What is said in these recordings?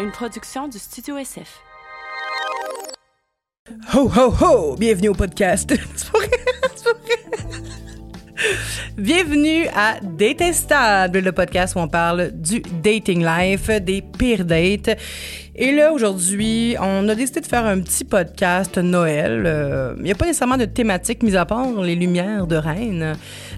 une production du Studio SF. Ho, ho, ho! Bienvenue au podcast. C'est pas vrai, c'est pas vrai. Bienvenue à Détestable, le podcast où on parle du dating life, des pires dates. Et là, aujourd'hui, on a décidé de faire un petit podcast Noël. Euh, Il n'y a pas nécessairement de thématique, mis à part les lumières de Rennes.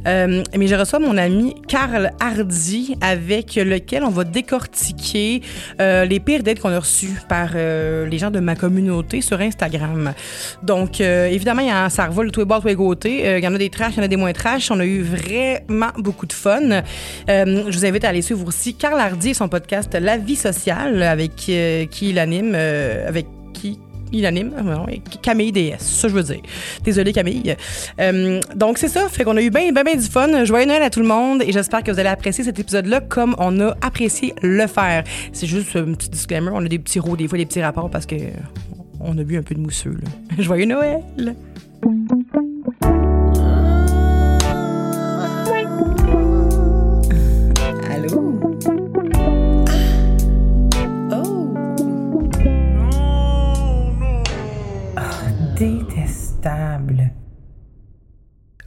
Euh, mais je reçois mon ami Karl Hardy, avec lequel on va décortiquer euh, les pires dates qu'on a reçues par euh, les gens de ma communauté sur Instagram. Donc, euh, évidemment, il y a, ça revole de tous les bords, de tous les côtés. Euh, il y en a des trash, il y en a des moins trash. On a eu vraiment beaucoup de fun. Euh, je vous invite à aller suivre aussi Carl Hardy et son podcast La vie sociale, avec euh, qui il anime, euh, avec qui il anime, euh, non, et Camille DS, ça je veux dire. Désolée Camille. Euh, donc c'est ça, fait qu'on a eu bien ben, ben du fun. Joyeux Noël à tout le monde et j'espère que vous allez apprécier cet épisode-là comme on a apprécié le faire. C'est juste un petit disclaimer, on a des petits rots, des fois des petits rapports parce que on a bu un peu de mousseux. Là. Joyeux Noël! Allô? Ah! Oh! Oh, Détestable.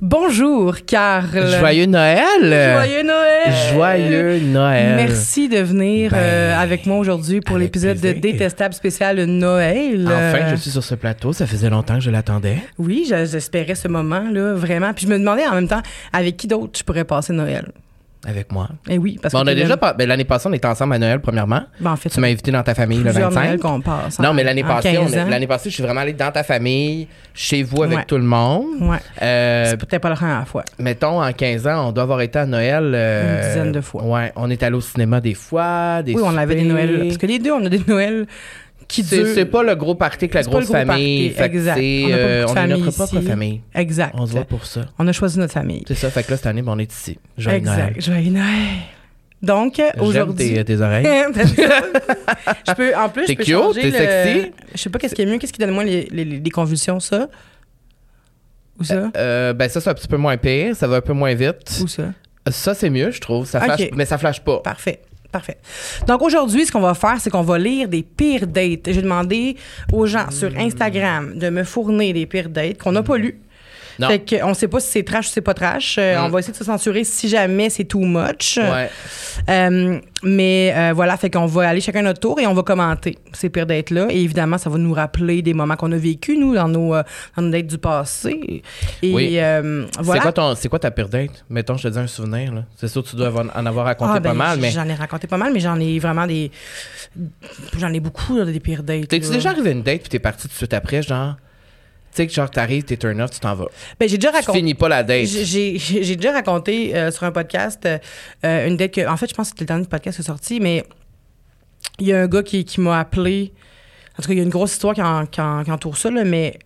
Bonjour, Carl. Joyeux Noël! Euh, Joyeux Noël. Joyeux Noël! Merci de venir Ben, euh, avec moi aujourd'hui pour avec l'épisode de plaisir. Détestable spécial de Noël. Enfin, Euh, je suis sur ce plateau. Ça faisait longtemps que je l'attendais. Oui, je- j'espérais ce moment-là, vraiment. Puis je me demandais en même temps avec qui d'autre je pourrais passer Noël. Avec moi. Et oui, parce Bon, que on a t'es déjà le- pas- ben, l'année passée, on était ensemble à Noël, premièrement. Ben, en fait, Tu m'as invité dans ta famille le plusieurs 25. Noëls qu'on passe. en- Non, mais l'année en passée, 15 on est- ans. l'année passée, je suis vraiment allée dans ta famille, chez vous avec Ouais. tout le monde. Ouais. Euh, C'est peut-être pas la première fois. mettons, en 15 ans, on doit avoir été à Noël. euh, Une dizaine de fois. Ouais, on est allé au cinéma des fois. Des Oui, on avait des soupers. Noëls. Parce que les deux, on a des Noëls qui C'est durent. c'est pas le gros party que la C'est pas le grosse gros famille. party, Fait que exact. c'est, On a pas euh, beaucoup de on est notre famille propre ici. famille. Exact. On se voit pour ça. On a choisi notre famille. C'est ça, fait que là, cette année, ben, on est ici. Joyeux Exact. Noël. Joyeux Noël. Donc, J'aime aujourd'hui. tes, tes oreilles. je peux, en plus, je T'es peux cute, changer t'es le- sexy. Je sais pas qu'est-ce qui est mieux, qu'est-ce qui donne moins les, les, les convulsions, ça ou ça Euh, ben ça, c'est un petit peu moins pire, ça va un peu moins vite. ou ça. Ça, c'est mieux, je trouve. Ça Ok. flash, Mais ça flash pas. Parfait. Parfait. Donc aujourd'hui, ce qu'on va faire, c'est qu'on va lire des pires dates. J'ai demandé aux gens sur Instagram de me fournir des pires dates qu'on n'a pas lues. Non. Fait qu'on sait pas si c'est trash ou c'est pas trash. Euh, Mm. On va essayer de se censurer si jamais c'est too much. Ouais. Euh, mais euh, voilà, fait qu'on va aller chacun notre tour et on va commenter ces pires dates-là. Et évidemment, ça va nous rappeler des moments qu'on a vécu, nous, dans nos, euh, dans nos dates du passé. Et Oui. euh, voilà. C'est quoi, ton- c'est quoi ta pire date? Mettons, je te dis un souvenir. là. C'est sûr que tu dois avoir- en avoir raconté Ah, ben, pas mal, mais. J'en ai raconté pas mal, mais j'en ai vraiment des. J'en ai beaucoup, là, des pires dates. T'es-tu là. déjà arrivé à une date puis t'es parti tout de suite après, genre. Tu sais que genre, t'arrives, t'es turn off, tu t'en vas. Ben, j'ai déjà Tu raconté. finis pas la date. J'ai- J'ai j'ai déjà raconté euh, sur un podcast euh, euh, une date que. En fait, je pense que c'était le dernier podcast qui est sorti, mais il y a un gars qui, qui m'a appelé. En tout cas, il y a une grosse histoire qui, en- qui en- qui entoure ça, là, mais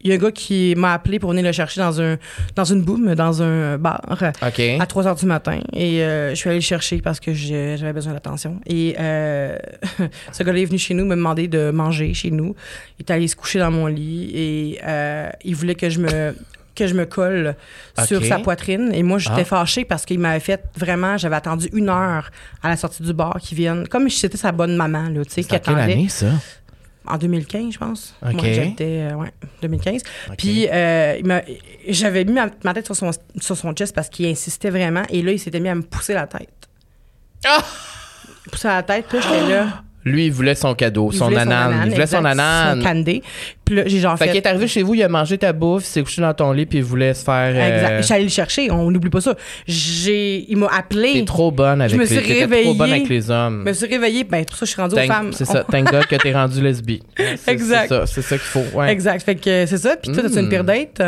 il y a un gars qui m'a appelé pour venir le chercher dans, un, dans une boum, dans un bar. OK. À 3 h du matin. Et euh, je suis allée le chercher parce que j'ai- j'avais besoin d'attention. Et euh, ce gars-là est venu chez nous me demander de manger chez nous. Il est allé se coucher dans mon lit et euh, il voulait que je me que je me colle sur Ok. sa poitrine. Et moi, j'étais Ah. fâchée parce qu'il m'avait fait vraiment... J'avais attendu une heure à la sortie du bar qu'il vienne. Comme si c'était sa bonne maman, là, tu sais, qui C'est en quelle attendait. année, ça? En 2015, je pense. Ok. Moi, j'étais... euh, ouais, 2015. Ok. Puis euh, il m'a- j'avais mis ma, ma tête sur son, sur son chest parce qu'il insistait vraiment. Et là, il s'était mis à me pousser la tête. Ah! Il poussait la tête, puis là, j'étais là. Lui, il voulait son cadeau, il son voulait anane. Il voulait son exact, anane. Son candé. Puis là, j'ai genre Fait fait. qu'il est arrivé chez vous, il a mangé ta bouffe, il s'est couché dans ton lit, puis il voulait se faire. euh, Exact. J'allais le chercher, on n'oublie pas ça. J'ai, il m'a appelé. T'es trop bonne avec Je me les suis t'étais réveillée. trop bonne avec les Je hommes. me suis réveillée, ben, c'est pour ça, que je suis rendue aux Thank- femmes. C'est ça, thank God que t'es rendu lesbi. C'est- Exact. C'est ça, c'est ça qu'il faut. ouais. Exact. Fait que c'est ça. Puis toi, t'as-tu une Mm. pire date?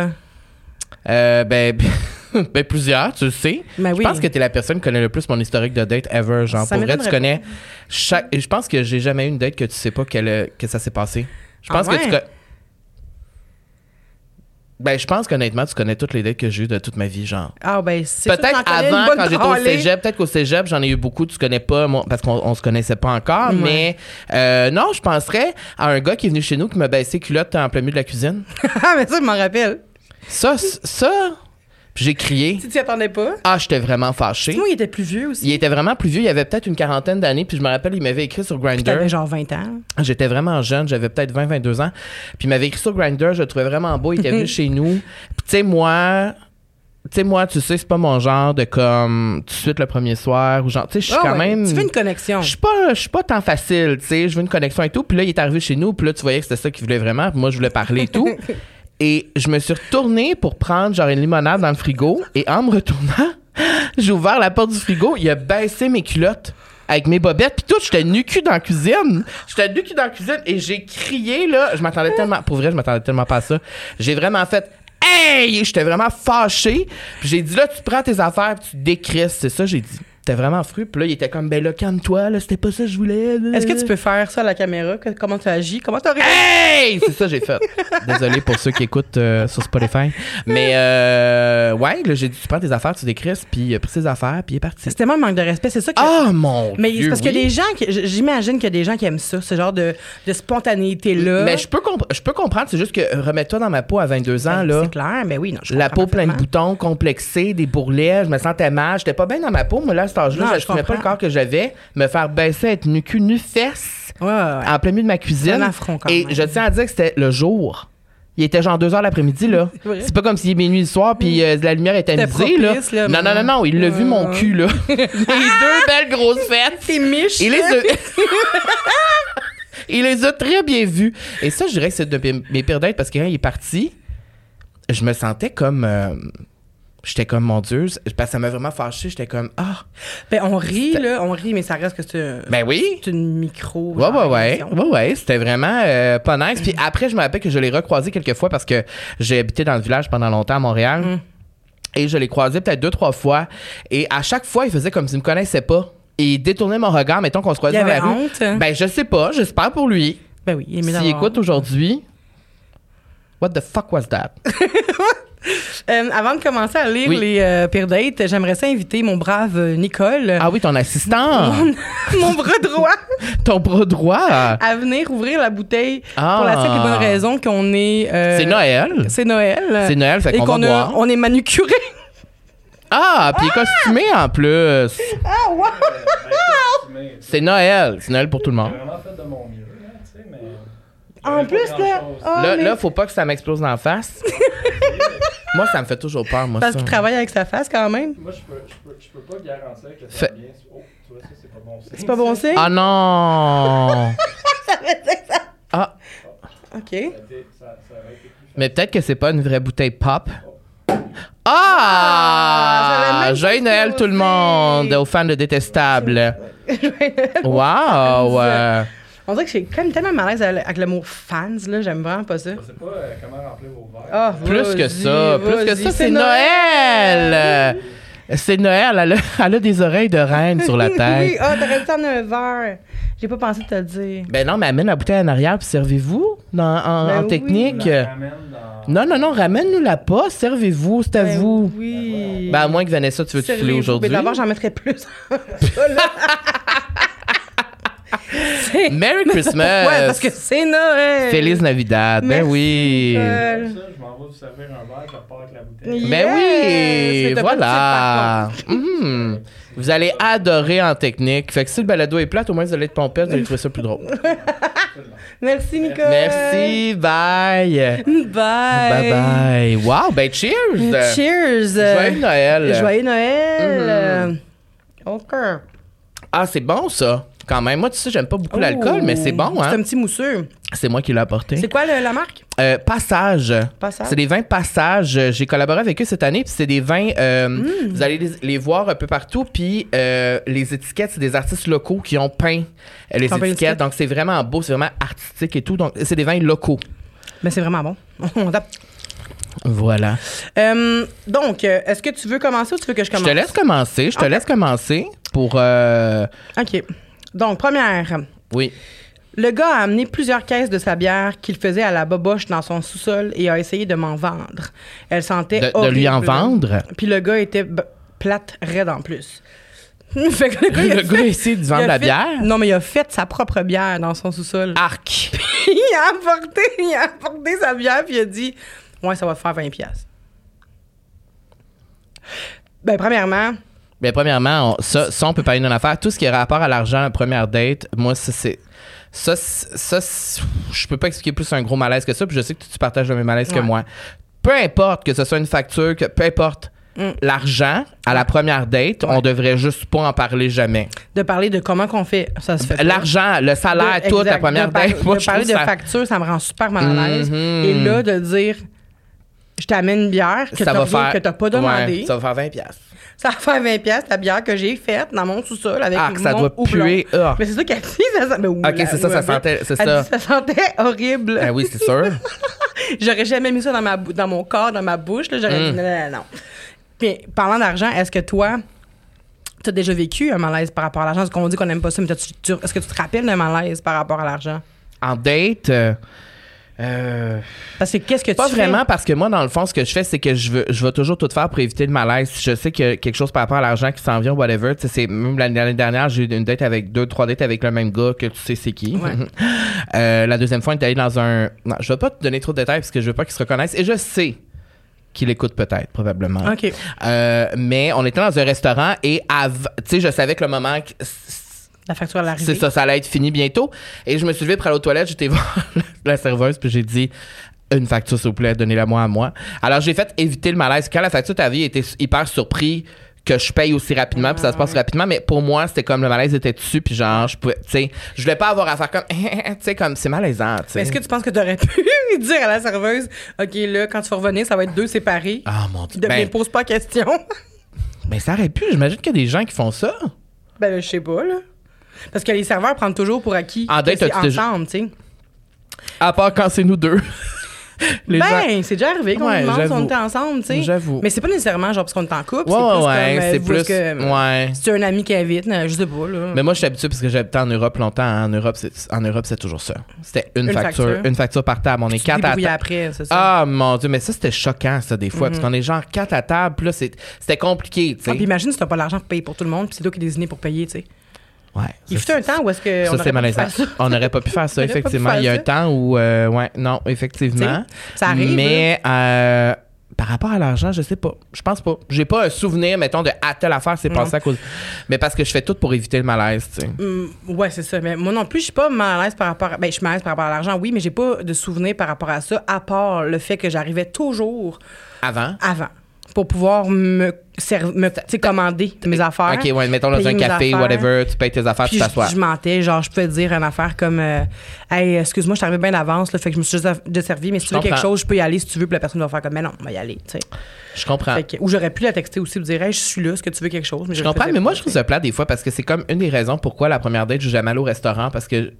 Euh, ben, ben, plusieurs, tu le sais. Ben oui. Je pense que t'es la personne qui connaît le plus mon historique de date ever. Genre, Ça pour vrai, tu m'étonnerait connais chaque. et Je pense que j'ai jamais eu une date que tu sais pas quelle, euh, que ça s'est passé. Je pense Ah que tu. ouais? co- Ben, je pense qu'honnêtement, tu connais toutes les dates que j'ai eues de toute ma vie, genre. Ah, ben, c'est sûr que Peut-être t'en connais une avant, bonne quand j'étais au branlée. cégep, peut-être qu'au cégep, j'en ai eu beaucoup, tu connais pas, moi, parce qu'on on se connaissait pas encore, mais euh, non, je penserais à un gars qui est venu chez nous qui m'a baissé culotte en plein milieu de la cuisine. Ah, mais ça, je m'en rappelle. Ça, c- ça, Puis j'ai crié. Tu t'y attendais pas? Ah, j'étais vraiment fâché. Moi, il était plus vieux aussi. Il était vraiment plus vieux. Il avait peut-être une quarantaine d'années. Puis je me rappelle, il m'avait écrit sur Puis t'avais Grindr. genre 20 ans. J'étais vraiment jeune. J'avais peut-être 20, 22 ans. Puis il m'avait écrit sur Grindr. Je le trouvais vraiment beau. Il était venu chez nous. Puis tu sais, moi. Tu sais, moi, tu sais, c'est pas mon genre de comme tout de suite le premier soir ou genre. Tu sais, je suis Ah quand ouais, même. Tu fais une connexion. Je suis pas, je suis pas tant facile, tu sais. Je veux une connexion et tout. Puis là, il est arrivé chez nous. Puis là, tu voyais que c'était ça qu'il voulait vraiment. Puis moi, je voulais parler et tout. et je me suis retournée pour prendre genre une limonade dans le frigo. Et en me retournant, j'ai ouvert la porte du frigo. Il a baissé mes culottes avec mes bobettes. Puis tout, j'étais nu cul dans la cuisine. J'étais nu cul dans la cuisine. Et j'ai crié, là. Je m'attendais tellement... Pour vrai, je m'attendais tellement pas à ça. J'ai vraiment fait... Hey! J'étais vraiment fâché. Puis j'ai dit, là, tu prends tes affaires, puis tu décrisses. C'est ça, j'ai dit. T'es vraiment fru. Puis là, il était comme, ben là, calme-toi, là, c'était pas ça que je voulais. là. Est-ce que tu peux faire ça à la caméra? Que- Comment tu agis? Comment tu réagi? Hey! C'est ça, j'ai fait. Désolé pour ceux qui écoutent euh, sur Spotify. Mais, euh, ouais, là, j'ai dit, tu prends tes affaires, tu décrisses, puis il a pris ses affaires, puis il est parti. C'est tellement un manque de respect. C'est ça que. Ah, mon mais Dieu! c'est parce oui. que les gens, qui- j- j'imagine qu'il y a des gens qui aiment ça, ce genre de, de spontanéité-là. Mais Ben, je peux, compre- je peux comprendre, c'est juste que euh, remets-toi dans ma peau à 22 ans, Ben, là. C'est clair, mais oui, non, je La comprends peau pleine de parfaitement. boutons, complexée, des bourrelets, je me sentais mal, j'étais pas bien dans ma peau, moi, là, à cet Non, âge-là, je je trouvais pas le comprends. corps que j'avais, me faire baisser, être nu cul, nu fesse. Ouais, ouais, ouais. en plein milieu de ma cuisine. Un affront, quand et même. je tiens à dire que c'était le jour. Il était genre 2 heures l'après-midi, là. C'est vrai. C'est pas comme s'il est minuit le soir puis euh, la lumière était C'était anisée, là. propice, là, Non, non, non, non, il l'a mais- Euh. vu, mon cul, là. Les deux belles grosses fêtes. C'est miche. Il les là. a... il les a très bien vus. Et ça, je dirais que c'est de mes- mes pires dates parce que quand il est parti, je me sentais comme... euh, J'étais comme, mon Dieu, c'est- parce que ça m'a vraiment fâché. J'étais comme, ah, Ben, on rit, là, on rit, mais ça reste que c'est un- ben oui. c'est une micro. Ouais, ouais, genre, ouais. émission. Ouais, ouais. C'était vraiment euh, pas nice. Puis après, je me rappelle que je l'ai recroisé quelques fois parce que j'ai habité dans le village pendant longtemps à Montréal. Mm. Et je l'ai croisé peut-être deux, trois fois. Et à chaque fois, il faisait comme s'il me connaissait pas. Et il détournait mon regard, mettons qu'on se croisait Il dans la avait rue. honte, hein? Ben, je sais pas. J'espère pour lui. Ben oui, il est mieux S'il d'avoir- écoute aujourd'hui. What the fuck was that? Euh, avant de commencer à lire Oui. les euh, pires dates, j'aimerais ça inviter mon brave euh, Nicole, Ah oui, ton assistant! mon bras droit, ton bras droit! à venir ouvrir la bouteille Ah. pour la simple et bonne raison qu'on est. euh, C'est Noël! C'est Noël. C'est Noël, fait Et qu'on va qu'on a- boire. on est manucuré. Ah, puis il est costumé en plus! Ah, wow! C'est Noël! C'est Noël pour tout le monde. J'ai vraiment fait de mon mieux, là, tu sais, mais. En plus, là. ah, Là, mais- là, faut pas que ça m'explose dans la face. moi, ça me fait toujours peur, moi, Parce ça. qu'il travaille avec sa face quand même. Moi, je peux, je, peux, je peux pas garantir que ça Fait- va bien. Oh, tu vois, ça, c'est pas bon. C'est pas bon signe? Ah non! Ah, OK. Ça, a été- ça, ça aurait été plus mais peut-être que c'est pas une vraie bouteille pop. j'avais Ah! même Joyeux Noël, tout le monde! Aux fans de Détestable. wow! euh, On dirait que j'ai quand même tellement mal à l'aise avec le mot fans, là. J'aime vraiment pas ça. Je sais pas euh, comment remplir vos verres. Ah, plus que vas-y, ça, plus que vas-y, ça, c'est Noël! C'est Noël, elle a, elle a des oreilles de reine sur la oui, tête. ah, t'aurais dû en un verre. J'ai pas pensé te le dire. Ben non, mais amène la bouteille en arrière puis servez-vous dans- en, Ben en oui. technique. Je la ramène dans. euh, Non, non, non, ramène-nous la pas, servez-vous, c'est à Ben vous. Oui. Ben, à moins que Vanessa, tu veux te filer Servez-vous. aujourd'hui. Mais d'abord, j'en mettrais plus. Merry Pourquoi? Parce Christmas! que c'est Noël. Feliz Navidad, Merci, ben Euh, oui! Nicole. Ça, je m'en vais vous servir un verre, je repars avec la bouteille. Yes, Ben c'est oui! ta Voilà! Mhm. Vous allez adorer en technique. Fait que si le balado est plate, au moins vous allez être pompette, vous allez trouver ça plus drôle. Merci, Nicole. Merci, bye! Bye Bye. bye! Wow, ben cheers! Cheers. Joyeux Noël! Mm-hmm. Joyeux Noël. Euh, OK. Ah, c'est bon ça! Quand même, moi tu sais, j'aime pas beaucoup l'alcool, Oh. mais c'est bon, C'est un hein? petit mousseux. C'est moi qui l'ai apporté. C'est Ah. quoi le- la marque? Euh, passage. Passage. C'est des vins passages. J'ai collaboré avec eux cette année, puis c'est des vins. euh, Mmh. Vous allez les, les voir un peu partout, puis euh, les étiquettes, c'est des artistes locaux qui ont peint euh, les Ils ont étiquettes. peint les étiquettes. Donc c'est vraiment beau, c'est vraiment artistique et tout. Donc c'est des vins locaux. Mais c'est vraiment bon. On tape. Voilà. Euh, donc, euh, est-ce que tu veux commencer ou tu veux que je Je commence? te laisse commencer. Je te Ok. laisse commencer pour. euh, OK. Donc, première. Oui. Le gars a amené plusieurs caisses de sa bière qu'il faisait à la boboche dans son sous-sol et a essayé de m'en vendre. Elle sentait De- de lui en horrible. vendre? Puis le gars était b- plate raide en plus. Fait que le gars, il a Le fait- gars ici de il vendre a la fait- bière. Ah! Non, mais il a fait sa propre bière dans son sous-sol. Arc. il a apporté, il a apporté sa bière puis il a dit "Ouais, ça va faire 20 pièces." Ben, premièrement, Bien, Ben, premièrement, on- ça, ça, on peut parler d'une affaire. Tout ce qui est rapport à l'argent, la première date, moi, ça, c'est. Ça, c'est- ça, c'est- je peux pas expliquer plus un gros malaise que ça, puis je sais que tu partages le même malaise que Ouais. moi. Peu importe que ce soit une facture, que, peu importe Mm. l'argent, à la première date, on devrait juste pas en parler jamais. de parler de comment qu'on fait, ça se fait. pas. L'argent, le De- salaire, tout, exact, la première de par- date, moi, de je parler trouve de ça- facture, ça me rend super mal à l'aise. Mhm. Et là, de dire, je t'amène une bière que ça t'as va rien- faire. que t'as pas demandé. Ouais, ça va faire 20 piastres. Ça va faire 20 pièces la bière que j'ai faite dans mon sous-sol avec Ah, que ça mon doit houblon. puer. Ah. Mais c'est ça qu'elle dit, ça sent... mais oui, Ok, la- c'est ça, oui, ça oui. sentait- c'est Elle ça. dit, ça sentait horrible. Ben oui, c'est sûr. J'aurais jamais mis ça dans, ma bou- dans mon corps, dans ma bouche. là. J'aurais Mm. dit non, non, non. Puis, parlant d'argent, est-ce que toi, tu as déjà vécu un malaise par rapport à l'argent? Parce qu'on dit qu'on n'aime pas ça, mais t'as-tu- tu- est-ce que tu te rappelles d'un malaise par rapport à l'argent? en date, euh, euh, Parce que qu'est-ce que Pas tu vraiment parce que moi, dans le fond, ce que je fais, c'est que je veux, je vais toujours tout faire pour éviter le malaise. Si Je sais que quelque chose par rapport à l'argent qui s'en vient, whatever. Tu sais, c'est même l'année l'année dernière, j'ai eu une date avec deux, trois dates avec le même gars que tu sais c'est qui. Ouais. Euh, la deuxième fois, on est allé dans un. Non, je vais pas te donner trop de détails parce que je veux pas qu'il se reconnaisse. Et je sais qu'il écoute peut-être, probablement. fais? OK. Euh, mais on était dans un restaurant et av- tu sais, je savais que le moment que- La facture à l'arrivée. c'est ça, ça allait être fini bientôt. Et je me suis levé pour aller aux toilettes, j'étais voir la serveuse, puis j'ai dit une facture, s'il vous plaît, donnez-la moi à moi. Alors, j'ai fait éviter le malaise. Quand la facture, ta vie était hyper surpris que je paye aussi rapidement, puis ça se passe rapidement, mais pour moi, c'était comme le malaise était dessus, puis genre, je pouvais, tu sais, je voulais pas avoir à faire comme, tu sais, comme, c'est malaisant, tu sais. Mais Est-ce que tu penses que tu aurais pu dire à la serveuse, OK, là, quand tu vas revenir, ça va être deux séparés? Ah, mon Puis Dieu. de Ben, ne pose pas question. ben, ça aurait pu. J'imagine qu'il y a des gens qui font ça. ben, là, je sais pas, là. Parce que les serveurs prennent toujours pour acquis En que date, c'est t'as-tu déjà- ensemble, tu sais. À part quand c'est nous deux. Les gens- Ben, c'est déjà arrivé qu'on Ouais, nous demande si on j'avoue. était ensemble, tu sais. J'avoue. Mais c'est pas nécessairement genre parce qu'on est en couple. c'est Ouais, plus ouais, comme, euh, c'est vous, plus. est-ce que- Ouais. Si tu as un ami qui invite, euh, je sais pas, là. Mais moi, je suis habitué parce que j'ai habité en Europe longtemps. hein. En Europe, c'est, en Europe, c'est toujours ça. C'était une, Une facture, facture. Une facture par table. On est tu te quatre à débrouilles table. après, c'est ça. Mm-hmm. Ah mon Dieu, mais ça, c'était choquant, ça, des fois. Parce qu'on est genre quatre à table. Puis là, c'est, c'était compliqué, tu sais. Ah, puis imagine si t'as pas l'argent pour payer pour tout le monde, puis c'est toi qui es désigné pour payer, tu sais. ouais. Il ça, fut un temps où est-ce que. ça, on c'est aurait pu malaisant. faire ça? On n'aurait pas pu faire ça, On aurait pas pu effectivement. faire Il y a un ça. temps où. euh, ouais, non, effectivement. ça arrive, Mais euh, par rapport à l'argent, je sais pas. Je pense pas. J'ai pas un souvenir, mettons, de à telle affaire, c'est passé à cause. Mais parce que je fais tout pour éviter le malaise, tu sais. Hum, ouais, c'est ça. Mais moi non plus, je suis pas mal à l'aise par rapport. À... Ben, je suis mal à l'aise par rapport à l'argent, oui, mais j'ai pas de souvenir par rapport à ça, à part le fait que j'arrivais toujours Avant. avant pour pouvoir me, serv- me tu sais, commander mes affaires. Ok, ouais, mettons dans payer un mes café, affaires. whatever, tu payes tes affaires, Puis tu t'assois. je, je mentais, genre, je pouvais dire une affaire comme euh, Hey, excuse-moi, je t'arrivais bien d'avance, là, fait que je me suis juste desservie, mais si tu veux quelque comprends. chose, je peux y aller si tu veux, puis la personne va faire comme Mais non, on va y aller, tu sais. Je comprends. Fait que- ou j'aurais pu la texter aussi, pour dire Hey, je suis là, est-ce que tu veux quelque chose? Mais Je le comprends, faisais mais moi, pas, je trouve ça plat des fois parce que c'est comme une des raisons pourquoi la première date, je vais jamais aller au restaurant parce que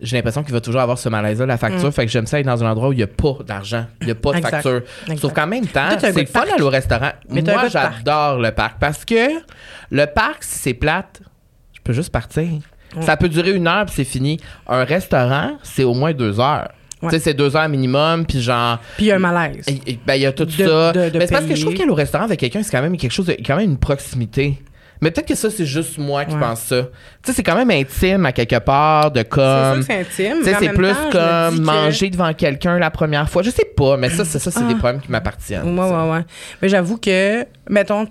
j'ai l'impression qu'il va toujours avoir ce malaise-là, la facture. Fait que j'aime ça être dans un endroit où il n'y a pas d'argent, il n'y a pas de Mm. Exact. facture. Exact. Sauf qu'en même temps, Toi, t'as un goût c'est le de fun parc. d'aller au restaurant. Mais t'as un moi, goût de parc. j'adore le parc parce que le parc, si c'est plate, je peux juste partir. Ça peut durer une heure puis c'est fini. Un restaurant, c'est au moins deux heures. Ouais. Tu sais, c'est deux heures minimum, puis genre. Puis il y a un malaise. Et- et- Ben, il y a tout De- ça. de- de mais c'est parce que payer. je trouve qu'aller au restaurant avec quelqu'un, c'est quand même quelque chose, de- quand même une proximité. Mais peut-être que ça, c'est juste moi qui Ouais. pense ça. Tu sais, c'est quand même intime à quelque part, de comme. c'est sûr que c'est intime, um, Tu mais sais, en c'est même plus temps, je me dis comme que- manger devant quelqu'un la première fois. Je sais pas, mais ça, c'est ça, c'est des Ah. problèmes qui m'appartiennent. Ouais, tu sais. ouais, ouais. Mais j'avoue que, mettons,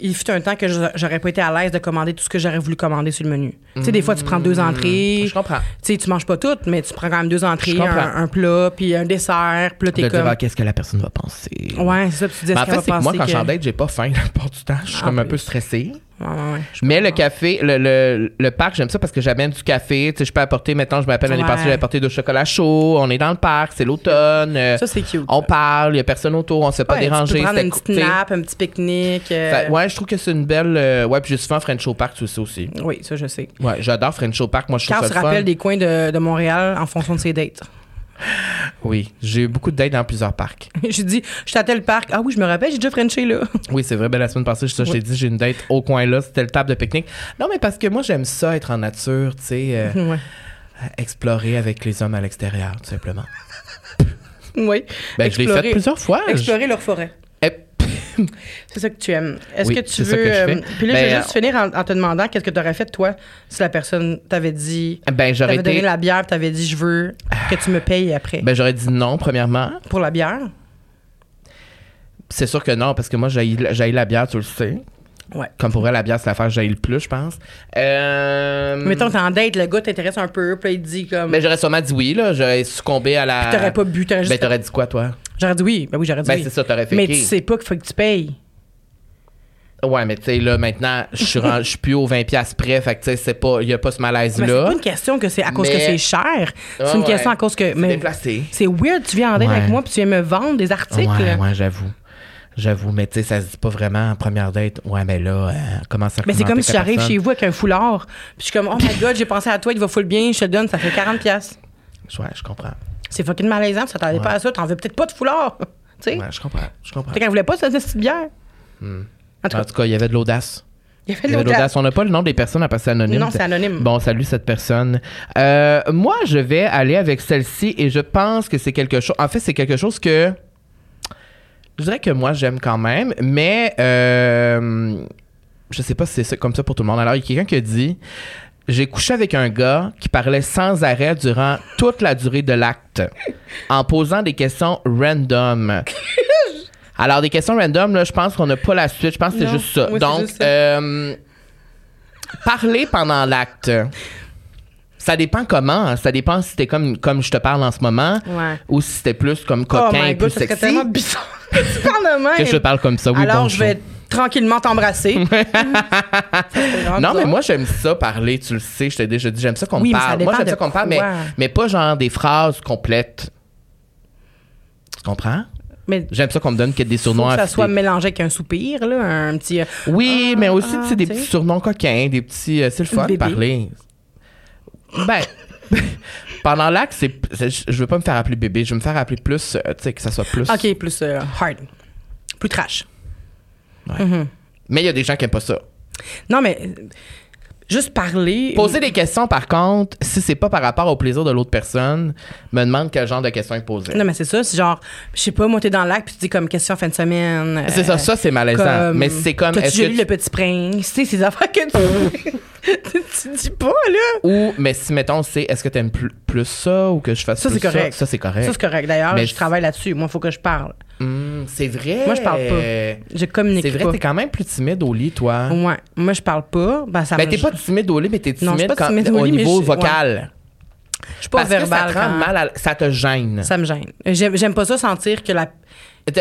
il fut un temps que je- j'aurais pas été à l'aise de commander tout ce que j'aurais voulu commander sur le menu. Tu sais, des fois, tu prends deux entrées. Mmh. Je comprends. Tu sais, tu manges pas toutes, mais tu prends quand même deux entrées, Je comprends. un, un plat, puis un dessert, puis là, De t'es comme... dire, ah, qu'est-ce que la personne va penser. Ouais, c'est ça, puis tu dis, est-ce Mais en qu'elle fait, va c'est que moi, penser quand que... Ah, j'en date, j'ai pas faim la plupart du temps. Je suis En comme un peu plus. stressée. Ouais, ouais, ouais. Je- Mais le café, le, le, le parc, j'aime ça parce que j'amène du café. Tu sais, je peux apporter, maintenant, je m'appelle l'année Ouais. passée, j'ai apporté deux chocolats chauds. On est dans le parc, c'est l'automne. euh, Ça, c'est cute. on parle, il n'y a personne autour, on ne se fait pas Ouais, déranger. Tu peux prendre c'était une cou- petite tu sais, nappe, un petit pique-nique. euh, ça- ouais, je trouve que c'est une belle. euh, ouais, puis j'ai souvent French au Park, tu sais aussi. Oui, ça, je sais. Ouais, j'adore French au Park. Moi, je trouve Carl ça se le fun. rappelle des coins de, de Montréal en fonction de ses dates. Oui, j'ai eu beaucoup de dates dans plusieurs parcs. j'ai dit, je suis à tel parc. Ah oui, je me rappelle, j'ai déjà Frenché, là. Oui, c'est vrai. Ben, la semaine passée, je, ça, je t'ai dit, j'ai une date au coin là. C'était le table de pique-nique. Non, mais parce que moi, j'aime ça être en nature, tu sais, euh, ouais. explorer avec les hommes à l'extérieur, tout simplement. Oui. Ben, je l'ai fait Explorer- plusieurs fois. Je- Explorer leur forêt. Eh, C'est ça que tu aimes. Est-ce Oui, que tu c'est ça veux. que je fais. euh, puis là, je vais Ben, juste finir en, en te demandant qu'est-ce que tu aurais fait, toi, si la personne t'avait dit. Ben, j'aurais T'avais donné été. la bière, puis t'avais dit, je veux que tu me payes après. Ben, j'aurais dit non, premièrement. pour la bière. C'est sûr que non, parce que moi, j'ai la bière, tu le sais. Ouais. Comme pour elle, la bière, c'est l'affaire que j'ai le plus, je pense. Euh, Mettons, t'es en date, le gars t'intéresse un peu, puis il te dit comme. Mais j'aurais sûrement dit oui, là. J'aurais succombé à la. T'aurais pas bu, t'aurais Ben, juste. t'aurais dit quoi, toi? J'aurais dit oui. Ben oui, j'aurais dit Ben, oui. c'est ça, t'aurais fait Mais qui? tu sais pas qu'il faut que tu payes. Ouais, mais tu sais, là, maintenant, je suis rend- je suis plus aux 20$ piastres près, fait que tu sais, c'est pas, y a pas ce Mais c'est malaise-là. pas une question que c'est à cause Mais- que c'est cher. Ouais, C'est une question ouais. à cause que. C'est Mais déplacé. c'est weird, tu viens en date Ouais. avec moi, puis tu viens me vendre des articles. Ouais, ouais, j'avoue. J'avoue, mais tu sais, ça se dit pas vraiment en première date. Ouais, mais là, euh, comment ça Mais c'est comme si j'arrive chez vous avec un foulard, puis je suis comme, oh my god, j'ai pensé à toi, il va full bien, je te donne, ça fait 40$. piastres. vous. Ouais, je comprends. C'est fucking malaisant, tu t'attendais pas à ça, t'en veux peut-être pas de foulard. tu sais? Ouais, je comprends. Je comprends. Fait qu'elle voulait pas cette petite bière. En tout En cas, tout cas, il y avait de l'audace. il y avait Il y de avait de l'audace. l'audace. On n'a pas le nom des personnes à passer anonyme. Non, c'est anonyme. Bon, salut cette personne. Euh, moi, je vais aller avec celle-ci et je pense que c'est quelque chose. En fait, c'est quelque chose que. Je dirais que moi, j'aime quand même, mais. euh, je sais pas si c'est ça- comme ça pour tout le monde. Alors, il y a quelqu'un qui a dit J'ai couché avec un gars qui parlait sans arrêt durant toute la durée de l'acte, en posant des questions random. Alors, des questions random, là, je pense qu'on n'a pas la suite. Je pense que c'est Non, juste ça. moi, c'est Donc, juste ça. euh, parler pendant l'acte. Ça dépend comment. Ça dépend si t'es comme, comme je te parle en ce moment Ouais. ou si t'es plus comme Oh coquin, my plus god, ça serait sexy. tellement bizarre que tu parles de même. Que je te parle comme ça. Oui, Alors, bonjour. je vais tranquillement t'embrasser. Ça serait vraiment Non, mais bizarre. moi, j'aime ça parler, tu le sais, je t'ai déjà dit, j'aime ça qu'on Oui, mais ça parle. dépend Moi, j'aime de ça qu'on parle, mais, quoi. mais pas genre des phrases complètes. Tu comprends? Mais J'aime ça qu'on me donne que des faut surnoms que à ça soit filer. mélangé avec un soupir, là, un petit. euh, Oui, Ah, mais aussi, ah, tu sais, des tu petits sais. surnoms coquins, des petits. euh, c'est le fun de Bébé. parler. Ben. Pendant l'acte, c'est, c'est- je veux pas me faire appeler bébé, je veux me faire appeler plus, euh, tu sais, que ça soit plus. Ok, plus euh, hard. Plus trash. Mm-hmm. Mais il y a des gens qui aiment pas ça. Non, mais euh, juste parler. Poser des questions, par contre, si c'est pas par rapport au plaisir de l'autre personne, me demande quel genre de questions il posait. Non, mais c'est ça, c'est genre, je sais pas, moi, t'es dans le lac, puis tu dis comme question fin de semaine. C'est ça, euh, ça c'est malaisant. comme, mais c'est comme. T'as-tu est-ce que déjà lu tu- Le Petit Prince? Tu sais, ces affaires que tu. tu tu dis pas, là. Ou, mais si, mettons, c'est est-ce que t'aimes plus, plus ça ou que je fasse Ça, plus c'est correct. Ça, c'est correct. Ça, c'est correct. D'ailleurs, Mais je je- travaille là-dessus. Moi, il faut que je parle. Hmm, c'est vrai. Moi, je parle pas. Je communique C'est vrai, pas. t'es quand même plus timide au lit, toi. Ouais. Moi, je parle pas. Ben, ça Ben, me- t'es pas timide au lit, mais t'es timide, Non, je suis pas quand- timide au au lit, mais niveau je- vocal. Je suis pas Parce que verbale. ça te rend quand- mal à- Ça te gêne. Ça me gêne. J'aime j'aime pas ça sentir que la.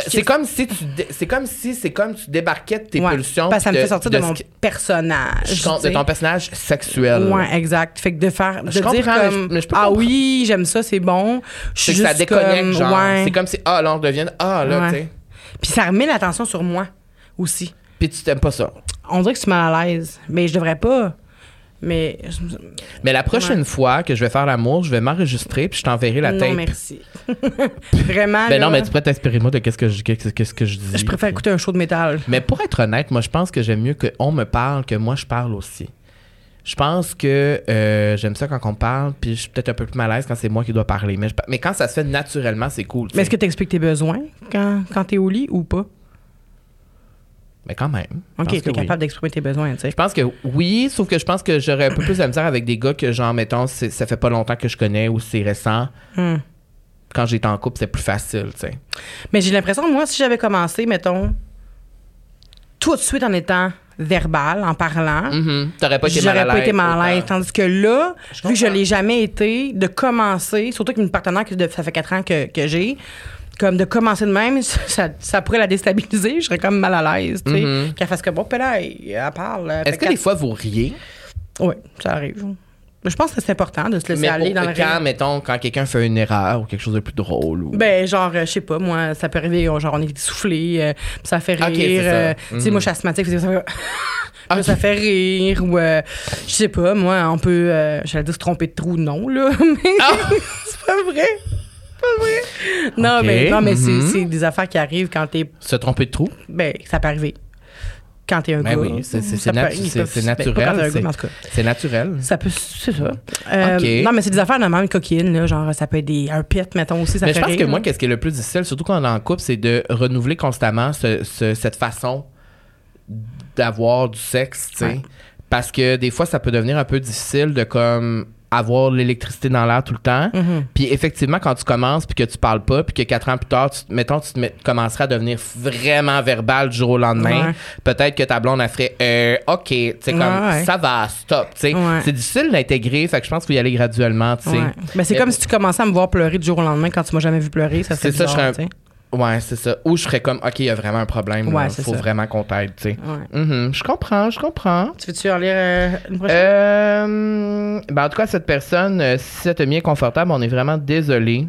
C'est comme si tu. dé- C'est comme si. C'est comme tu débarquais de tes Ouais. pulsions. Parce que ça me de- fait sortir de, de ce mon qui- personnage. je compte- tu de sais. ton personnage sexuel. Ouais, exact. Fait que de faire. De Je dire comprends, mais je- comme. mais je peux ah comprendre. oui, j'aime ça, c'est bon. Je suis C'est que juste ça déconnecte, comme, genre. ouais. C'est comme si. Ah, là, on devient. Ah, là, Ouais. tu sais. Puis ça remet l'attention sur moi aussi. Puis tu t'aimes pas ça. On dirait que je suis mal à l'aise. Mais je devrais pas. Mais. je me- Mais la prochaine fois que je vais faire l'amour, je vais m'enregistrer puis je t'enverrai la non, tape. merci. Vraiment. Ben là, non, mais tu pourrais t'inspirer moi de qu'est-ce que je qu'est-ce qu'est-ce que je dis. Je préfère écouter un show de métal. Mais pour être honnête, moi je pense que j'aime mieux qu'on me parle que moi je parle aussi. Je pense que euh, j'aime ça quand on parle, puis je suis peut-être un peu plus mal à l'aise quand c'est moi qui dois parler. Mais, je pa- mais quand ça se fait naturellement, c'est cool. tu Mais sais. est-ce que t'expliques tes besoins quand, quand t'es au lit ou pas? Mais quand même. je Ok, t'es pense que oui. capable d'exprimer tes besoins, tu sais. Je pense que oui, sauf que je pense que j'aurais un peu plus de misère avec des gars que, genre, mettons, c'est- ça fait pas longtemps que je connais ou c'est récent. Hmm. Quand j'étais en couple, c'est plus facile, tu sais. Mais j'ai l'impression, moi, si j'avais commencé, mettons, tout de suite en étant verbal, en parlant, Mhm. T'aurais pas été mal à j'aurais l'aise. pas été mal à l'aise. autant. Tandis que là, Je vu que je comprends. l'ai jamais été, de commencer, surtout avec une partenaire que de- ça fait quatre ans que, que j'ai, comme de commencer de même, ça, ça pourrait la déstabiliser, je serais comme mal à l'aise, tu sais. Mhm. Qu'elle fasse comme, bon, puis là, elle elle parle. elle Est-ce fait que quatre- des fois vous riez? Oui, ça arrive. Mais je pense que c'est important de se laisser Mais aller pour- dans le quand, rire. mettons, quand quelqu'un fait une erreur ou quelque chose de plus drôle ou. Ben, genre, euh, je sais pas, moi, ça peut arriver, on- genre, on est essoufflé, euh, puis ça fait rire. Ok, c'est ça. Hmm. euh, Tu sais, moi, je suis asthmatique, fait que ça fait, là, ça fait rire, ou euh, je sais pas, moi, on peut, euh, j'allais dire se tromper de trou, non, là, mais Ah! c'est pas vrai. C'est pas vrai. Non, Ok, mais, non, mais c'est- mhm. c'est des affaires qui arrivent quand t'es. se tromper de trou? Ben, ça peut arriver. Quand t'es un Ben gars. oui, c'est- ça c'est- c'est peut- natu- ils c'est- peuvent- c'est ben, pas quand t'es un naturel, gars, c'est- mais en tout cas. C'est naturel. Ça peut, c'est ça. Euh, Ok. Non, mais c'est des affaires normalement, une coquine, là, genre ça peut être des, un pit, mettons aussi, ça Mais je fait pense rire, que là. moi, qu'est-ce qui est le plus difficile, surtout quand on est en couple, c'est de renouveler constamment ce- ce- cette façon d'avoir du sexe, tu sais. Parce que des fois, ça peut devenir un peu difficile de comme avoir l'électricité dans l'air tout le temps. Mhm. Puis effectivement, quand tu commences, puis que tu parles pas, puis que quatre ans plus tard, tu, te- mettons, tu te mets- commencerais à devenir vraiment verbal du jour au lendemain, Ouais. peut-être que ta blonde, elle ferait Euh, OK, tu sais, comme Ouais, ouais. ça va, stop. tu sais. Ouais. C'est difficile d'intégrer, fait que je pense qu'il faut y aller graduellement. tu sais. Ouais. Ben, c'est Mais- comme si tu commençais à me voir pleurer du jour au lendemain quand tu m'as jamais vu pleurer. Ça serait C'est ça, je bizarre, serais un- Ouais, c'est ça. Ou je ferais comme, OK, il y a vraiment un problème. Ouais, là. c'est faut ça. vraiment qu'on t'aide, tu sais. tu sais. Ouais. Mhm, je comprends, je comprends. Tu veux-tu en lire euh, une prochaine? Euh, ben, en tout cas, cette personne, euh, si ça te mis inconfortable, on est vraiment désolé.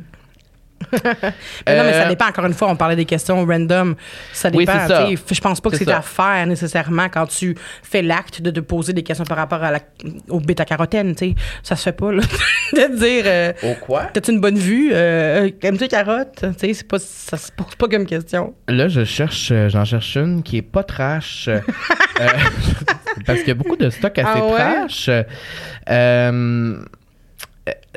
Mais Non, mais ça euh, dépend. Encore une fois, on parlait des questions random. Ça Oui, dépend. c'est ça. tu sais. Je pense pas que C'est c'est ça. à faire nécessairement quand tu fais l'acte de te poser des questions par rapport à la, au bêta-carotène. tu sais. Ça se fait pas, là. de te dire. euh, Au quoi? T'as-tu une bonne vue? Euh, euh, Aimes-tu les carottes? Tu sais, c'est pas, ça se pose pas comme question. Là, je cherche, euh, j'en cherche une qui est pas trash. Euh, parce qu'il y a beaucoup de stocks assez Ah ouais? trash. Euh,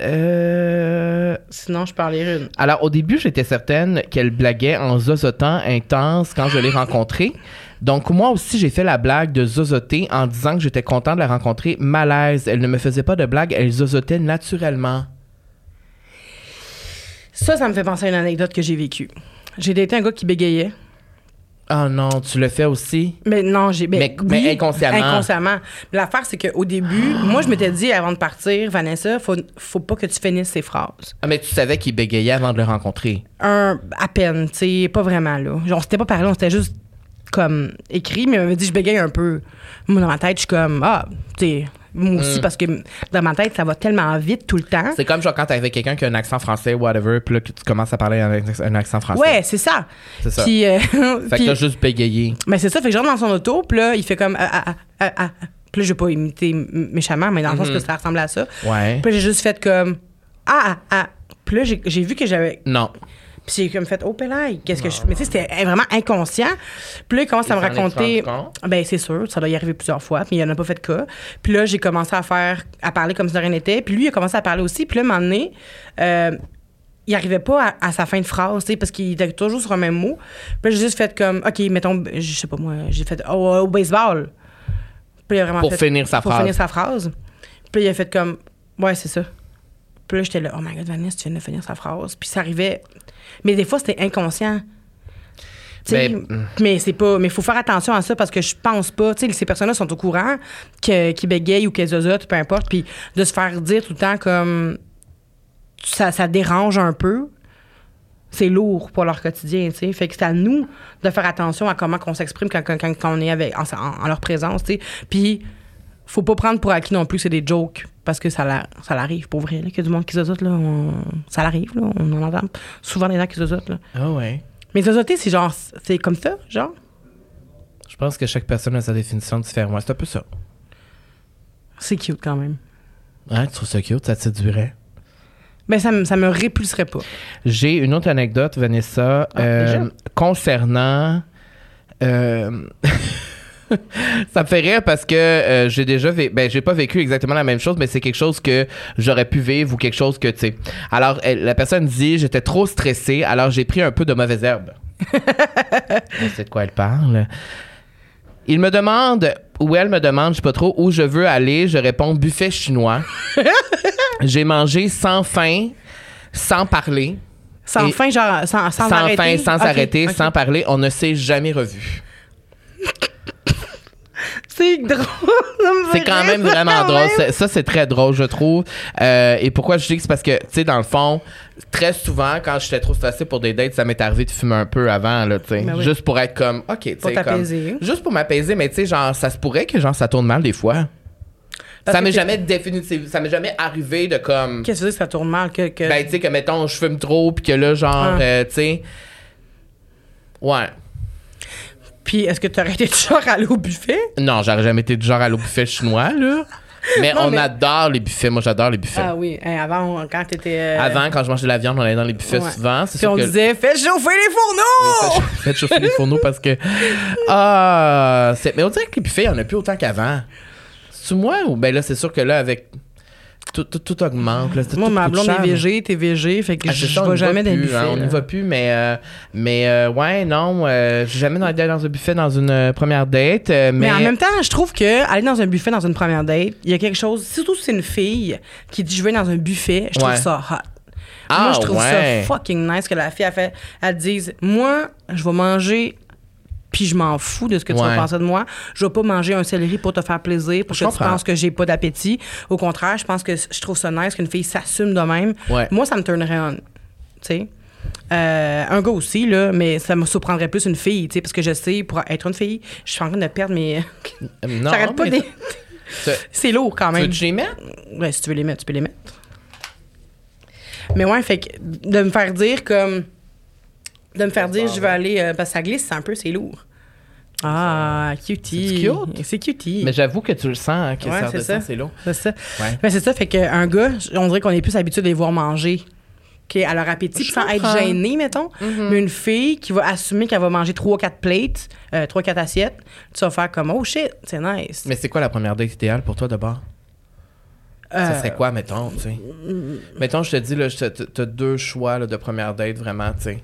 euh, Sinon, je peux en lire une. Alors, au début, j'étais certaine qu'elle blaguait en zozotant intense quand je l'ai rencontrée. Donc, moi aussi, j'ai fait la blague de zozoter en disant que j'étais content de la rencontrer. Malaise, elle ne me faisait pas de blague, elle zozotait naturellement. Ça, ça me fait penser à une anecdote que j'ai vécue. J'ai daté un gars qui bégayait. Ah non, tu le fais aussi? Mais non, j'ai. ben, Mais- mais inconsciemment. Ah. Inconsciemment. Mais L'affaire, c'est qu'au début, moi, je m'étais dit avant de partir, Vanessa, faut, faut pas que tu finisses ces phrases. Ah, mais tu savais qu'il bégayait avant de le rencontrer. Un, à peine, tu sais, pas vraiment, là. Genre, on s'était pas parlé, on s'était juste comme écrit, mais il m'avait dit, je bégaye un peu. Moi, dans ma tête, je suis comme, ah, tu sais, moi aussi, parce que dans ma tête, ça va tellement vite tout le temps. Mm. C'est comme genre quand t'es avec quelqu'un qui a un accent français, whatever, puis là, que tu commences à parler avec un un accent français. Ouais, c'est ça. C'est ça. Puis, euh, Fait que puis- t'as juste bégayé. Mais c'est ça, fait que je rentre dans son auto, puis là, il fait comme. Ah, ah, ah, ah, ah. Puis là, je vais pas imiter m- méchamment, mais dans le Mm-hmm. sens que ça ressemble à ça. Ouais. Puis j'ai juste fait comme. Ah, ah, ah. Puis là, j'ai j'ai vu que j'avais. Non. Puis j'ai comme fait, oh, pélaille, qu'est-ce que je. Mais tu sais, c'était euh, vraiment inconscient. Puis là, il commence à Il me s'en est raconter. rendu compte? Ben, c'est sûr, ça doit y arriver plusieurs fois, puis il en a pas fait de cas. Puis là, j'ai commencé à faire. à parler comme si de rien n'était. Puis lui, il a commencé à parler aussi. Puis là, à un moment donné, euh, il arrivait pas à, à sa fin de phrase, tu sais, parce qu'il était toujours sur un même mot. Puis là, j'ai juste fait comme, OK, mettons, je sais pas moi, j'ai fait, oh, au baseball. Puis il a vraiment Pour fait- finir sa pour phrase. finir sa phrase. Puis il a fait comme, ouais, c'est ça. Puis là, j'étais là, oh my god, Vanessa, tu viens de finir sa phrase. Puis ça arrivait. Mais des fois, c'était inconscient. Tu sais, Ben, mm. mais c'est pas. Mais faut faire attention à ça parce que je pense pas. Tu sais, ces personnes-là sont au courant que- qu'ils bégayent ou qu'elles zozotent, peu importe. Puis de se faire dire tout le temps comme. Ça, ça dérange un peu. C'est lourd pour leur quotidien, tu sais. Fait que c'est à nous de faire attention à comment qu'on s'exprime quand, quand, quand- quand on est avec, en, en- en leur présence, tu sais. Puis faut pas prendre pour acquis non plus que c'est des jokes parce que ça l'a- ça l'arrive pour vrai là, qu'il y a du monde qui zozote là on- ça l'arrive là on en entend souvent des gens qui zozotent là Ah ouais. mais zozoter c'est genre c'est comme ça genre Je pense que chaque personne a sa définition différente. Ouais, c'est un peu ça. c'est cute quand même Ouais, Hein, tu trouves ça cute, ça te séduirait. mais ça me ça me répulserait pas J'ai une autre anecdote, Vanessa, Ah, euh, déjà? concernant. euh, ça me fait rire parce que euh, j'ai déjà vé- ben j'ai pas vécu exactement la même chose mais c'est quelque chose que j'aurais pu vivre ou quelque chose que tu sais. Alors elle- la personne dit j'étais trop stressée alors j'ai pris un peu de mauvaise herbe. Je sais de quoi elle parle. Il me demande ou elle me demande je sais pas trop où je veux aller, je réponds buffet chinois. j'ai mangé sans faim, sans parler sans Et- fin genre sans sans, sans arrêter. fin, sans Ok, arrêter, ok. sans parler. On ne s'est jamais revu. c'est drôle ça me fait C'est quand rire, même ça, vraiment quand drôle. même. Ça, ça, c'est très drôle, je trouve. Euh, et pourquoi je dis que c'est parce que, tu sais, dans le fond, très souvent, quand j'étais trop stressée pour des dates, ça m'est arrivé de fumer un peu avant, là, tu sais. Ben oui. Juste pour être comme, OK, tu sais. Pour t'apaiser. comme- Juste pour m'apaiser, mais tu sais, genre, ça se pourrait que, genre, ça tourne mal des fois. Parce ça que m'est t'es- jamais définitif, ça m'est jamais arrivé de comme. qu'est-ce que tu dis que ça tourne mal que, que- Ben, tu sais, que mettons, je fume trop, puis que là, genre, Ah. euh, tu sais. Ouais. puis est-ce que tu aurais été du genre à aller au buffet Non, j'aurais jamais été du genre à aller au buffet chinois, là. Mais Non, on mais- adore les buffets. Moi, j'adore les buffets. ah oui Hey, avant quand t'étais euh, Avant, quand je mangeais de la viande, on allait dans les buffets ouais. souvent. C'est puis sûr on que... disait fais chauffer les fourneaux Faites chauffer les fourneaux parce que. Ah! c'est- Mais on dirait que les buffets, il n'y en a plus autant qu'avant. C'est moi ou. Ben là, c'est sûr que là, avec. tout, tout, tout augmente. Là, tout- Moi, tout ma coûte blonde cher. est végé, t'es végé, fait que Ah, c'est je je ça, on vais y jamais dans les plus, buffets, hein, on là. n'y va plus, mais, euh, mais euh, ouais, non, euh, j'ai jamais allé dans un buffet dans une euh, première date. euh, mais, Mais en même temps, je trouve que aller dans un buffet dans une première date, il y a quelque chose, surtout si c'est une fille qui dit je vais dans un buffet, je trouve Ouais. ça hot. Ah, moi, je trouve ouais. ça fucking nice que la fille a fait, elle dise moi, je vais manger puis je m'en fous de ce que tu vas Ouais. penser de moi. Je vais pas manger un céleri pour te faire plaisir, pour Je que comprends. tu penses que j'ai pas d'appétit. Au contraire, je pense que je trouve ça nice qu'une fille s'assume de même. Ouais. Moi, ça me turnerait on. Tu sais. Euh, un gars aussi, là, mais ça me surprendrait plus une fille, tu sais, parce que je sais, pour être une fille, je suis en train de perdre mes. Euh, non, J'arrête pas mais des- tu- Tu C'est lourd quand veux même. que je les mette? Ouais, si tu veux les mettre, tu peux les mettre. Mais ouais, fait que de me faire dire comme. De me faire dire, je vais aller. euh, parce que ça glisse un peu, c'est lourd. Ah, cutie. C'est C'est cutie. Mais j'avoue que tu le sens, hein, que Ouais, ça c'est ça. redescend, c'est long. C'est ça. Ouais. Ben, c'est ça, fait qu'un gars, j- on dirait qu'on est plus habitué de les voir manger ok, à leur appétit, Je sans être comprends. Mm-hmm. gêné, mettons. Mais une fille qui va assumer qu'elle va manger 3-4 plates, 3-4 assiettes, tu vas faire comme Oh shit, c'est nice. Mais c'est quoi la première date idéale pour toi d'abord? Ça Euh, serait quoi, mettons, tu sais? Mettons, je te dis, là, je te- te- t'as deux choix là, de première date, vraiment, tu sais.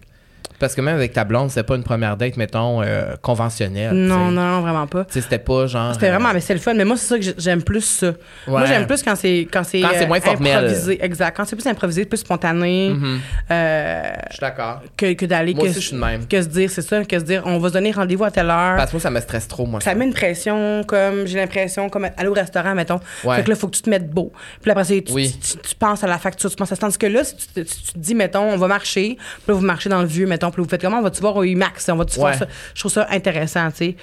Parce que même avec ta blonde, c'était pas une première date, mettons, euh, conventionnelle. tu sais. Non, non, non, vraiment pas. Tu sais, c'était pas genre. C'était euh, vraiment, mais c'est le fun. Mais moi, c'est ça que j- j'aime plus ça. Moi, Ouais. j'aime plus quand c'est quand c'est euh, Quand c'est moins formel. improvisé. Exact. Quand c'est plus improvisé, plus spontané, Mhm. euh, Je suis d'accord. que, que d'aller Moi que, aussi, je suis de même. que se dire, c'est ça, que se dire, on va se donner rendez-vous à telle heure. Parce que moi, ça me stresse trop, moi. Ça met une pression, comme j'ai l'impression, comme aller au restaurant, mettons. Ouais. Fait que là, faut que tu te mettes beau. Puis après, c'est- tu, Oui. tu, tu- tu penses à la facture, tu penses à ça. Tandis que là, si tu, te- tu te dis, mettons, on va marcher, puis là, vous marchez dans le vieux, mettons, puis là, vous faites comment, on va-tu voir au IMAX, on va-tu voir Ouais. ça. Je trouve ça intéressant, tu sais.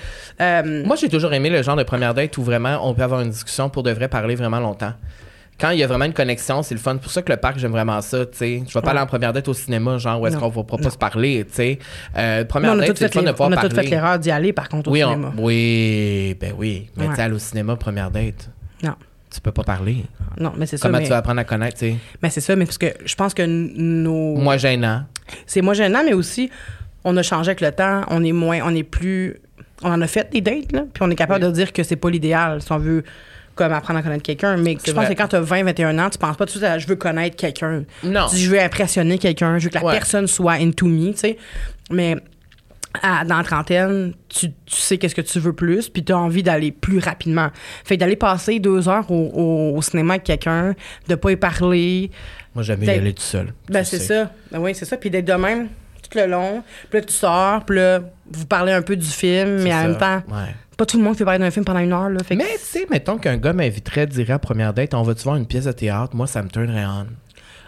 Euh, Moi, j'ai toujours aimé le genre de première date où vraiment on peut avoir une discussion pour de vrai parler vraiment longtemps. Quand il y a vraiment une connexion, c'est le fun. C'est pour ça que le parc, j'aime vraiment ça, tu sais. Je vais pas aller en première date au cinéma, genre où est-ce Non. qu'on va pas se parler, tu sais. Euh, Mais première on a date, toutes c'est le fait, fun les- de on pouvoir a toutes fait parler. l'erreur d'y aller, par contre, au oui, on- cinéma. oui, ben oui. Mais Ouais. tu sais, aller au cinéma, première date, Non, tu peux pas parler. non, mais c'est ça. Comment Mais, tu vas apprendre à connaître, tu sais. mais c'est ça, mais parce que je pense que n- nos. Moi, gênant. C'est moins gênant, mais aussi, on a changé avec le temps, on est moins, on est plus. On en a fait des dates, là, puis on est capable de dire que c'est pas l'idéal si on veut comme apprendre à connaître quelqu'un. Mais je C'est pense vrai. que quand tu as 20, 21 ans, tu penses pas tout de suite à je veux connaître quelqu'un. Non. Tu dis, je veux impressionner quelqu'un, je veux que la Ah. Ouais. personne soit into me, tu sais. Mais à- dans la trentaine, tu, tu sais qu'est-ce que tu veux plus, puis tu as envie d'aller plus rapidement. Fait que d'aller passer deux heures au, au- au cinéma avec quelqu'un, de pas y parler, Moi, j'aime mieux y Peut-être- aller tout seul. ben, Tu c'est sais. ça. Ben oui, c'est ça. Puis d'être de même tout le long. Puis là, tu sors, puis là, vous parlez un peu du film, mais C'est en ça. même temps, Ouais. pas tout le monde peut parler d'un film pendant une heure. Là, fait que- Mais tu sais, mettons qu'un gars m'inviterait, dirait à première date, on va-tu voir une pièce de théâtre? Moi, ça me turnerait on.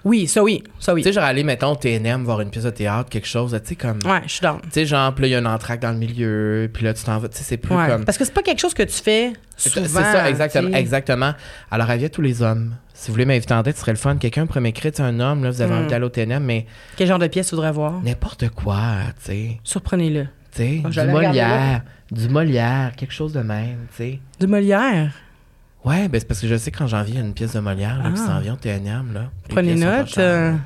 Oui, ça oui. Ça oui. Tu sais, genre aller, mettons, au TNM, voir une pièce de théâtre, quelque chose, tu sais, comme. Ouais, je suis down. Tu sais, genre, puis là, il y a un entraque dans le milieu, puis là, tu t'en vas, tu sais, c'est plus Ouais. comme. Parce que c'est pas quelque chose que tu fais C'est souvent. c'est ça, exactement. tu sais. exactement. Alors, avis à tous les hommes. Si vous voulez m'inviter en date, ce serait le fun. Quelqu'un pourrait m'écrire, tu sais, un homme, là, vous avez Mm. envie d'aller au TNM, mais Quel genre de pièce tu voudrais voir? n'importe quoi, tu sais. Surprenez-le. Tu sais, Oh, je du l'avais regardé, là. Molière, du Molière, quelque chose de même, tu sais. De Molière. Ouais, ben c'est parce que je sais que quand j'en viens, il y a une pièce de Molière là, qui Ah. s'en vient au TNM. Là. Les Prenez pièces sont pas note, chères, euh. là.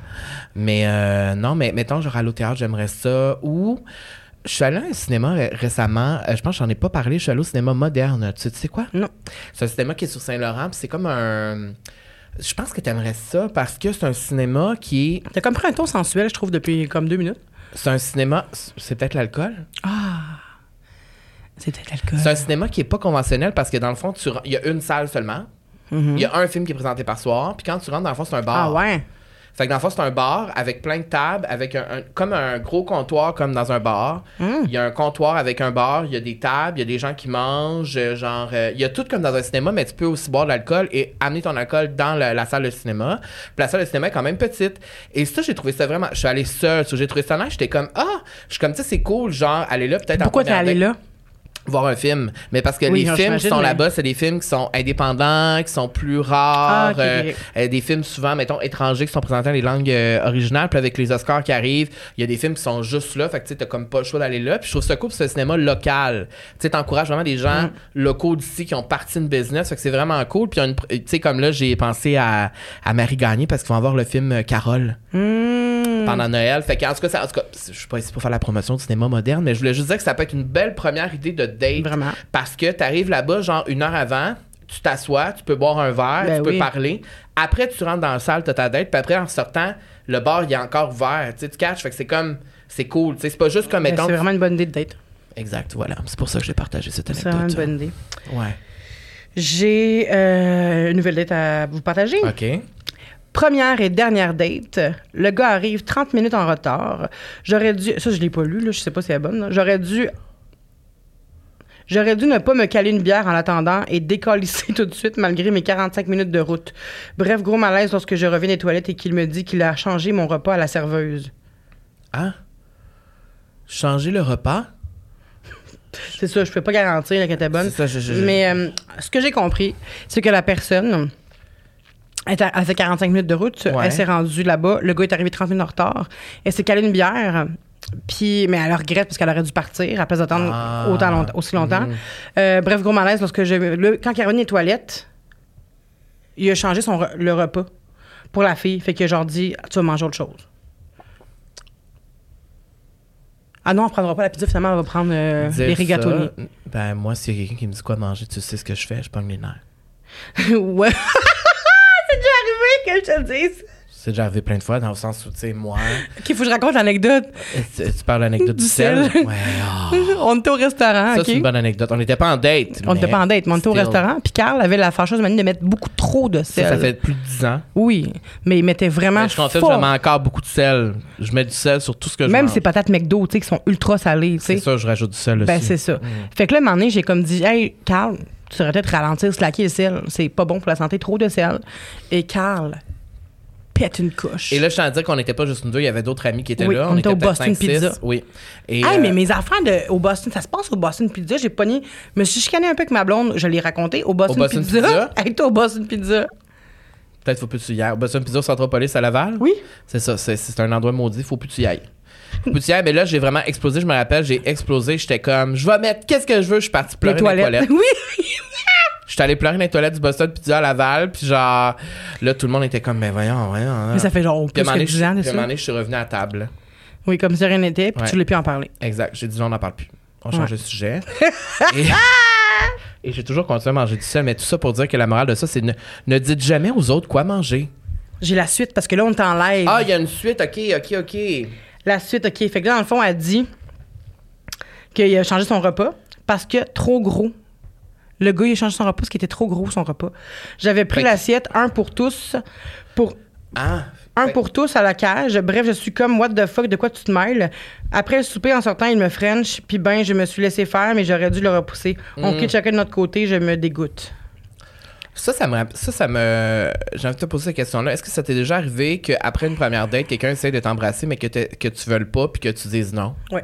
Mais euh, non, mais mettons, genre à au théâtre, j'aimerais ça. Ou je suis allée à un cinéma ré- récemment, euh, je pense que j'en ai pas parlé, je suis allée au cinéma moderne. Tu, tu sais quoi? Non. C'est un cinéma qui est sur Saint-Laurent, puis c'est comme un. Je pense que t'aimerais ça parce que c'est un cinéma qui est. T'as comme pris un ton sensuel, je trouve, depuis comme deux minutes. C'est un cinéma. C'est peut-être l'alcool? C'est peut-être l'alcool. Ah! C'est un cinéma qui est pas conventionnel parce que dans le fond, tu ren- il y a une salle seulement. Il y a un film qui est présenté par soir, puis quand tu rentres, dans le fond, c'est un bar. Mhm. Ah ouais? Fait que dans le fond, c'est un bar avec plein de tables, avec un, un- comme un gros comptoir comme dans un bar. Mm. Il y a un comptoir avec un bar, il y a des tables, il y a des gens qui mangent, euh, genre euh, il y a tout comme dans un cinéma, mais tu peux aussi boire de l'alcool et amener ton alcool dans la, la salle de cinéma. Puis la salle de cinéma est quand même petite. Et ça, j'ai trouvé ça vraiment. Je suis allé seul, j'ai trouvé ça nice. J'étais comme ah, je suis comme ça, c'est cool, genre aller là peut-être. en Pourquoi t'es première allé date là? voir un film. Mais parce que Oui, les non, films qui j'imagine, sont mais- là-bas, c'est des films qui sont indépendants, qui sont plus rares, Ah, ok, ok, euh, ok. euh, des films souvent, mettons, étrangers qui sont présentés dans les langues euh, originales. Puis avec les Oscars qui arrivent, il y a des films qui sont juste là. Fait que tu sais, t'as comme pas le choix d'aller là. Puis je trouve ça cool, c'est un cinéma local. Tu sais, t'encourages vraiment des gens Mm. locaux d'ici qui ont parti une business. Fait que c'est vraiment cool. Puis il y a une pr- tu sais, comme là, j'ai pensé à, à Marie Gagné parce qu'ils vont voir le film euh, Carole Hmm. pendant Noël. Fait que, en tout cas, ça- en tout cas, je suis pas ici pour faire la promotion du cinéma moderne, mais je voulais juste dire que ça peut être une belle première idée de date. Vraiment. Parce que t'arrives là-bas, genre une heure avant, tu t'assois, tu peux boire un verre, Ben tu peux oui. parler. Après, tu rentres dans la salle, t'as ta dette, puis après, en sortant, le bar, il est encore ouvert. Tu sais, tu catches, fait que c'est comme, c'est cool. Tu sais, c'est pas juste comme, Ben, mettons... C'est vraiment une bonne idée de date. Exact, voilà. C'est pour ça que j'ai partagé cette C'est vraiment une anecdote. bonne idée. Ouais. J'ai euh, une nouvelle date à vous partager. OK. Première et dernière date. Le gars arrive 30 minutes en retard. J'aurais dû. Ça, je l'ai pas lu, là. Je sais pas si c'est la bonne. là. J'aurais dû. J'aurais dû ne pas me caler une bière en l'attendant et décalisser tout de suite malgré mes 45 minutes de route. Bref, gros malaise lorsque je reviens des toilettes et qu'il me dit qu'il a changé mon repas à la serveuse. Ah. Changer le repas? C'est ça, je peux pas garantir là, qu'elle était bonne. C'est ça, je- je- je- Mais euh, ce que j'ai compris, c'est que la personne. Elle était- elle fait 45 minutes de route. Ouais. Elle s'est rendue là-bas. Le gars est arrivé 30 minutes en retard. Elle s'est calée une bière. Puis, mais elle le regrette parce qu'elle aurait dû partir à place d'attendre Ah. Mhm. autant longtemps- aussi longtemps. Euh, bref, gros malaise, lorsque je, le- quand il est revenu des toilettes, il a changé son, re- le repas pour la fille. Fait que genre dit, tu vas manger autre chose. Ah non, on prendra pas la pizza, finalement, on va prendre euh, Dire les rigatoni. ça, Ben, moi, s'il y a quelqu'un qui me dit quoi manger, tu sais ce que je fais, je pogne les nerfs. ouais. C'est déjà arrivé que je te le dise. C'est déjà arrivé plein de fois, dans le sens où, tu sais, moi, OK, faut que je raconte l'anecdote. tu, tu parles l'anecdote du, Du sel. sel. Ouais, ah. On était au restaurant, Ça, Ah, OK? c'est une bonne anecdote. On n'était pas en date. On mais était pas en date, mais on était au still. restaurant. Puis Carl avait la fâcheuse manie de mettre beaucoup trop de Ça, sel. ça fait plus de 10 ans. Oui, mais il mettait vraiment Mais je confirme, fort. je mets encore beaucoup de sel. Je mets du sel sur tout ce que je Même mange. ces patates McDo, tu sais, qui sont ultra salées, tu C'est sais. ça, je rajoute du Ben, sel aussi. Mm. c'est ça. Fait que là, à un moment donné, j'ai comme dit, hey, Carl, tu devrais peut-être ralentir, slacker le sel. C'est pas bon pour la santé, trop de sel. Et Carl pète une couche. Et là, je t'en dire qu'on n'était pas juste nous deux, il y avait d'autres amis qui étaient Oui, là. on était au peut-être Boston cinq, six. Pizza. Oui. Et, Hey, euh, mais mes affaires de, au Boston, ça se passe au Boston Pizza. J'ai pogné. Je me suis chicanée un peu avec ma blonde. Je l'ai raconté au Boston, Boston Pizza. Pizza? Hey, toi, au Boston Pizza. Peut-être faut plus que tu y ailles. Au Boston Pizza au Centropolis à Laval. Oui. C'est ça, c'est, c'est un endroit maudit, faut plus que tu y ailles. Faut plus que tu y ailles, mais là, j'ai vraiment explosé, je me rappelle, j'ai explosé, j'étais comme, je vais mettre, qu'est-ce que je veux, je suis parti pleurer Les dans les toilettes. toilettes. Oui. J'étais allé pleurer dans les toilettes du Boston Pizza à Laval, puis genre, là, tout le monde était comme, mais voyons, voyons. Mais ça fait genre Ah. Puis plus à un moment que donné, 10 ans de je- puis à ça. un moment donné, je suis revenu à table. Oui, comme si rien n'était, puis Ouais. tu l'as pu en parler. Exact. J'ai dit non, on n'en parle plus. On change de sujet. et et j'ai toujours continué à manger du sel, mais tout ça pour dire que la morale de ça, c'est ne, ne dites jamais aux autres quoi manger. J'ai la suite parce que là, on est en live. Ah, il y a une suite, ok, ok, ok. La suite, OK. Fait que là, dans le fond, elle dit qu'il a changé son repas parce que trop gros. Le gars, il a changé son repas parce qu'il était trop gros, son repas. J'avais pris Fait que- l'assiette, un pour tous, pour Ah. Un Fait- pour tous à la cage. Bref, je suis comme, what the fuck, de quoi tu te mêles? Après le souper, en sortant, il me french, puis ben, je me suis laissé faire, mais j'aurais dû le repousser. Mm. On quitte chacun de notre côté, je me dégoûte. Ça, ça me. rapp- Ça, ça me... J'ai envie de te poser cette question-là. Est-ce que ça t'est déjà arrivé qu'après une première date, quelqu'un essaie de t'embrasser, mais que, t'es- que tu veux pas, puis que tu dises non? Ouais,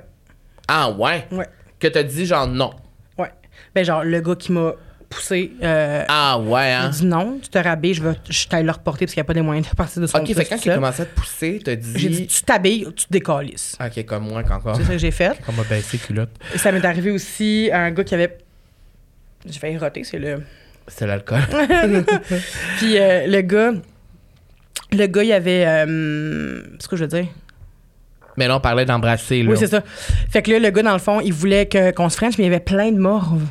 Ah, ouais? ouais, Que t'as dit genre non. ouais. Ben, genre, le gars qui m'a poussé, euh, Ah, ouais, il hein? dit non, tu te rabais, je vais je t'aille le reporter parce qu'il n'y a pas des moyens de partir de son Ok, poste fait que quand tout il a seul. commencé à te pousser, t'as dit. J'ai dit, tu t'habilles, ou tu te décalisses. Ok, comme moi, quand encore. C'est ça que j'ai fait. Comme m'a baissé culotte. Et ça m'est arrivé aussi à un gars qui avait. J'ai failli roter, c'est le. C'est l'alcool. Puis euh, le gars, le gars, il avait. euh, ce que je veux dire? Mais là, on parlait d'embrasser. là. Oui, c'est ça. Fait que là, le gars, dans le fond, il voulait que- qu'on se french, mais il y avait plein de morves.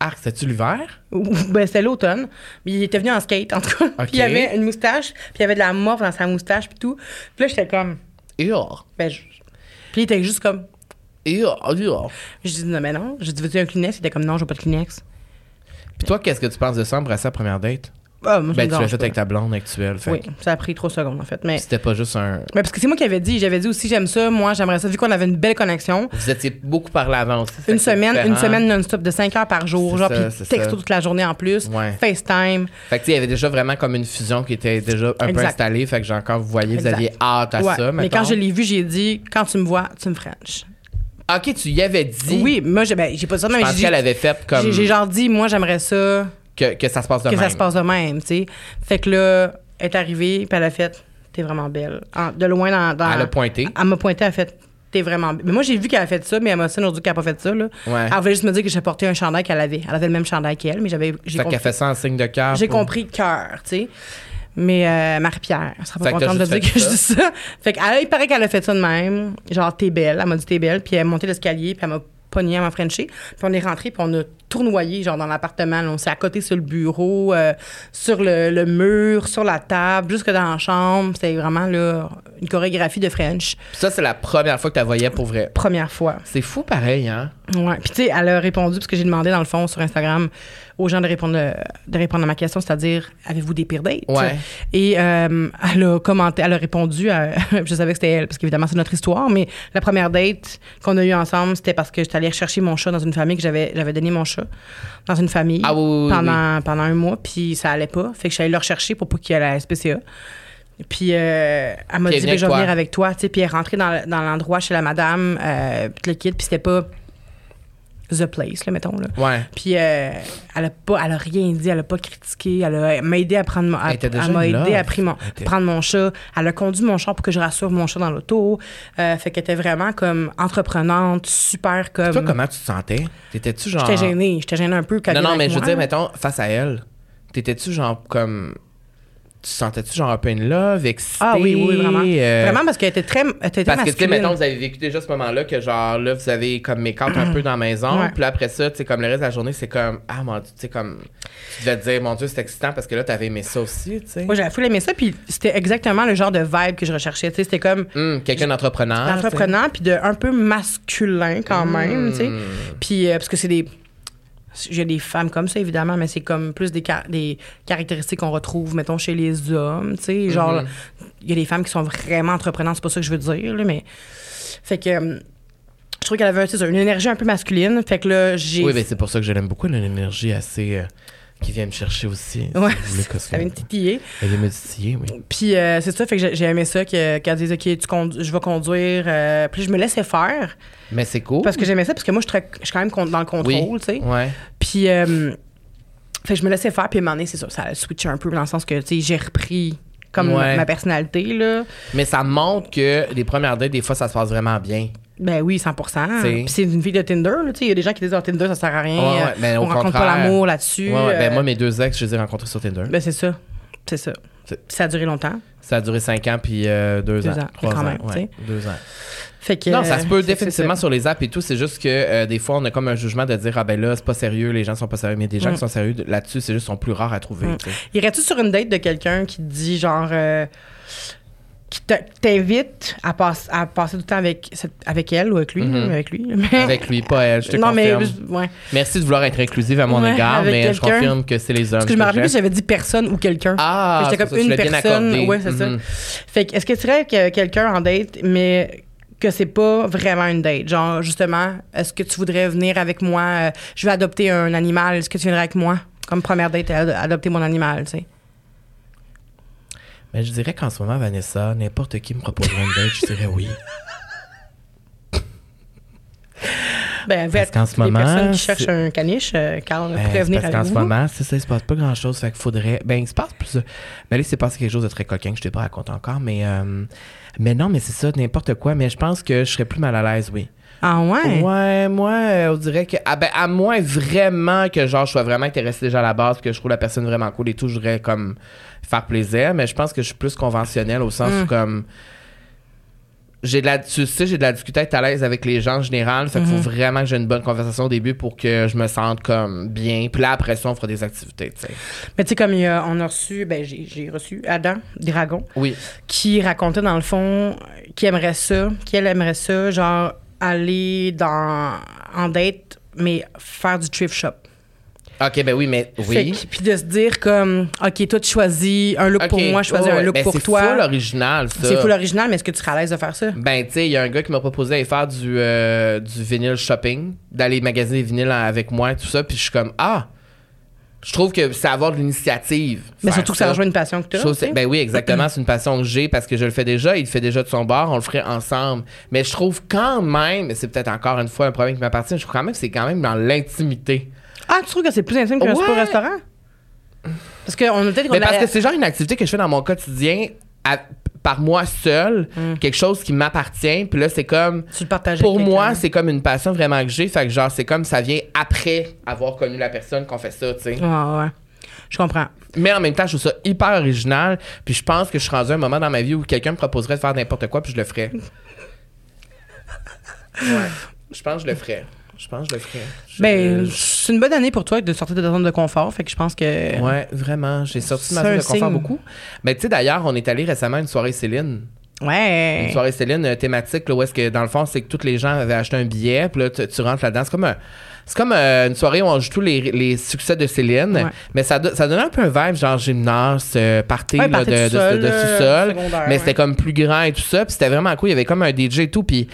Arc, c'était-tu l'hiver? Ben, c'était l'automne. Mais il était venu en skate, en tout cas. Ok. Puis il avait une moustache, puis il y avait de la morve dans sa moustache, puis tout. Puis là, j'étais comme. Ur. Ben, je- Puis il était juste comme. Ur, ur. Je dis, non, mais non. Je dis, veux-tu un Kleenex? Il était comme, non, j'ai pas de Kleenex. Puis toi, qu'est-ce que tu penses de ça, embrasser à la première date? Ah, moi, je Ben, me tu l'as dérange fait pas. avec ta blonde actuelle. Fait Oui, que ça a pris trois secondes, en fait. Mais. C'était pas juste un. Mais parce que c'est moi qui avais dit, j'avais dit aussi j'aime ça, moi j'aimerais ça, vu qu'on avait une belle connexion. Vous étiez beaucoup parlé avant aussi. fait Une que c'est semaine, une différent. semaine non-stop de 5 heures par jour, C'est genre, ça, puis c'est texto ça. toute la journée en plus, Ouais. FaceTime. Fait que, tu sais, il y avait déjà vraiment comme une fusion qui était déjà un peu Exact. installée. Fait que, genre, quand vous voyez, vous Exact. aviez hâte à Ouais. ça. Mais mettons. quand je l'ai vu, j'ai dit quand tu me vois, tu me frenches. Ok, tu y avais dit. Oui, moi j'ai ben, j'ai pas ça, non, Je mais pensais j'ai qu'elle avait fait comme. j'ai- j'ai genre dit moi j'aimerais ça Que, que ça se passe de que ça même. se passe de même, tu sais. Fait que là, elle est arrivée, puis elle a fait t'es vraiment belle. En- de loin dans, dans Elle a pointé. Elle m'a pointé, elle a fait T'es vraiment. belle. Mais moi, j'ai vu qu'elle a fait ça, mais elle m'a aujourd'hui qu'elle a pas fait ça. Là. Ouais. Elle voulait juste me dire que j'ai porté un chandail qu'elle avait. Elle avait le même chandail qu'elle, mais j'avais. J'ai Fait compris, qu'elle fait ça en signe de cœur. j'ai pour- compris cœur, tu sais. Mais euh, Marie-Pierre, elle sera pas Fait que t'as contente de dire juste fait que ah, je ça. dis ça. Fait qu'elle, il paraît qu'elle a fait ça de même. Genre, t'es belle. Elle m'a dit t'es belle. Puis elle est montée l'escalier, puis elle m'a pogné à m'en frencher. Puis on est rentré, puis on a tournoyé, genre, dans l'appartement. là. On s'est accoté sur le bureau, euh, sur le, le mur, sur la table, jusque dans la chambre. C'était vraiment, là, une chorégraphie de French. Puis ça, c'est la première fois que tu la voyais pour vrai. Première fois. C'est fou pareil, hein? Ouais. Puis, tu sais, elle a répondu, parce que j'ai demandé, dans le fond, sur Instagram, aux gens de répondre, euh, de répondre à ma question, c'est-à-dire, avez-vous des pires dates? Ouais. Et euh, elle a commenté, elle a répondu, à, je savais que c'était elle, parce qu'évidemment, c'est notre histoire, mais la première date qu'on a eue ensemble, c'était parce que j'étais allée chercher mon chat dans une famille, que j'avais, j'avais donné mon chat dans une famille Ah oui, oui, oui, pendant, pendant un mois, puis ça allait pas. Fait que j'allais le rechercher pour pas qu'il y ait la SPCA. Puis euh, elle m'a Puis dit, elle Ben, je vient vais avec venir toi. avec toi, tu sais, puis elle est rentrée dans, dans l'endroit chez la madame, euh, puis le kid, puis c'était pas the place, là, mettons, là. Ouais. Puis euh, elle a pas, elle a rien dit, elle a pas critiqué, elle a- elle m'a aidé à prendre, mon, Elle elle, était déjà elle m'a une love. aidé à pris mon- Elle était- prendre mon chat, elle a conduit mon chat pour que je rassure mon chat dans l'auto, Euh, fait qu'elle était vraiment comme entreprenante, super comme. Toi, comment tu te sentais? T'étais-tu genre. euh, J'étais gênée, j'étais gênée un peu quand Non, elle non, vient mais avec je veux moi. dire, mettons, face à elle, t'étais-tu genre comme. Tu sentais-tu genre un peu une love, excitée? Ah oui, oui, vraiment. euh, Vraiment parce qu'elle était très, elle était Parce que, tu sais, masculine. mettons, vous avez vécu déjà ce moment-là que, genre, là, vous avez comme mes cartes un peu dans la maison. Ouais. Puis là, après ça, tu sais, comme le reste de la journée, c'est comme, ah, mon Dieu, tu sais, comme, tu devais te dire, mon Dieu, c'est excitant parce que là, t'avais aimé ça aussi, tu sais. Moi, j'avais full aimé ça, puis c'était exactement le genre de vibe que je recherchais. tu sais, C'était comme Hum, quelqu'un d'entrepreneur. tu sais. entreprenant puis de un peu masculin quand même, tu sais. Hum. Puis euh, parce que c'est des j'ai des femmes comme ça évidemment, mais c'est comme plus des, car- des caractéristiques qu'on retrouve mettons chez les hommes, tu sais, genre Mhm. il y a des femmes qui sont vraiment entreprenantes, c'est pas ça que je veux dire là, mais fait que euh, je trouve qu'elle avait c'est ça, une énergie un peu masculine, fait que là j'ai Oui, ben, mais c'est pour ça que je l'aime beaucoup. Elle a une énergie assez. euh, qui vient me chercher aussi. Ouais, si vous voulez, parce que- j'avais une petite titillée. Elle vient me titiller, oui. Puis euh, c'est ça, fait que j'ai- j'ai aimé ça que- qu'elle dise, OK, tu condu- je vais conduire. euh, puis je me laissais faire Mais c'est cool. parce que j'aimais ça, parce que moi, je suis très- je suis quand même con- dans le Oui. contrôle, tu sais. Ouais. Puis, euh, fait que je me laissais faire, puis à un moment donné, c'est ça, ça a switché un peu dans le sens que, tu sais, j'ai repris comme Ouais. ma, ma personnalité, là. Mais ça montre que les premières dates, des fois, ça se passe vraiment bien. Ben oui, 100 C'est- Puis c'est une fille de Tinder, là, tu sais, il y a des gens qui disent, oh, Tinder, ça sert à rien, Ouais, ouais, euh, ben, au on rencontre pas contraire. l'amour là-dessus. Ouais, ouais. euh, Ben, moi, mes deux ex, je les ai rencontrés sur Tinder. ben, c'est ça, c'est ça. Puis C'est- ça a duré longtemps. Ça a duré cinq ans, puis euh, deux, Deux ans. ans, Trois mais quand ans. même, tu ouais, deux ans. Fait que, Non, ça se peut euh, c'est- définitivement c'est sur les apps et tout. C'est juste que euh, des fois, on a comme un jugement de dire Ah ben là, c'est pas sérieux, les gens sont pas sérieux. Mais des gens Mm. qui sont sérieux de- là-dessus, c'est juste qu'ils sont plus rares à trouver. Mm. tu sais. ça. Irais-tu sur une date de quelqu'un qui te dit, genre, euh, qui te- qui t'invite à, passe- à passer du temps avec, cette- avec elle ou avec lui, Mhm. avec lui? mais- Avec lui, pas elle, je te non, confirme. mais, ouais. Merci de vouloir être inclusive à mon Ouais, égard, avec mais je quelqu'un. confirme que c'est les hommes. Parce que je me rappelle j'aime. plus si j'avais dit personne ou quelqu'un. Ah, Fait que j'étais c'est comme ça, tu une l'as bien personne. accordé. Ouais, c'est ça. Mhm. Fait que, est-ce que tu dirais que quelqu'un en date, mais que c'est pas vraiment une date? Genre, justement, est-ce que tu voudrais venir avec moi? euh, Je vais adopter un animal. Est-ce que tu viendrais avec moi? Comme première date, ad- adopter mon animal, tu sais. Mais je dirais qu'en ce moment, Vanessa, n'importe qui me proposerait une date, je dirais oui. Ben, Parce qu'en ce les moment, personnes qui cherchent c'est- un caniche, euh, Carl Ben, pourrait c'est venir parce avec qu'en ce vous. moment, c'est ça, il se passe pas grand chose. Fait qu'il faudrait. Ben, il se passe plus. Mais là, il s'est passé quelque chose de très coquin que je t'ai pas raconté encore. Mais, euh, mais non, mais c'est ça, n'importe quoi. Mais je pense que je serais plus mal à l'aise, oui. Ah ouais? Ouais, moi, euh, on dirait que. Ah ben, à moins vraiment que, genre, je sois vraiment intéressé déjà à la base, que je trouve la personne vraiment cool et tout, je voudrais, comme, faire plaisir. Mais je pense que je suis plus conventionnel au sens Mm. où, comme. J'ai de la, tu sais, j'ai de la difficulté à être à l'aise avec les gens en général. Fait qu'il faut Mm-hmm. vraiment que j'ai une bonne conversation au début pour que je me sente comme bien. Puis là, après ça, on fera des activités, tu sais. Mais tu sais, comme il y a- on a reçu, ben, j'ai j'ai reçu Adam Dragon. Oui. qui racontait dans le fond qu'il aimerait ça, qu'elle aimerait ça, genre aller dans en date mais faire du thrift shop. OK, ben oui, mais Fait oui. que- puis de se dire comme OK, toi tu choisis un look pour OK. moi, je choisis Ouais, un look ben, pour C'est full toi. original, ça. C'est full original, mais est-ce que tu serais à l'aise de faire ça Ben, tu sais, il y a un gars qui m'a proposé d'aller faire du, euh, du vinyle shopping, d'aller magasiner des vinyles en- avec moi et tout ça. Puis je suis comme, ah, je trouve que c'est avoir de l'initiative. Mais faire surtout que ça rejoint une passion que tu Je trouve c'est- as. ben oui, exactement. C'est une passion que j'ai parce que je le fais déjà. Il le fait déjà de son bord. On le ferait ensemble. Mais je trouve quand même, et c'est peut-être encore une fois un problème qui m'appartient, je trouve quand même que c'est quand même dans l'intimité. Ah, tu trouves que c'est plus intime qu'un Ouais. sport restaurant Parce qu'on a peut-être qu'on Mais parce aurait- que c'est genre une activité que je fais dans mon quotidien à- par moi seul, Hmm. quelque chose qui m'appartient. Puis là, c'est comme. tu le partages Pour avec moi, quelqu'un. c'est comme une passion vraiment que j'ai. Fait que genre, c'est comme ça vient après avoir connu la personne qu'on fait ça, tu sais. Ah, Ouais, ouais. Je comprends. Mais en même temps, je trouve ça hyper original. Puis je pense que je suis rendu à un moment dans ma vie où quelqu'un me proposerait de faire n'importe quoi, puis je le ferais. ouais. Je pense que je le ferais. Je pense que je le ferais. Je- Ben, je- c'est une bonne année pour toi de sortir de ta zone de confort. Fait que je pense que. Ouais, vraiment. J'ai sorti de ma C'est zone un de confort signe. beaucoup. Mais tu sais, d'ailleurs, on est allé récemment à une soirée Céline. Une Ouais. soirée Céline euh, thématique, là, où est-ce que, dans le fond, c'est que tous les gens avaient acheté un billet, puis là, tu, tu rentres là-dedans. C'est comme, un- c'est comme euh, une soirée où on joue tous les, les succès de Céline, Ouais. mais ça, do- ça donnait un peu un vibe, genre gymnase, euh, party, Ouais, là, party de, tout de- de- seul, de euh, sous-sol. secondaire, mais ouais. c'était comme plus grand et tout ça, puis c'était vraiment cool. Il y avait comme un DJ et tout, puis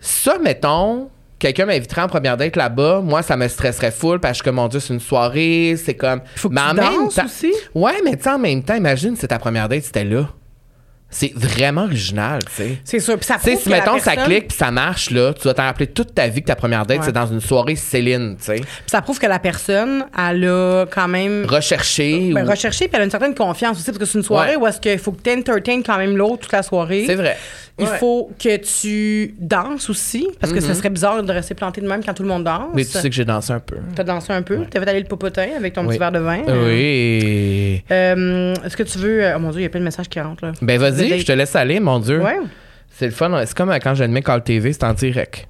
ça, mettons... Quelqu'un m'inviterait en première date là-bas, moi, ça me stresserait full parce que, comme, mon Dieu, c'est une soirée, c'est comme. Faut que Mais tu en même danses temps- aussi. Ouais, mais tu sais, en même temps, imagine, c'est ta première date, c'était là. C'est vraiment original, tu sais. C'est sûr. Puis ça Tu sais, prouve si que la mettons ça personne- clique puis ça marche, là, tu vas t'en rappeler toute ta vie que ta première date, Ouais. c'est dans une soirée Céline, tu sais. Puis ça prouve que la personne, elle a quand même. Recherchée. ben, ou- recherché, puis elle a une certaine confiance aussi, parce que c'est une soirée Ouais. où est-ce qu'il faut que tu entertaines quand même l'autre toute la soirée. C'est vrai. Il Ouais. Mm-hmm. faut que tu danses aussi, parce que ça serait bizarre de rester planté de même quand tout le monde danse. Mais tu sais que j'ai dansé un peu. T'as dansé un peu, t'as fait aller le popotin avec ton Oui. petit verre de vin. Oui. Euh, est-ce que tu veux. euh, Oh mon dieu, il y a plein de messages qui rentrent là. Ben vas-y, Date. je te laisse aller, mon Dieu. Ouais. C'est le fun. hein. C'est comme euh, quand j'admets Call TV, c'est en direct.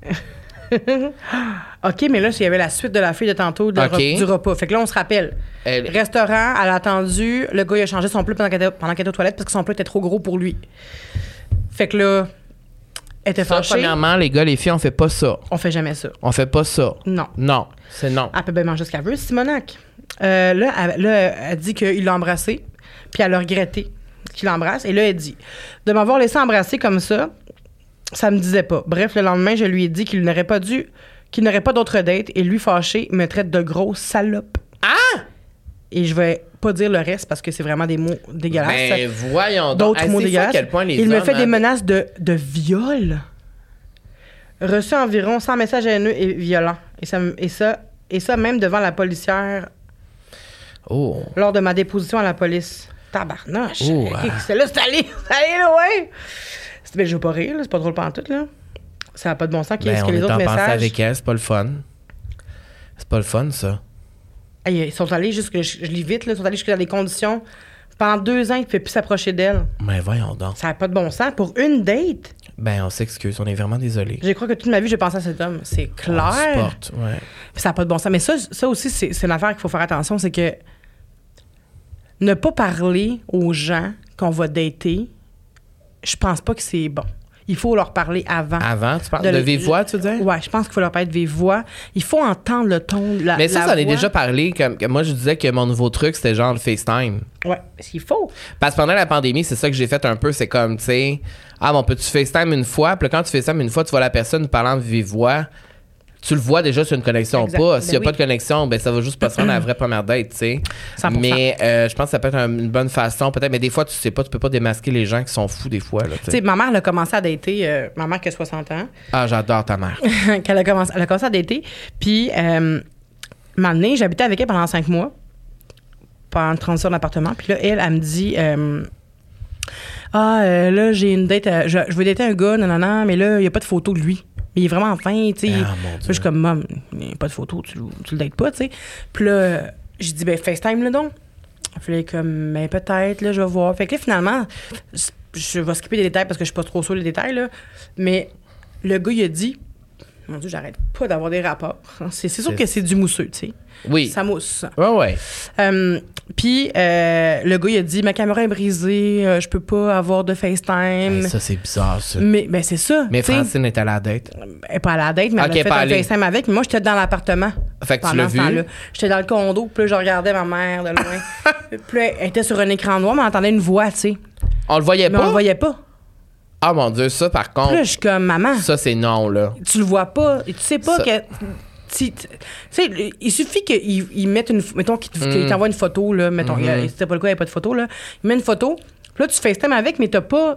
Euh, OK, mais là, il y avait la suite de la fille de tantôt de- OK. du repas. Fait que là, on se rappelle. Elle- Restaurant, elle a attendu. Le gars, il a changé son plat pendant qu'elle était, pendant qu'elle était aux toilettes parce que son plat était trop gros pour lui. Fait que là, elle était Ça, fâchée. premièrement, les gars, les filles, on fait pas ça. On fait jamais ça. On fait pas ça. Non. Non. C'est non. Elle peut bien manger ce qu'elle veut, Simonac. Euh, là, elle, là, elle dit qu'il l'a embrassée, puis elle a regretté qu'il l'embrasse. Et là, elle dit De m'avoir laissé embrasser comme ça, ça me disait pas. Bref, le lendemain, je lui ai dit qu'il n'aurait pas dû, qu'il n'aurait pas d'autre date, et lui, fâché, me traite de grosse salope. Ah Et je vais pas dire le reste parce que c'est vraiment des mots dégueulasses. Ben voyons donc. D'autres Hey, mots c'est ça dégueulasses. à quel point les Il me hommes, fait des hein, menaces de, de viol. Reçu environ 100 messages haineux et violents. Et ça, me- et ça, et ça même devant la policière Oh. lors de ma déposition à la police. Tabarnache! Oh, Ok, ouais. C'est là, c'est allé, c'est allé loin! C'est- Ben, je veux pas rire, là, c'est pas drôle pantoute, là. Ça n'a pas de bon sens. Qu'est-ce Ben, que on les est autres en pensée messages... avec elle, c'est pas le fun. C'est pas le fun, ça. Hey, ils sont allés jusque... Je, je lis vite, là. Ils sont allés jusque dans des conditions... Pendant deux ans, il ne pouvait plus s'approcher d'elle. Mais voyons donc. Ça n'a pas de bon sens. Pour une date, Ben, on s'excuse, on est vraiment désolé. je crois que toute ma vie, j'ai pensé à cet homme. C'est On se clair. porte, ouais. Puis ça n'a pas de bon sens. Mais ça, ça aussi, c'est c'est une affaire qu'il faut faire attention, c'est que ne pas parler aux gens qu'on va dater, je pense pas que c'est bon. Il faut leur parler avant. Avant, tu parles de, le- vive voix, tu veux dire? Ah. Ouais, je pense qu'il faut leur parler de vive voix. Il faut entendre le ton, la Mais ça, la ça en est voix. déjà parlé. Comme, que moi, je disais que mon nouveau truc, c'était genre le FaceTime. Ouais, il faut. Parce que pendant la pandémie, c'est ça que j'ai fait un peu. C'est comme, tu sais, ah, bon, peux-tu FaceTime une fois? Puis là, quand tu FaceTime une fois, tu vois la personne parlant de vive voix. Tu le vois déjà sur une connexion Exact. ou pas. Ben S'il n'y a oui. pas de connexion, ben ça va juste pas se rendre à la vraie première date, tu sais. 100%. Mais euh, je pense que ça peut être un- une bonne façon, peut-être. Mais des fois, tu sais pas, tu peux pas démasquer les gens qui sont fous des fois. Là, tu Tu sais. sais, ma mère, elle a commencé à dater, euh, ma mère qui a 60 ans, Ah, j'adore ta mère. qu'elle a commencé, elle a commencé à dater. Puis, euh, m'a amené, j'habitais avec elle pendant cinq mois, pendant une transition d'appartement. Puis là, elle, elle me dit euh, Ah, euh, là, j'ai une date, à- je, je veux dater un gars, non, non, non, mais là, il n'y a pas de photo de lui. Mais il est vraiment fin, tu sais. Ah, mon Dieu. Là, je suis comme, Mom, il n'y a pas de photo, tu, le- tu le dates pas, tu sais. Puis là, euh, j'ai dit Ben, FaceTime, là, donc. Puis là, elle est comme, ben, peut-être, là, je vais voir. Fait que là, finalement, je- je vais skipper les détails parce que je suis pas trop sûre des détails, là. Mais le gars, il a dit, mon Dieu, j'arrête pas d'avoir des rapports. C'est c'est sûr que c'est du mousseux, tu sais. Oui. Ça mousse. Ouais, ouais. Euh, Puis euh, le gars, il a dit Ma caméra est brisée, euh, je peux pas avoir de FaceTime. Hey, Ben, ça, c'est bizarre, ça. mais ben, c'est ça. Mais tu sais. Francine est à la date. Elle est pas à la date, mais Ok, elle a fait pas un allée. FaceTime avec. Mais moi, j'étais dans l'appartement. Fait que tu pendant l'as ce vu. temps-là. J'étais dans le condo, puis là, je regardais ma mère de loin. puis là, elle était sur un écran noir, mais on entendait une voix, tu sais. On le voyait Mais pas. on le voyait pas. Ah, mon Dieu, ça, par contre, Puis là, je suis comme, maman, ça, c'est non, là. tu le vois pas. Et tu sais pas Ça- que. Tu tu sais, le- il suffit qu'ils ils mettent une. Mettons qu'ils te- Mm. qu'ils t'envoient une photo, là. Mettons, il y a- Mm-hmm. c'était pas le cas, il n'y a pas de photo, là. Ils mettent une photo, puis là, tu FaceTime avec, mais t'as pas.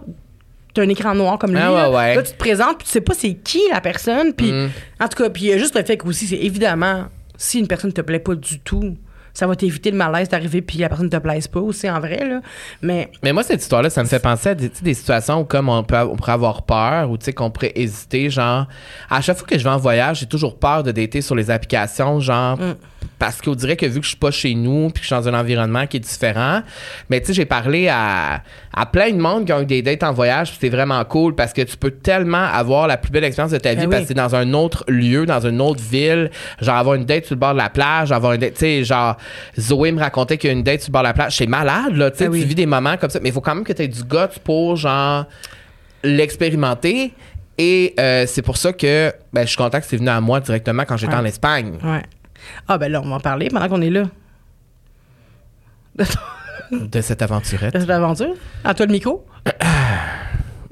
T'as un écran noir comme lui. Ah, là. ouais, ouais. Mm. Là, tu te présentes, puis tu sais pas c'est qui la Hmm. euh, personne. Puis, en tout cas, puis il y a juste le fait que aussi, c'est évidemment, si une personne te plaît pas du tout, Ça va t'éviter le malaise d'arriver puis la personne ne te plaise pas aussi, en vrai, là. Mais Mais moi, cette histoire-là, ça me fait penser à des, tu sais, des situations où comme on, peut, av- on pourrait avoir peur ou tu sais, qu'on pourrait hésiter. Genre, à chaque fois que je vais en voyage, j'ai toujours peur de dater sur les applications, genre, Mm. parce qu'on dirait que vu que je suis pas chez nous puis que je suis dans un environnement qui est différent, mais tu sais, j'ai parlé à, à plein de monde qui ont eu des dates en voyage, puis c'est vraiment cool parce que tu peux tellement avoir la plus belle expérience de ta vie Ben parce oui. que t'es dans un autre lieu, dans une autre ville, genre avoir une date sur le bord de la plage, avoir une date, tu sais, genre, Zoé me racontait qu'il y a une date sur le bord de la plage. C'est malade, là, tu sais, Ben oui. tu vis des moments comme ça, mais il faut quand même que tu aies du guts pour, genre, l'expérimenter. Et euh, c'est pour ça que ben, je suis content que c'est venu à moi directement quand j'étais Ouais. en Espagne. ouais. Ah ben là, on va en parler pendant qu'on est là. De De cette aventurette. cette aventure. À toi le micro.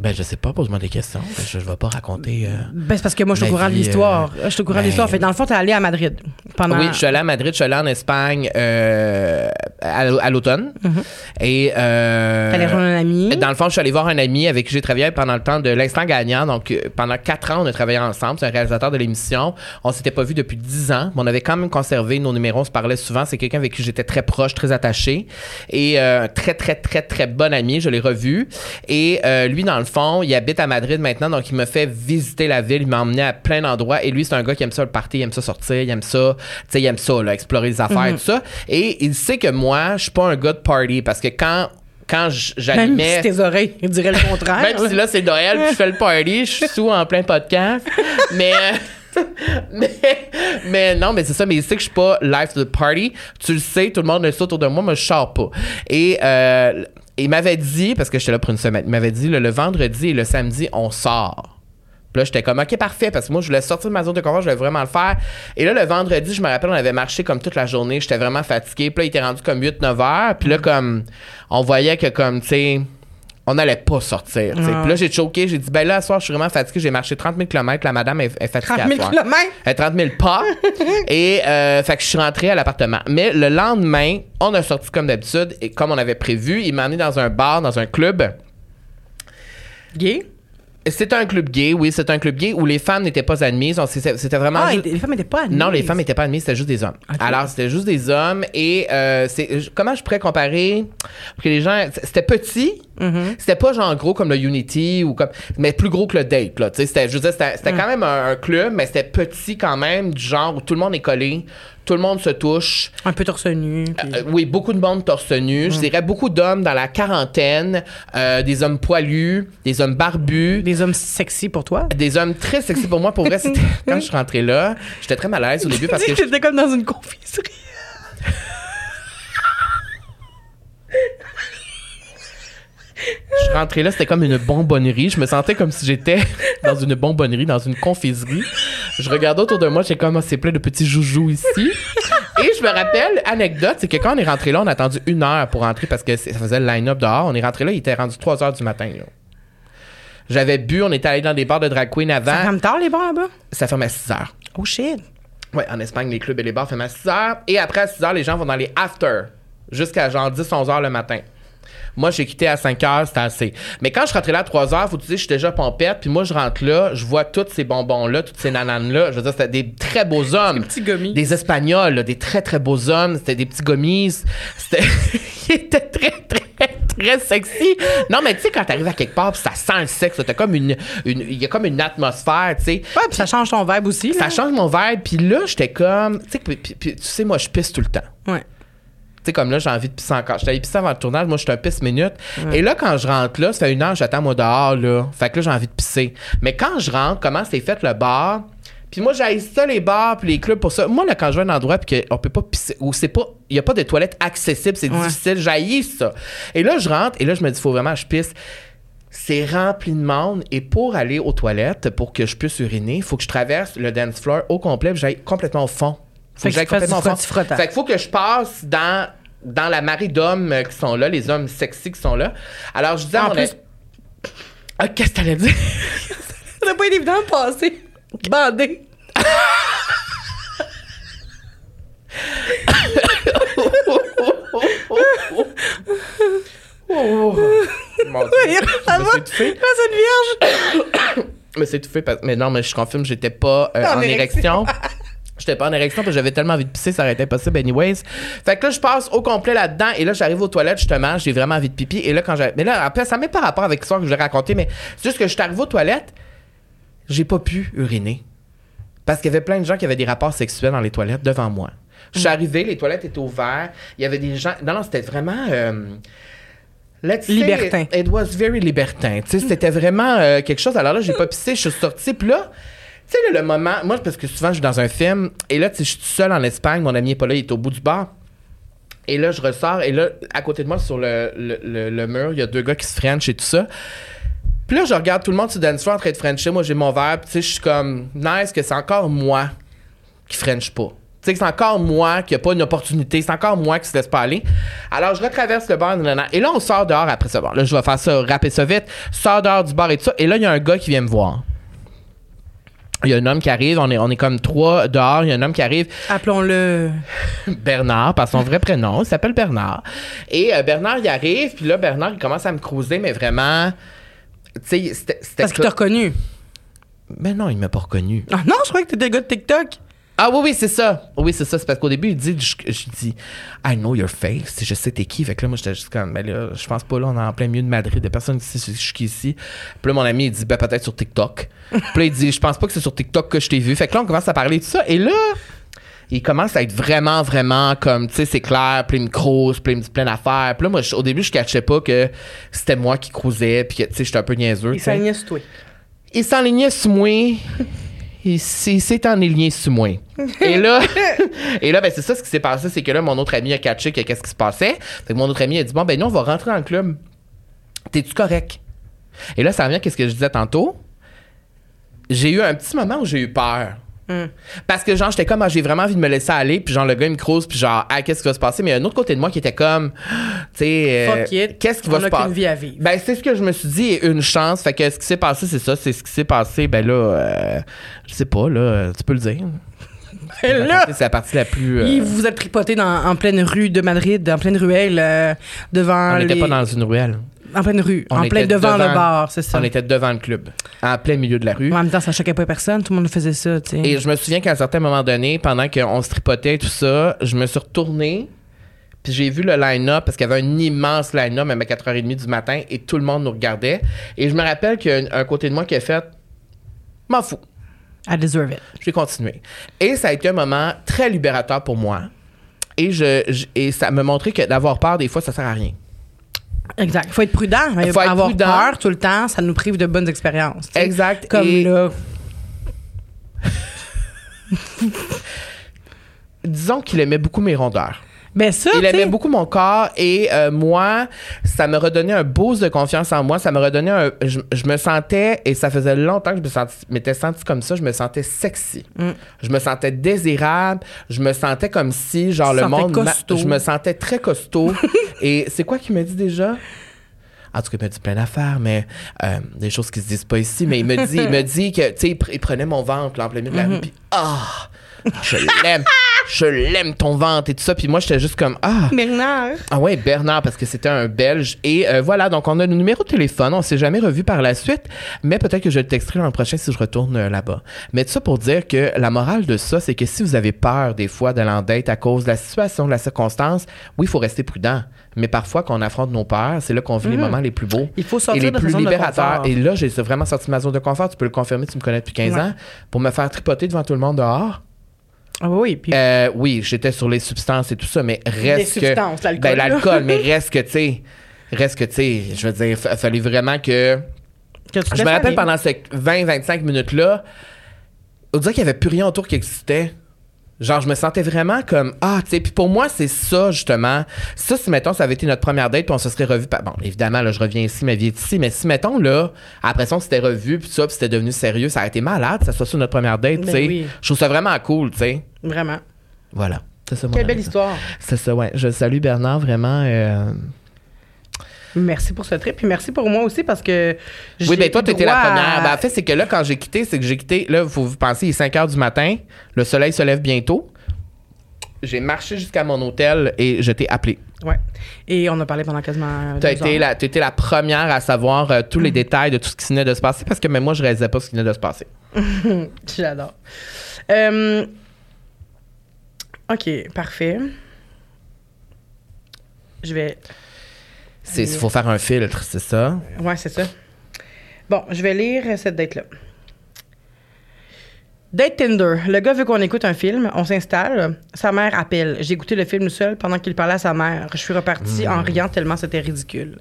Ben, je sais pas, pose-moi des questions. Ben, je, je vais pas raconter. euh, Ben c'est parce que moi je suis au Ma courant de vie, l'histoire. Je suis au courant de ben- l'histoire. Fait que dans le fond, t'es allé à Madrid pendant. Oui, je suis allée à Madrid, je suis allée en Espagne euh, à, l- à l'automne. Mm-hmm. Et. euh, T'es allé rejoindre un ami. Dans le fond, je suis allée voir un ami avec qui j'ai travaillé pendant le temps de l'instant gagnant. Donc, euh, pendant quatre ans, on a travaillé ensemble. C'est un réalisateur de l'émission. On s'était pas vu depuis dix ans, mais on avait quand même conservé nos numéros. On se parlait souvent. C'est quelqu'un avec qui j'étais très proche, très attaché. Et euh, un très, très, très, très bon ami. Je l'ai revu. Et euh, lui, dans le fond, il habite à Madrid maintenant. Donc, il me fait visiter la ville. Il m'a emmené à plein d'endroits. Et lui, c'est un gars qui aime ça le party, il aime ça sortir, il aime ça, tu sais, il aime ça, là, explorer les affaires et tout ça. Et il sait que moi, je suis pas un gars de party parce que quand, quand j- Même j'animais. si tes oreilles diraient le contraire. Même si là, c'est Noël, puis je fais le party, je suis sous en plein podcast. mais, euh, mais, mais non, mais c'est ça, mais il sait que je suis pas life to the party. Tu le sais, tout le monde le sait autour de moi, mais je sors pas. Et euh, il m'avait dit, parce que j'étais là pour une semaine, il m'avait dit le, le vendredi et le samedi, on sort. Puis là, j'étais comme, OK, parfait, parce que moi, je voulais sortir de ma zone de confort, je voulais vraiment le faire. Et là, le vendredi, je me rappelle, on avait marché comme toute la journée, j'étais vraiment fatigué. Puis là, il était rendu comme 8-9 heures. Puis là, comme, on voyait que, comme, tu sais, on n'allait pas sortir. tu sais. Puis là, j'ai choqué, j'ai dit, ben là, ce soir, je suis vraiment fatigué, j'ai marché 30 000 km, la madame est, est fatiguée. 30 à 000 soir. km. Elle est 30 000 Euh, pas. et, euh, fait que je suis rentré à l'appartement. Mais le lendemain, on a sorti comme d'habitude, et comme on avait prévu, il m'a emmené dans un bar, dans un club. Gay. C'était un club gay, oui, c'était un club gay où les femmes n'étaient pas admises. On- C'était c'était vraiment. Ah, juste- les femmes n'étaient pas admises. Non, les femmes n'étaient pas admises, c'était juste des hommes. Alors, c'était juste des hommes et euh, c'est je- comment je pourrais comparer pour que les gens c'était petit, c'était pas genre gros comme le Unity ou comme mais plus gros que le Date là, tu sais, c'était je veux dire, c'était c'était quand même un, un club mais c'était petit quand même du genre où tout le monde est collé, tout le monde se touche. Un peu torse nu. puis- Euh, oui, beaucoup de monde torse nu. Je dirais beaucoup d'hommes dans la quarantaine, euh, des hommes poilus, des hommes barbus, Des hommes sexy pour toi. des hommes très sexy pour moi. Pour vrai, c'était- quand je suis rentrée là, j'étais très mal à l'aise au début parce que je- j'étais comme dans une confiserie. je suis rentrée là, c'était comme une bonbonnerie. Je me sentais comme si j'étais dans une bonbonnerie, dans une confiserie. Je regardais autour de moi, j'ai comme Ah, c'est plein de petits joujoux ici. Et je me rappelle, anecdote, c'est que quand on est rentré là, on a attendu une heure pour rentrer parce que c'est- ça faisait le line-up dehors. On est rentré là, il était rendu 3 heures du matin. là. J'avais bu, on était allé dans des bars de drag queen Ça avant. ferme tard, les bars là-bas? Ça ferme à 6 heures. Oh shit. Ouais, en Espagne, les clubs et les bars ferment à 6 heures. Et après, à 6 heures, les gens vont dans les after jusqu'à genre 10, 11 heures le matin. Moi, j'ai quitté à 5 heures, c'était assez. Mais quand je rentrais là à 3 heures, faut que tu dire, je suis déjà pompette. Puis moi, je rentre là, je vois tous ces bonbons-là, toutes ces nananes-là. Je veux dire, c'était des très beaux hommes. Des petits gommis. Des Espagnols, là, des très, très beaux hommes. C'était des petits gommis. C'était. Ils étaient très, très, très sexy. Non, mais tu sais, quand t'arrives à quelque part, puis ça sent le sexe, là, t'as comme une. une- Il y a comme une atmosphère, tu sais. Ouais, puis ça change ton vibe aussi. Ça là. change mon vibe. Puis là, j'étais comme. Tu sais, puis- puis- puis tu sais, moi, je pisse tout le temps. Ouais. Tu sais, comme là, j'ai envie de pisser encore. J'étais allé pisser avant le tournage. Moi, j'étais un pisse minute. Et là, quand je rentre là, ça fait une heure, j'attends moi dehors, là. Fait que là, j'ai envie de pisser. Mais quand je rentre, comment c'est fait le bar? Puis moi, j'aille ça, les bars, puis les clubs pour ça. Moi, là, quand je vais à un endroit, puis qu'on peut pas pisser, ou c'est pas, il y a pas de toilette accessible, c'est Ouais. difficile, j'haïs ça. Et là, je rentre, et là, je me dis, faut vraiment que je pisse. C'est rempli de monde et pour aller aux toilettes, pour que je puisse uriner, il faut que je traverse le dance floor au complet, puis j'aille complètement au fond. Fait que j'aille tu fasses du complètement au fond. frotti-frottant. Fait qu'il faut que je passe dans, dans la marée d'hommes euh, qui sont là, les hommes sexy qui sont là. Alors, je disais à En mon plus- ami- Ah, qu'est-ce que t'allais dire? Ça n'a pas été évident de passer. Bandé. Mon Dieu. Voyons, ça me va. Face suis une étouffé. vierge. Mais c'est tout fait parce... Mais non, mais je confirme, j'étais pas euh, En en érection. érection. J'étais j'étais pas en érection parce que j'avais tellement envie de pisser, ça aurait été impossible anyways. Fait que là, je passe au complet là-dedans et là, j'arrive aux toilettes justement, j'ai vraiment envie de pipi. Et là, quand j'ai. Mais là, après, ça n'a même pas rapport avec l'histoire que je vais raconter, mais c'est juste que je suis arrivé aux toilettes, j'ai pas pu uriner. Parce qu'il y avait plein de gens qui avaient des rapports sexuels dans les toilettes devant moi. Je suis arrivé, les toilettes étaient ouvertes, il y avait des gens. Non, non, c'était vraiment. euh, Let's say Libertin. It, it was very libertin. Tu sais, c'était vraiment euh, quelque chose. Alors là, j'ai pas pissé, je suis sorti. Puis là, tu sais, là, le moment. Moi, parce que souvent, je suis dans un film. Et là, tu sais, je suis tout seul en Espagne. Mon ami est pas là, il est au bout du bar. Et là, je ressors. Et là, à côté de moi, sur le, le- le- le mur, il y a deux gars qui se frenchent et tout ça. Puis là, je regarde tout le monde sur le dance floor en train de frencher. Moi, j'ai mon verre. Puis tu sais, je suis comme, nice que c'est encore moi qui french pas. Tu sais, que c'est encore moi qui a pas une opportunité. C'est encore moi qui se laisse pas aller. Alors, je retraverse le bar. nanana. Et là, on sort dehors après ça. Bon, là, je vais faire ça, rapper ça vite. Je sors dehors du bar et tout ça. Et là, il y a un gars qui vient me voir. Il y a un homme qui arrive. On est, on est comme trois dehors. Il y a un homme qui arrive. Appelons-le. Bernard, par son vrai prénom, il s'appelle Bernard. Et euh, Bernard, il arrive, puis là, Bernard, il commence à me croiser, mais vraiment. Tu sais, c'était. c'était Parce qu'il t'a reconnu. Mais Ben non, il m'a pas reconnu. Ah non, je croyais que t'étais le gars de TikTok. Ah oui, oui, c'est ça. Oui, c'est ça. C'est parce qu'au début, il dit, je, je dis, I know your face. Je sais t'es qui. Fait que là, moi, j'étais juste comme, ben là, je pense pas, là, on est en plein milieu de Madrid. De personne ici, je suis ici. Puis là, mon ami, il dit, ben peut-être sur TikTok. Puis là, il dit, je pense pas que c'est sur TikTok que je t'ai vu. Fait que là, on commence à parler de ça. Et là, il commence à être vraiment, vraiment comme, tu sais, c'est clair, puis il me crouse, puis il me dit plein d'affaires. Puis là, moi, je- au début, je cachais pas que c'était moi qui crousais, puis que, tu sais, j'étais un peu niaiseux. Il tu sais. s'alignait sur toi. Il s'enlignait sous moi. Il s'est s'est enligné sous moi. Et là, et là ben c'est ça ce qui s'est passé, c'est que là, mon autre ami a catché que qu'est-ce qui se passait. Fait que mon autre ami a dit Bon, ben nous, on va rentrer dans le club. T'es-tu correct? Et là, ça revient à ce que je disais tantôt. J'ai eu un petit moment où j'ai eu peur. Hmm. Parce que genre, j'étais comme, ah, j'ai vraiment envie de me laisser aller, puis genre, le gars, il me croise, puis genre, ah, qu'est-ce qui va se passer? Mais il y a un autre côté de moi qui était comme, tu sais, euh, Fuck it. qu'est-ce qui va On se a passer? qu'une vie à vivre. Ben, c'est ce que je me suis dit, et une chance. Fait que ce qui s'est passé, c'est ça, c'est ce qui s'est passé. Ben là, euh, je sais pas, là, euh, tu peux le dire. Et là, C'est la partie la plus. euh, il vous êtes tripoté dans, en pleine rue de Madrid, en pleine ruelle, euh, devant on n'était les- pas dans une ruelle. En pleine rue, On en était plein devant, le bar, c'est ça. On était devant le club, en plein milieu de la rue. En même temps, ça choquait pas personne, tout le monde faisait ça, tu sais. Et je me souviens qu'à un certain moment donné, pendant qu'on se tripotait et tout ça, je me suis retourné. Puis j'ai vu le line-up parce qu'il y avait un immense line-up, même à 4h30 du matin, et tout le monde nous regardait. Et je me rappelle qu'il y a un- un côté de moi qui a fait M'en fous. I deserve it. J'ai continué. Et ça a été un moment très libérateur pour moi. Et, je, je- et ça me montrait que d'avoir peur, des fois, ça sert à rien. Exact. Faut être prudent. mais Faut être avoir prudent. peur tout le temps, ça nous prive de bonnes expériences. tu sais. Exact. Comme Et- là. Disons qu'il aimait beaucoup mes rondeurs. Ben ça, Il tu sais, aimait beaucoup mon corps et euh, moi, ça me redonnait un boost de confiance en moi. Ça me redonnait un. Je, je me sentais, et ça faisait longtemps que je me sentis- m'étais sentie comme ça, je me sentais sexy. Mm. Je me sentais désirable. Je me sentais comme si, genre, Tu le te monde. sentais m'a- costaud. Je me sentais très costaud. et c'est quoi qu'il me dit déjà? En tout cas, il m'a dit plein d'affaires, mais euh, des choses qui se disent pas ici. Mais il me dit, il me dit que, tu sais, il, pr- il prenait mon ventre, là, en plein milieu de la Mm-hmm. rue, puis ah, je l'aime, je l'aime ton ventre et tout ça. Puis moi, j'étais juste comme ah, Bernard. ah ouais, Bernard, parce que c'était un Belge. Et euh, voilà, donc on a le numéro de téléphone. On s'est jamais revu par la suite, mais peut-être que je le texterai l'an prochain si je retourne euh, là-bas. Mais tout ça pour dire que la morale de ça, c'est que si vous avez peur des fois de l'endette à cause de la situation, de la circonstance, oui, il faut rester prudent. Mais parfois, quand on affronte nos peurs, c'est là qu'on vit les moments les plus beaux. Il faut Mmh. sortir et les de sa plus zone de libérateurs. confort. et là, j'ai vraiment sorti de ma zone de confort. Tu peux le confirmer, tu me connais depuis 15 Ouais. ans. Pour me faire tripoter devant tout le monde dehors, Ah oui, puis euh, oui, j'étais sur les substances et tout ça, mais reste Les que. substances, l'alcool, Ben, là. l'alcool, mais reste que, tu sais. Reste que, tu sais, je veux dire, fa- fallait vraiment que. que tu te Je me laisses rappelle aller. pendant ces 20-25 minutes-là, on dirait qu'il n'y avait plus rien autour qui existait. Genre, je me sentais vraiment comme Ah, tu sais, puis pour moi, c'est ça, justement. Ça, si mettons, ça avait été notre première date, puis on se serait revu. Bon, évidemment, là, je reviens ici, ma vie est ici, mais si mettons, là, après ça, on s'était revu, puis ça, puis c'était devenu sérieux, ça a été malade, que ça soit sur notre première date, Ben tu sais. oui. Je trouve ça vraiment cool, tu sais. Vraiment. Voilà. C'est ça, mon Quelle belle anecdote. histoire. C'est ça, ouais. Je salue Bernard, vraiment. euh, Merci pour ce trip, puis merci pour moi aussi parce que. j'ai Oui, ben toi, eu t'étais la droit à- première. Ben, en fait, c'est que là, quand j'ai quitté, c'est que j'ai quitté. Là, vous vous pensez, il est 5 h du matin. Le soleil se lève bientôt. J'ai marché jusqu'à mon hôtel et je t'ai appelé. Ouais. Et on a parlé pendant quasiment. T'as deux heures. Mmh. été, la, t'as été la première à savoir euh, tous les détails de tout ce qui venait de se passer parce que même moi, je réalisais pas ce qui venait de se passer. J'adore. Euh, OK, parfait. Je vais. C'est, faut faire un filtre, c'est ça? Mmh. Ouais, c'est ça. Bon, je vais lire cette date-là. Date Tinder. Le gars veut qu'on écoute un film. On s'installe. Sa mère appelle. J'ai écouté le film seul pendant qu'il parlait à sa mère. Je suis repartie Hmm. en riant tellement c'était ridicule.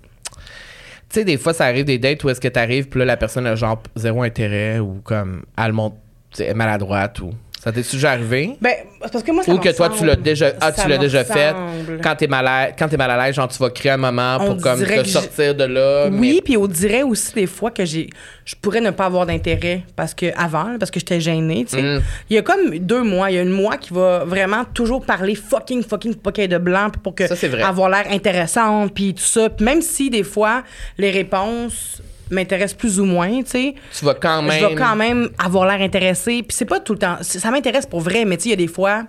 Tu sais, des fois, ça arrive des dates où est-ce que t'arrives, puis là, la personne a genre zéro intérêt ou comme elle monte, tu sais, est maladroite ou. Ça t'est déjà arrivé? Ben, c'est parce que moi, ça Ou que toi, tu l'as m'ensemble. déjà, ah, Ça tu l'as déjà fait. m'ensemble. Quand t'es mal à, quand t'es mal à l'aise, genre, tu vas créer un moment On pour comme dirait te que sortir de là. Oui, puis on dirait aussi des fois que j'ai, je pourrais ne pas avoir d'intérêt parce que avant, là, parce que j'étais gênée. Tu sais, Mm. il y a comme deux mois, il y a une mois qui va vraiment toujours parler fucking fucking pocket de blanc puis pour que Ça, c'est vrai. avoir l'air intéressante puis tout ça. Puis même si des fois les réponses m'intéressent plus ou moins, tu sais, Mais tu vas quand même. je vais quand même avoir l'air intéressée. Puis c'est pas tout le temps, c'est- ça m'intéresse pour vrai, mais tu sais, il y a des fois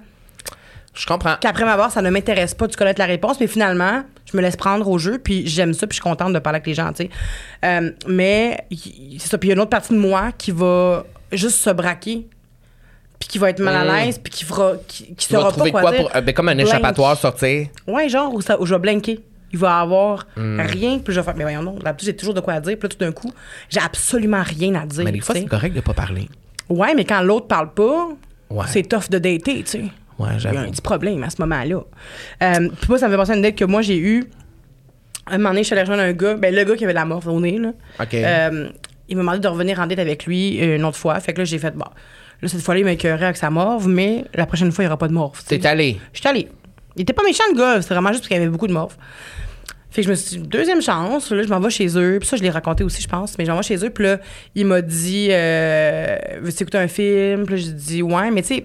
Je comprends. qu'après m'avoir, ça ne m'intéresse pas de connaître la réponse, mais finalement, je me laisse prendre au jeu, puis j'aime ça, puis je suis contente de parler avec les gens, tu sais. Euh, mais y- c'est ça, puis il y a une autre partie de moi qui va juste se braquer, puis qui va être mal à Mm. l'aise, puis qui fera, qui, qui Tu vas saura pas trouver quoi, quoi dire. pour. euh, ben, comme un Blank. échappatoire sortir. Ouais, genre où, ça, où je vais blinker. Il va avoir Mmh. rien, puis je vais faire, mais voyons non, d'habitude j'ai toujours de quoi dire, puis là tout d'un coup, j'ai absolument rien à dire. Mais des fois, tu sais. c'est correct de pas parler. Ouais, mais quand l'autre parle pas, Ouais. c'est tough de dater, tu sais. Ouais, Il y a un j'avoue. petit problème à ce moment-là. Euh, puis moi, ça me fait penser à une date que moi, j'ai eue. Un moment donné, je suis allée rejoindre un gars, ben, le gars qui avait de la morphe au nez, là. OK. Euh, il m'a demandé de revenir en date avec lui euh, une autre fois. Fait que là, j'ai fait, bon, là, cette fois-là, il m'a écœuré avec sa morve, mais la prochaine fois, il n'y aura pas de morve. tu sais. T'es allé. Je suis allée. Il était pas méchant, le gars. C'était vraiment juste parce qu'il y avait beaucoup de morphes. Fait que je me suis dit, deuxième chance, là, je m'en vais chez eux. Puis ça, je l'ai raconté aussi, je pense. Mais j'en vais chez eux. Puis là, il m'a dit, euh, veux-tu écouter un film? Puis là, j'ai dit, ouais. Mais tu sais,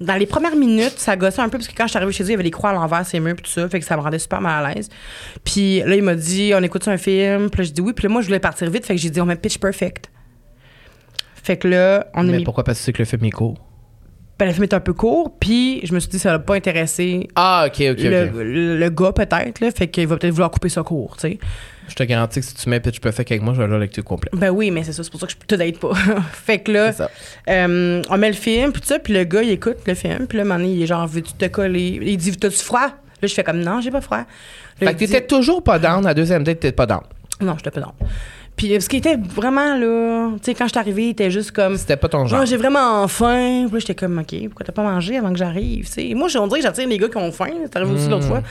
dans les premières minutes, ça gossait un peu parce que quand je suis arrivée chez eux, il y avait les croix à l'envers, ces murs, puis tout ça. Fait que ça me rendait super mal à l'aise. Puis là, il m'a dit, on écoute un film? Puis là, j'ai dit oui. Puis là, moi, je voulais partir vite. Fait que j'ai dit, on met Pitch Perfect. Fait que là, on a Mais mis. pourquoi? Parce que c'est que le film est court. Ben, le film était un peu court. Puis je me suis dit, ça l'a pas intéressé Ah, OK, OK, le, OK. le- le gars peut-être là fait qu'il va peut-être vouloir couper ça court tu sais Je te garantis que si tu mets Pitch Perfect avec moi, je vais avoir la lecture complète. ben oui mais c'est ça c'est pour ça que je peux te date pas fait que là C'est ça. euh, on met le film puis tout ça puis le gars il écoute le film puis là moment donné, il est genre veux-tu te coller il dit t'as-tu froid là je fais comme non j'ai pas froid Là, Fait il que dit, t'étais toujours pas down. La deuxième date, t'étais pas down. non je te pas non puis euh, parce qu'il était vraiment là tu sais quand je suis arrivée il était juste comme C'était pas ton genre. Genre, j'ai vraiment faim. Puis là, j'étais comme, OK, pourquoi t'as pas mangé avant que j'arrive? tu sais? Moi, on dirait que j'attire les gars qui ont faim. C'est arrivé aussi Hmm. l'autre fois.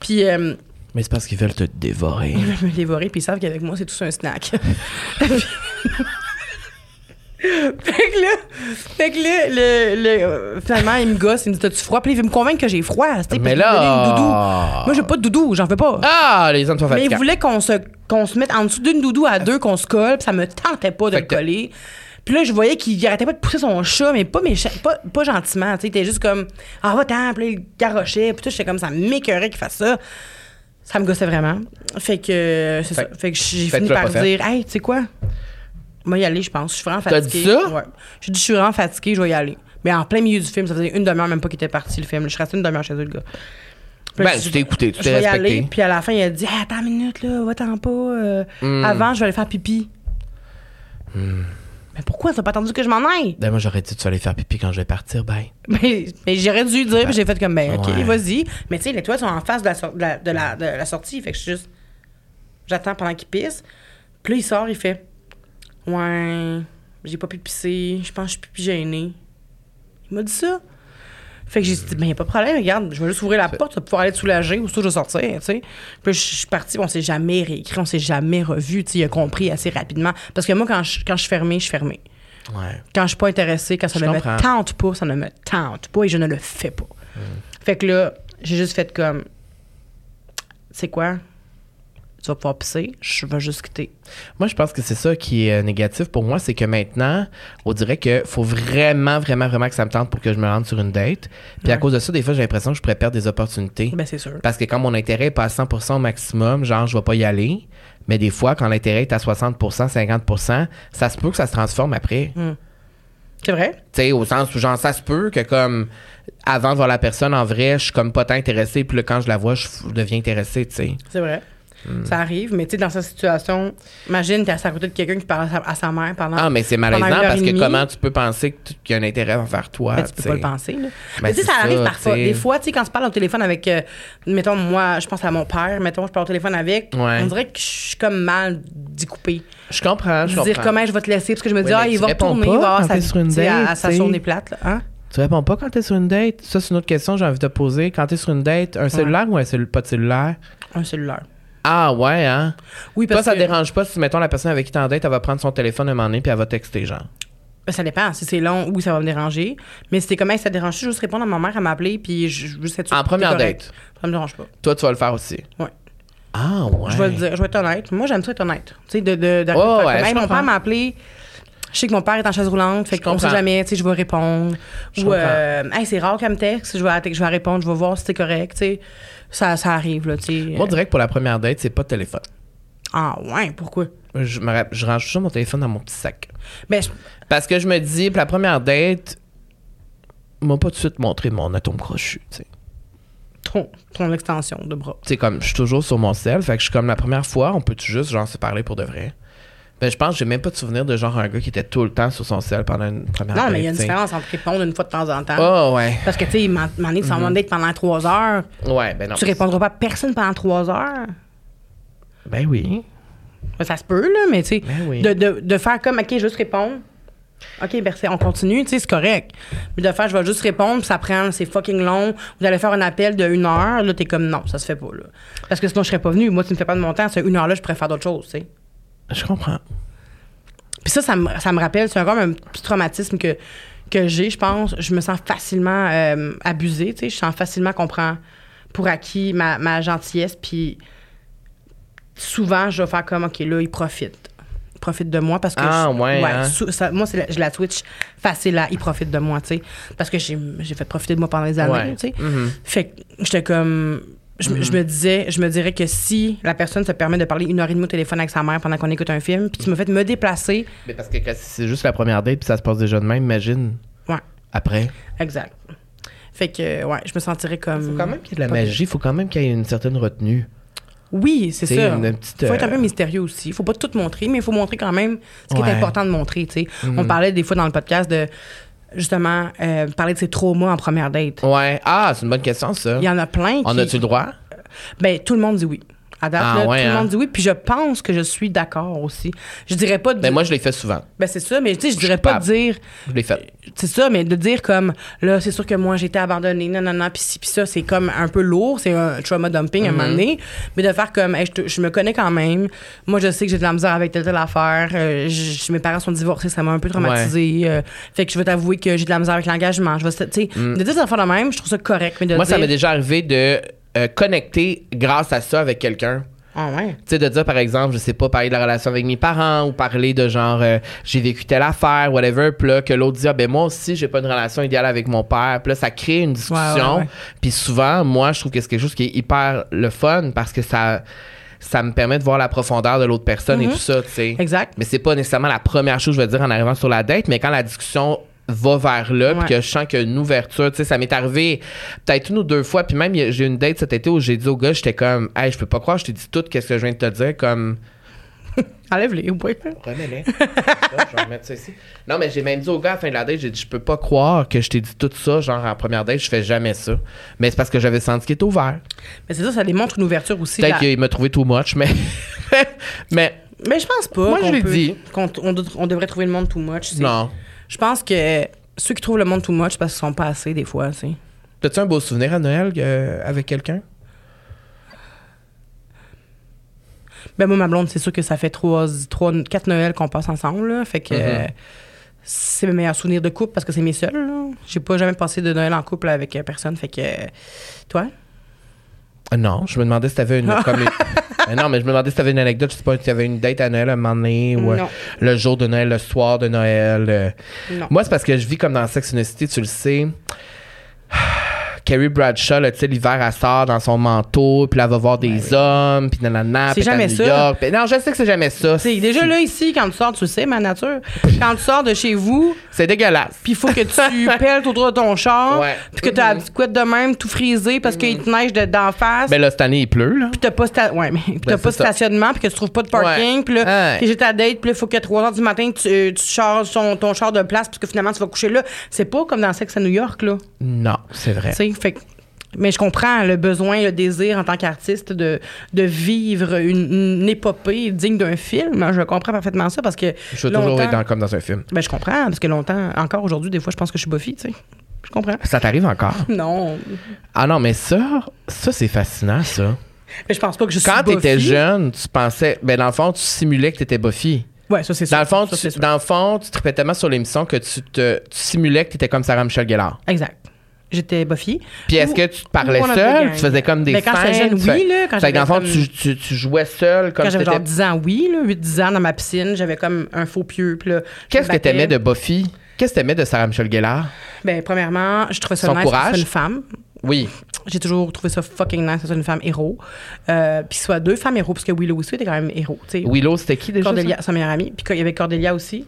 Puis, euh, Mais c'est parce qu'ils veulent te dévorer. Ils veulent me dévorer, puis ils savent qu'avec moi, c'est tout un snack. fait que là, fait que là, le, le- euh, finalement, il me gosse, il me dit T'as-tu froid Puis là, il veut me convaincre que j'ai froid. tu sais, Mais parce qu'il me donnait une doudou. là. Moi, j'ai pas de doudou, j'en veux pas. Ah, les hommes sont Mais il fatigants. voulait qu'on se, qu'on se mette en dessous d'une doudou à deux, qu'on se colle, puis ça me tentait pas de Fait le que- coller. Puis là, je voyais qu'il arrêtait pas de pousser son chat, mais pas, méchant, pas, pas gentiment. tu sais, Il était juste comme Ah, va-t'en, puis là, il garrochait. Puis tout, j'étais comme ça, m'écœurait qu'il fasse ça. Ça me gossait vraiment. Fait que, euh, c'est ça. Fait- Fait que j'ai fait fini que tu l'as par pas fait. dire Hey, tu sais quoi Moi, y aller, je pense. Je suis vraiment T'as fatiguée. dit ça? Ouais. J'ai dit Je suis vraiment fatiguée, je vais y aller. Mais en plein milieu du film, ça faisait une demi-heure même pas qu'il était parti le film. Je suis restée une demi-heure chez eux, le gars. Puis là, j'ai Ben, tu dit, t'es écouté, tu je t'es vais y aller. respecté. Puis à la fin, il a dit Hey, Attends une minute, là, va-t'en pas. euh, Avant, je vais aller faire pipi. Mais pourquoi t'as pas attendu que je m'en aille Ben, moi, j'aurais dit, tu vas aller faire pipi quand je vais partir, bye. Mais, mais Ben, j'aurais dû dire, puis j'ai fait comme Ben, ok, Ouais. vas-y. Mais tu sais, les toilettes sont en face de la, sor- de la, de la- de la sortie. Fait que je suis juste. J'attends pendant qu'il pisse. Puis là, il sort, il fait Ouais, j'ai pas pu pisser. Je pense que je suis plus gênée. Il m'a dit ça. Fait que j'ai dit, ben, y a pas de problème, regarde, je vais juste ouvrir la porte, tu vas pouvoir aller te soulager, ou ça, je vais sortir, tu sais. Puis là, je je suis partie, puis on s'est jamais réécrit, on s'est jamais revu, tu sais, il a compris assez rapidement. Parce que moi, quand je, quand je suis fermée, je suis fermée. Ouais. Quand je suis pas intéressée, quand ça Je ne comprends. me tente pas, ça ne me tente pas et je ne le fais pas. Hmm. Fait que là, j'ai juste fait comme, c'est quoi? Tu vas pouvoir pisser, je vais juste quitter. Moi, je pense que c'est ça qui est euh, négatif pour moi, c'est que maintenant, on dirait que faut vraiment, vraiment, vraiment que ça me tente pour que je me rende sur une date. Puis à Ouais. cause de ça, des fois, j'ai l'impression que je pourrais perdre des opportunités. Ben, c'est sûr. Parce que quand mon intérêt est pas à 100% au maximum, genre, je vais pas y aller. Mais des fois, quand l'intérêt est à 60%, 50%, ça se peut que ça se transforme après. Mm. C'est vrai? Tu sais, au sens où, genre, ça se peut que, comme, avant de voir la personne en vrai, je suis comme pas tant intéressé, puis là, quand je la vois, je f- deviens intéressé, tu sais. C'est vrai. Hmm. Ça arrive, mais tu sais, dans sa situation, imagine, t'es assis à côté de quelqu'un qui parle à sa, à sa mère pendant. Ah, mais c'est pendant malaisant une heure parce et que demie. comment tu peux penser que tu- qu'il y a un intérêt envers toi? Ben, tu peux t'sais. pas le penser. Là. Ben, mais tu sais, ça c'est arrive ça, parfois. t'sais. Des fois, tu sais, quand tu parles au téléphone avec, euh, mettons, moi, je pense à mon père, mettons, je parle au téléphone avec, Ouais. on dirait que je suis comme mal d'y couper. Je comprends, je Je comprends. dire comment je vais te laisser, parce que je me dis, Ouais, ah, mais il tu va réponds retourner, pas il va avoir quand sa, t'es sur une tu sais, à- date, à sa t'sais. journée plate. Là. Hein? Tu réponds pas quand t'es sur une date? Ça, c'est une autre question que j'ai envie de poser. Quand t'es sur une date, un cellulaire ou un cellulaire? Pas de cellulaire? Un cellulaire. Ah ouais, hein? Oui, Toi, parce ça que dérange pas si, mettons, la personne avec qui t'es en date, elle va prendre son téléphone un moment donné puis elle va texter, genre. Ben, ça dépend. Si c'est long, oui, ça va me déranger. Mais si c'est comment ça te dérange, je vais juste répondre à ma mère, à m'appeler, puis je, je veux être sûre En que t'es première correct. date. Ça me dérange pas. Toi, tu vas le faire aussi. Ouais. Ah ouais. Je vais le dire, je vais être honnête. Moi, j'aime ça être honnête. Tu sais, de, de, de- Ouais, ouais, faire ouais, comme, je Hey, mon comprends. père m'a appelé. Je sais que mon père est en chaise roulante, fait Je qu'on sait comprends. jamais, tu sais, je vais répondre. Je Ou, euh, hey, c'est rare qu'elle me texte, je vais, atta- je vais répondre, je vais voir si c'est correct, tu sais. Ça, ça arrive, là, tu sais. Moi, on dirait que pour la première date, c'est pas de téléphone. Ah, ouais, pourquoi? Je, me rapp- je range toujours mon téléphone dans mon petit sac. Ben, je- Parce que je me dis, pour la première date, m'a pas tout de suite montré mon atome crochu, tu sais. ton, ton extension de bras. Tu sais, comme, je suis toujours sur mon sel, fait que je suis comme, la première fois, on peut juste, genre, se parler pour de vrai? Ben, je pense que j'ai même pas de souvenir de, genre, un gars qui était tout le temps sur son sel pendant une première date. Non, mais il y a une tu sais. différence hein. entre répondre une fois de temps en temps. ben, Ah ouais. Parce que, tu sais, m'en- m'en est sans date pendant trois heures. Ouais, ben non. Tu répondras pas à personne pendant trois heures. Ben oui. Ben, ça se peut, là, mais tu sais, Ben oui. de, de, de faire comme, OK, juste répondre. OK, merci, on continue, tu sais, c'est correct. Mais de faire, je vais juste répondre, puis ça prend, c'est fucking long. Vous allez faire un appel de une heure, là, t'es comme, non, ça se fait pas, là. Parce que sinon, je serais pas venue. Moi, tu me fais pas de mon temps, c'est une heure-là, je préfère d'autres choses, tu sais. Je comprends. Puis ça, ça me, ça me rappelle, c'est encore un petit traumatisme que, que j'ai, je pense. Je me sens facilement euh, abusée, tu sais. Je sens facilement qu'on prend pour acquis ma, ma gentillesse. Puis souvent, je vais faire comme, OK, là, il profite. Il profite de moi parce que... Ah, je- ouais, hein. sou- ça- moi, c'est la, je la Twitch facile à « il profite de moi », tu sais. Parce que j'ai j'ai fait profiter de moi pendant des années, Ouais. Mm-hmm. tu sais. Mhm. Fait que j'étais comme. Je, me- je me disais, je me dirais que si la personne se permet de parler une heure et demie au téléphone avec sa mère pendant qu'on écoute un film, puis tu m'as fait me déplacer. Mais parce que quand c'est juste la première date puis ça se passe déjà de même, imagine Ouais, après. exact. Fait que, ouais, je me sentirais comme. Faut quand même qu'il y ait de la magie, faut quand même qu'il y ait une certaine retenue. Oui, c'est C'est ça. une petite, faut être un euh, peu mystérieux aussi. Faut pas tout montrer, mais il faut montrer quand même ce qui Ouais. Mhm. est important de montrer, tu sais. On parlait des fois dans le podcast de, justement, euh, parler de ses traumas en première date. Ouais. Ah, c'est une bonne question ça. Il y en a plein qui. On a-tu le droit? Ben, tout le monde dit oui. À date, Ah, là, ouais, tout le hein? monde dit oui, puis je pense que je suis d'accord aussi. Je dirais pas de. Ben moi je l'ai fait souvent. Ben c'est ça, mais tu sais, je Je suis dirais pas de capable. dire, Je l'ai fait. c'est ça, mais de dire comme, là, c'est sûr que moi, j'ai été abandonnée, non, non, non, pis ci, pis ça, c'est comme un peu lourd, c'est un trauma dumping à un Mm-hmm. moment donné, mais de faire comme, Hey, je, te- je me connais quand même, moi, je sais que j'ai de la misère avec telle, telle affaire, Euh, je- mes parents sont divorcés, ça m'a un peu traumatisée, Euh, fait que je vais t'avouer que j'ai de la misère avec l'engagement, je vais, tu sais, de dire des affaires de même, je trouve ça correct, mais de Mm. Moi dire... ça m'est déjà arrivé de euh, connecter grâce à ça avec quelqu'un. Ah ouais. Tu sais, de dire, par exemple, je sais pas, parler de la relation avec mes parents ou parler de genre, euh, j'ai vécu telle affaire, whatever, puis là, que l'autre dit, ah ben moi aussi, j'ai pas une relation idéale avec mon père. Puis là, ça crée une discussion. ouais, ouais. Puis souvent, moi, je trouve que c'est quelque chose qui est hyper le fun parce que ça, ça me permet de voir la profondeur de l'autre personne Mm-hmm. et tout ça, tu sais. Exact. Mais c'est pas nécessairement la première chose, je veux dire, en arrivant sur la date, mais quand la discussion va vers là, puis Ouais. que je sens qu'il y a une ouverture, tu sais, ça m'est arrivé peut-être une ou deux fois, puis même il y a- j'ai eu une date cet été où j'ai dit au gars, j'étais comme, hey, je peux pas croire, je t'ai dit tout, qu'est-ce que je viens de te dire, comme, Enlève-les, oui. remets-les. Là, je vais remettre ça ici. Non, mais j'ai même dit au gars à la fin de la date, j'ai dit, je peux pas croire que je t'ai dit tout ça, genre en première date, je fais jamais ça. Mais c'est parce que j'avais senti qu'il était ouvert. Mais c'est ça, ça démontre une ouverture aussi. Peut-être là. qu'il m'a trouvé too much, mais. mais Mais je pense pas. Moi, je qu'on l'ai peut- dit. qu'on t- On, doit- on devrait trouver le monde too much. c'est- non. Je pense que ceux qui trouvent le monde too much parce qu'ils sont pas assez des fois, tu sais. T'as-tu un beau souvenir à Noël euh, avec quelqu'un? Ben moi, ma blonde, c'est sûr que ça fait trois, trois, quatre Noëls qu'on passe ensemble, là. Fait que Mhm. euh, c'est mes meilleurs souvenirs de couple parce que c'est mes seuls, là. J'ai pas jamais passé de Noël en couple avec euh, personne, fait que... euh, Toi? Ah Non, je me demandais si t'avais une. comme une- Ah non, mais je me demandais si t'avais une anecdote. Je sais pas si t'avais une date à Noël à un moment donné ou euh, Non. le jour de Noël, le soir de Noël. euh. Non. Moi, c'est parce que je vis comme dans Sex and the City, tu le sais. Carrie Bradshaw, là, tu sais, l'hiver, elle sort dans son manteau, puis là, elle va voir des hommes, puis nanana, C'est puis jamais à New ça. York. Puis- non, je sais que c'est jamais ça. Tu sais, déjà là, ici, quand tu sors, tu le sais, ma nature. Quand tu sors de chez vous, C'est dégueulasse. puis il faut que tu pelles tout droit de ton char, Ouais. Mm-hmm. puis que tu as la petite couette de même, tout frisé, parce qu'il te neige de- d'en face. Ben là, cette année, il pleut, là. puis t'as pas, sta- ouais, mais, puis t'as Ben, pas de c'est ça. stationnement, puis que tu trouves pas de parking, Ouais. Ah, puis là, Ouais. t'es juste à date, puis là, il faut que 3 h du matin, tu, euh, tu charges son- ton char de place, parce que finalement, tu vas coucher là. C'est pas comme dans Sex à New York, là. Non, c'est Tu vrai. sais, fait que- mais je comprends le besoin, le désir en tant qu'artiste de, de vivre une, une épopée digne d'un film. Je comprends parfaitement ça parce que. Je veux longtemps, toujours être dans- comme dans un film. Ben, je comprends, parce que longtemps, encore aujourd'hui, des fois, je pense que je suis Buffy, tu sais. Je comprends. Ça t'arrive encore? Non. Ah non, mais ça, ça, c'est fascinant, ça. Mais je pense pas que je suis Quand Buffy. t'étais jeune, tu pensais... Ben dans le fond, tu simulais que t'étais Buffy. Ouais, ça, c'est ça. Dans le fond, Ça, tu, c'est sûr. dans le fond, tu tripais tellement sur l'émission que tu te tu simulais que tu étais comme Sarah Michel Gellar. Exact. J'étais Buffy. Puis est-ce Ou- que tu te parlais ou on a seul, Gang. tu faisais comme des Mais quand j'étais scènes, jeune, tu fais- oui, là, quand fait que dans le fond, j'avais comme- tu, tu- tu jouais seul comme Quand j'avais genre t'étais... 10 ans, oui, là, 8-10 ans dans ma piscine, j'avais comme un faux pieu. puis là, je Qu'est-ce me que battais. t'aimais de Buffy? Qu'est-ce que t'aimais de Sarah Michel Gellar? Ben, premièrement, je trouvais ça Son nice que ce courage. soit une femme. Oui. J'ai toujours trouvé ça fucking nice que ce soit une femme héros. Euh, puis que ce soit deux femmes héros, parce que Willow aussi était quand même héros. tu sais. Willow, c'était qui déjà? Cordelia, Ça, sa meilleure amie. Puis qu'il y avait Cordelia aussi,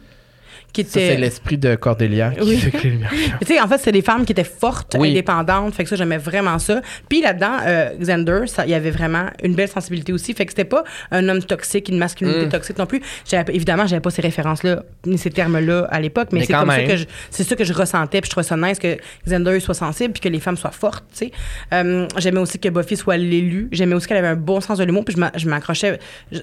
qui Ça, c'est était. l'esprit de Cordelia qui Oui. fait que les lumières changent. Mais tu sais, en fait, c'est des femmes qui étaient fortes, Oui. indépendantes. Fait que ça, j'aimais vraiment ça. Puis là-dedans, euh, Xander, ça, il y avait vraiment une belle sensibilité aussi. Fait que c'était pas un homme toxique, une masculinité Mm. toxique non plus. J'avais- évidemment, j'avais pas ces références-là, ni ces termes-là à l'époque, mais, Mais c'est quand comme ça même. que je, c'est ça que je ressentais. Puis je trouvais ça nice que Xander soit sensible, puis que les femmes soient fortes, tu sais. Euh, j'aimais aussi que Buffy soit l'élue. J'aimais aussi qu'elle avait un bon sens de l'humour, puis je m'a- je m'accrochais. je-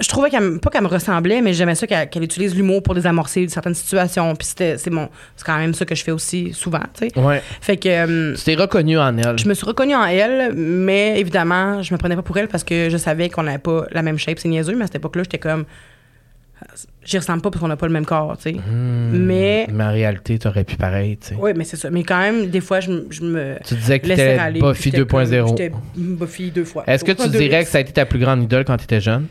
je trouvais qu'elle me- pas qu'elle me ressemblait mais j'aimais ça qu'elle qu'elle utilise l'humour pour désamorcer certaines situations puis c'était c'est mon c'est quand même ça que je fais aussi souvent tu sais Ouais. fait que euh, Tu t'es reconnu en elle. je me suis reconnue en elle mais évidemment je me prenais pas pour elle parce que je savais qu'on n'avait pas la même shape c'est niaiseux mais à cette époque là j'étais comme j'y ressemble pas parce qu'on n'a pas le même corps tu sais Mhm. mais Mais en Hmm. réalité, t'aurais pu pareil, tu sais. oui mais c'est ça mais quand même des fois je, me- je me Tu disais que laissais t'étais aller Buffy puis j'étais comme- 2.0. j'étais Buffy deux fois Est-ce que Pas tu deux. dirais que ça a été ta plus grande idole quand t'étais jeune?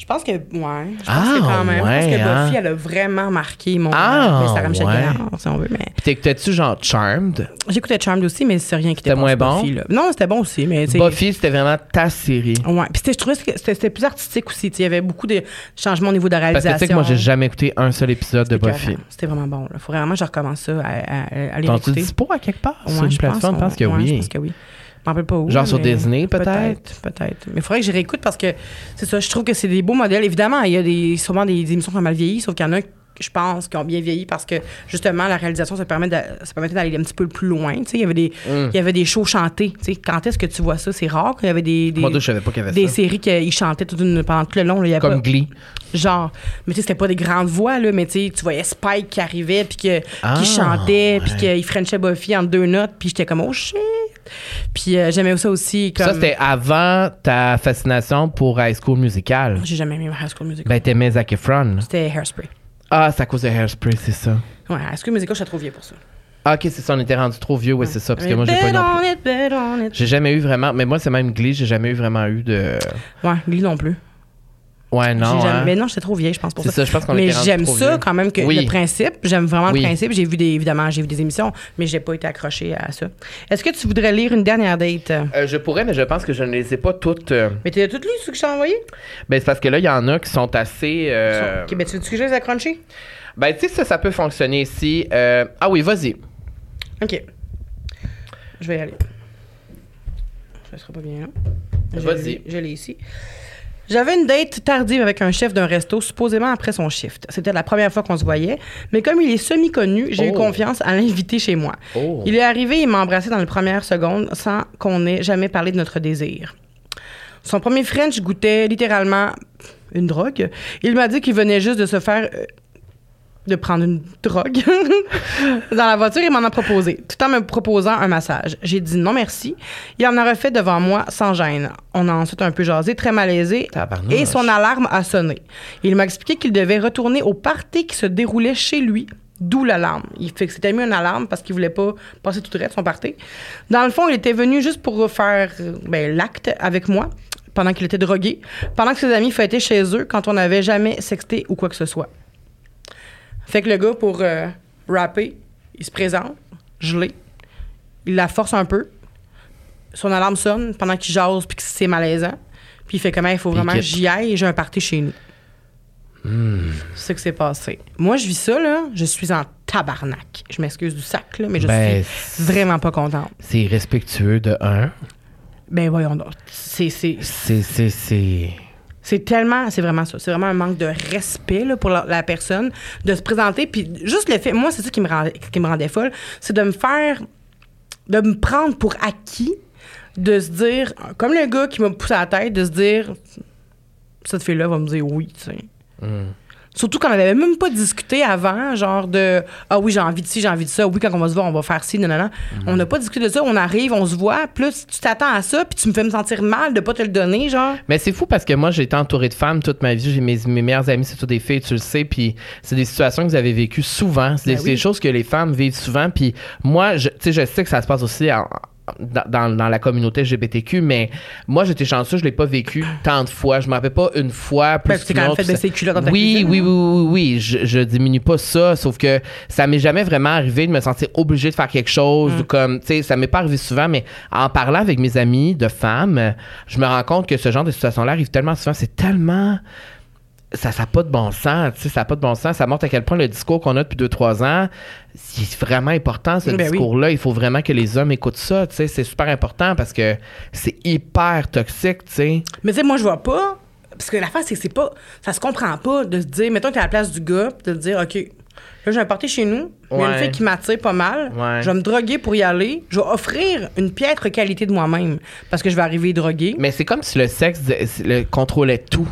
Je pense que, ouais. Je pense Ah, que quand même. je pense ouais, que hein. Buffy, elle a vraiment marqué mon Ah, euh, Instagram ouais. Chagrin, si on veut. Mais Puis t'écoutais-tu genre Charmed? j'écoutais Charmed aussi, mais c'est rien qui était C'était moins bon? Buffy, là. Non, c'était bon aussi, mais tu sais- Buffy, c'était vraiment ta série. Ouais. Puis c'était- je trouvais que c'était c'était plus artistique aussi. tu sais. Il y avait beaucoup de changements au niveau de la Parce que réalisation. tu sais que moi, j'ai jamais écouté un seul épisode de C'était Buffy. écœurant. C'était vraiment bon. Il faut vraiment que je recommence ça à, à, à aller T'en-tu écouter. dispo à quelque part? sur une plateforme? Je pense que ouais, Je oui. pense que oui. Je m'en rappelle pas où. Genre sur mais Disney, peut-être? Peut-être, peut-être. Mais il faudrait que je réécoute parce que c'est ça, je trouve que c'est des beaux modèles. Évidemment, il y a des, sûrement des, des émissions qui ont mal vieilli, sauf qu'il y en a, je pense, qui ont bien vieilli parce que justement, la réalisation, ça, permet d'a- ça permettait d'aller un petit peu plus loin. Tu sais, il y avait des, Hmm. il y avait des shows chantés. Tu sais, quand est-ce que tu vois ça? C'est rare qu'il y avait des, des, Mon Dieu, je savais pas qu'il y avait des ça. séries qu'ils chantaient tout, une, pendant tout le long. là. Il y avait Comme pas- Glee. genre mais tu sais c'était pas des grandes voix là mais tu sais, tu voyais Spike qui arrivait puis que Ah, qui chantait puis qu'il frenchait Buffy en deux notes puis j'étais comme oh shit puis euh, j'aimais ça aussi comme Ça, c'était avant ta fascination pour High School Musical. j'ai jamais aimé High School Musical Ben, t'aimais Zac Efron. c'était Hairspray Ah, c'est à cause de Hairspray, c'est ça. ouais High School Musical je la trouve vieille pour ça Ah, ok, c'est ça, on était rendu trop vieux, ouais, c'est ça. Parce que moi, j'ai pas eu Bet non on plus. it, bet on it. J'ai jamais eu vraiment. Mais moi, c'est même Glee, j'ai jamais eu vraiment eu de. ouais lui non plus Ouais, non. J'ai jamais- hein. mais non j'étais trop vieille je pense pour C'est ça ça, je pense qu'on mais était rendu j'aime trop ça vieux. quand même que Oui. le principe j'aime vraiment Oui. le principe j'ai vu des évidemment j'ai vu des émissions mais j'ai pas été accrochée à ça est-ce que tu voudrais lire une dernière date Euh, je pourrais, mais je pense que je ne les ai pas toutes. euh, mais t'as toutes lu ce que je t'ai envoyé Ben, c'est parce que là, il y en a qui sont assez. euh, Ok, ben tu veux-tu que je les ai crunchés? Ben, tu sais, ça, ça peut fonctionner ici. Euh, Ah oui, vas-y. OK. Je vais y aller. Ça sera pas bien long. Je Vas-y. l'ai- Je l'ai ici. J'avais une date tardive avec un chef d'un resto, supposément après son shift. C'était la première fois qu'on se voyait, mais comme il est semi-connu, j'ai eu Oh. confiance à l'inviter chez moi. Oh. Il est arrivé et m'a embrassé dans les premières secondes sans qu'on ait jamais parlé de notre désir. Son premier French goûtait littéralement une drogue. Il m'a dit qu'il venait juste de se faire euh, de prendre une drogue dans la voiture et m'en a proposé, tout en me proposant un massage. J'ai dit non merci. Il en a refait devant moi sans gêne. On a ensuite un peu jasé, très malaisé, Tabarnouche. et son alarme a sonné. Il m'a expliqué qu'il devait retourner au party qui se déroulait chez lui. D'où l'alarme. Il fait que s'était mis une alarme parce qu'il voulait pas passer tout de son party. Dans le fond, il était venu juste pour faire euh, ben, l'acte avec moi pendant qu'il était drogué, pendant que ses amis fêtaient chez eux quand on n'avait jamais sexté ou quoi que ce soit. Fait que le gars, pour euh, rapper, il se présente, gelé. il la force un peu. Son alarme sonne pendant qu'il jase puis que c'est malaisant. Puis il fait comment il faut Puis il vraiment que quitte. Hmm. j'y aille et j'ai un party chez nous. C'est ça que c'est passé. Moi, je vis ça, là. Je suis en tabarnak. Je m'excuse du sac, là, mais je Ben, suis vraiment pas contente. C'est respectueux de un. Ben voyons donc. C'est- c'est C'est. C'est. C'est. C'est tellement, c'est vraiment ça. C'est vraiment un manque de respect là, pour la, la personne de se présenter. Puis juste le fait, moi, c'est ça qui me, rend- qui me rendait folle, c'est de me faire, de me prendre pour acquis, de se dire, comme le gars qui m'a poussé à la tête, de se dire, cette fille-là va me dire oui, tu sais. Surtout qu'on n'avait même pas discuté avant, genre de Ah oui, j'ai envie de ci, j'ai envie de ça. Oui, quand on va se voir, on va faire ci, non, non, non. On n'a pas discuté de ça. On arrive, on se voit. Plus tu t'attends à ça, puis tu me fais me sentir mal de pas te le donner, genre. Mais c'est fou parce que moi, j'ai été entourée de femmes toute ma vie. J'ai mes, mes meilleures amies, c'est toutes des filles, tu le sais. Puis c'est des situations que vous avez vécues souvent. C'est des, Ben c'est des oui. choses que les femmes vivent souvent. Puis moi, je, tu sais, je sais que ça se passe aussi en- dans, dans- dans la communauté LGBTQ, mais moi, j'étais chanceux, je l'ai pas vécu tant de fois. Je m'en rappelle pas une fois, plus Parce que t'es Ben, quand même qu'une autre, fait puis ça- baisser les culottes dans ta oui, cuisine, oui, oui, hein? oui, oui, oui. Je, je diminue pas ça, sauf que ça m'est jamais vraiment arrivé de me sentir obligé de faire quelque chose Hum. ou comme, tu sais, ça m'est pas arrivé souvent, mais en parlant avec mes amis de femmes, euh, je me rends compte que ce genre de situation-là arrive tellement souvent, c'est tellement ça n'a pas de bon sens, tu sais, ça n'a pas de bon sens. Ça montre à quel point le discours qu'on a depuis 2-3 ans, c'est vraiment important, ce Ben oui. discours-là. Il faut vraiment que les hommes écoutent ça, tu sais. C'est super important parce que c'est hyper toxique, tu sais. Mais tu sais, moi, je vois pas. Parce que la face, c'est que c'est pas. Ça se comprend pas de se dire, mettons, t'es à la place du gars, pis de te dire, OK, là, j'ai un party chez nous, mais il y a une Ouais. fille qui m'attire pas mal. Ouais. Je vais me droguer pour y aller. Je vais offrir une piètre qualité de moi-même parce que je vais arriver droguée. Mais c'est comme si le sexe de- le contrôlait tout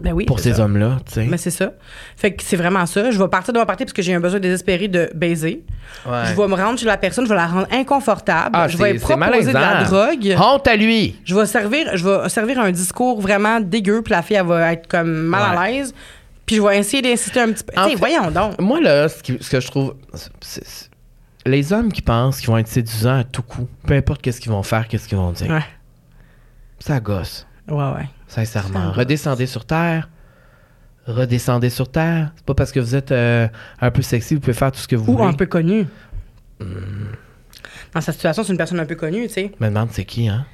ben oui. pour c'est ces ça. hommes-là, tu sais. Mais c'est ça. Fait que c'est vraiment ça. Je vais partir de mon party parce que j'ai un besoin désespéré de baiser. Ouais. Je vais me rendre chez la personne, je vais la rendre inconfortable. Ah, je vais c'est- lui c'est proposer de la malaisant. Ah, drogue. Honte à lui! Je vais servir, je vais servir un discours vraiment dégueu, puis la fille, elle va être comme mal à Ouais. l'aise. Puis je vais essayer d'insister un petit peu. En Tu sais, fait- voyons donc. Moi, là, ce, qui- ce que je trouve. c'est- c'est- les hommes qui pensent qu'ils vont être séduisants à tout coup, peu importe qu'est-ce qu'ils vont faire, qu'est-ce qu'ils vont dire, Ouais, ça gosse. ouais, ouais. Sincèrement, redescendez sur terre. Redescendez sur terre. C'est pas parce que vous êtes euh, un peu sexy, vous pouvez faire tout ce que vous Ou voulez. un peu connu. Hmm. Dans sa situation, c'est une personne un peu connue, tu sais. Je me demande c'est qui, hein?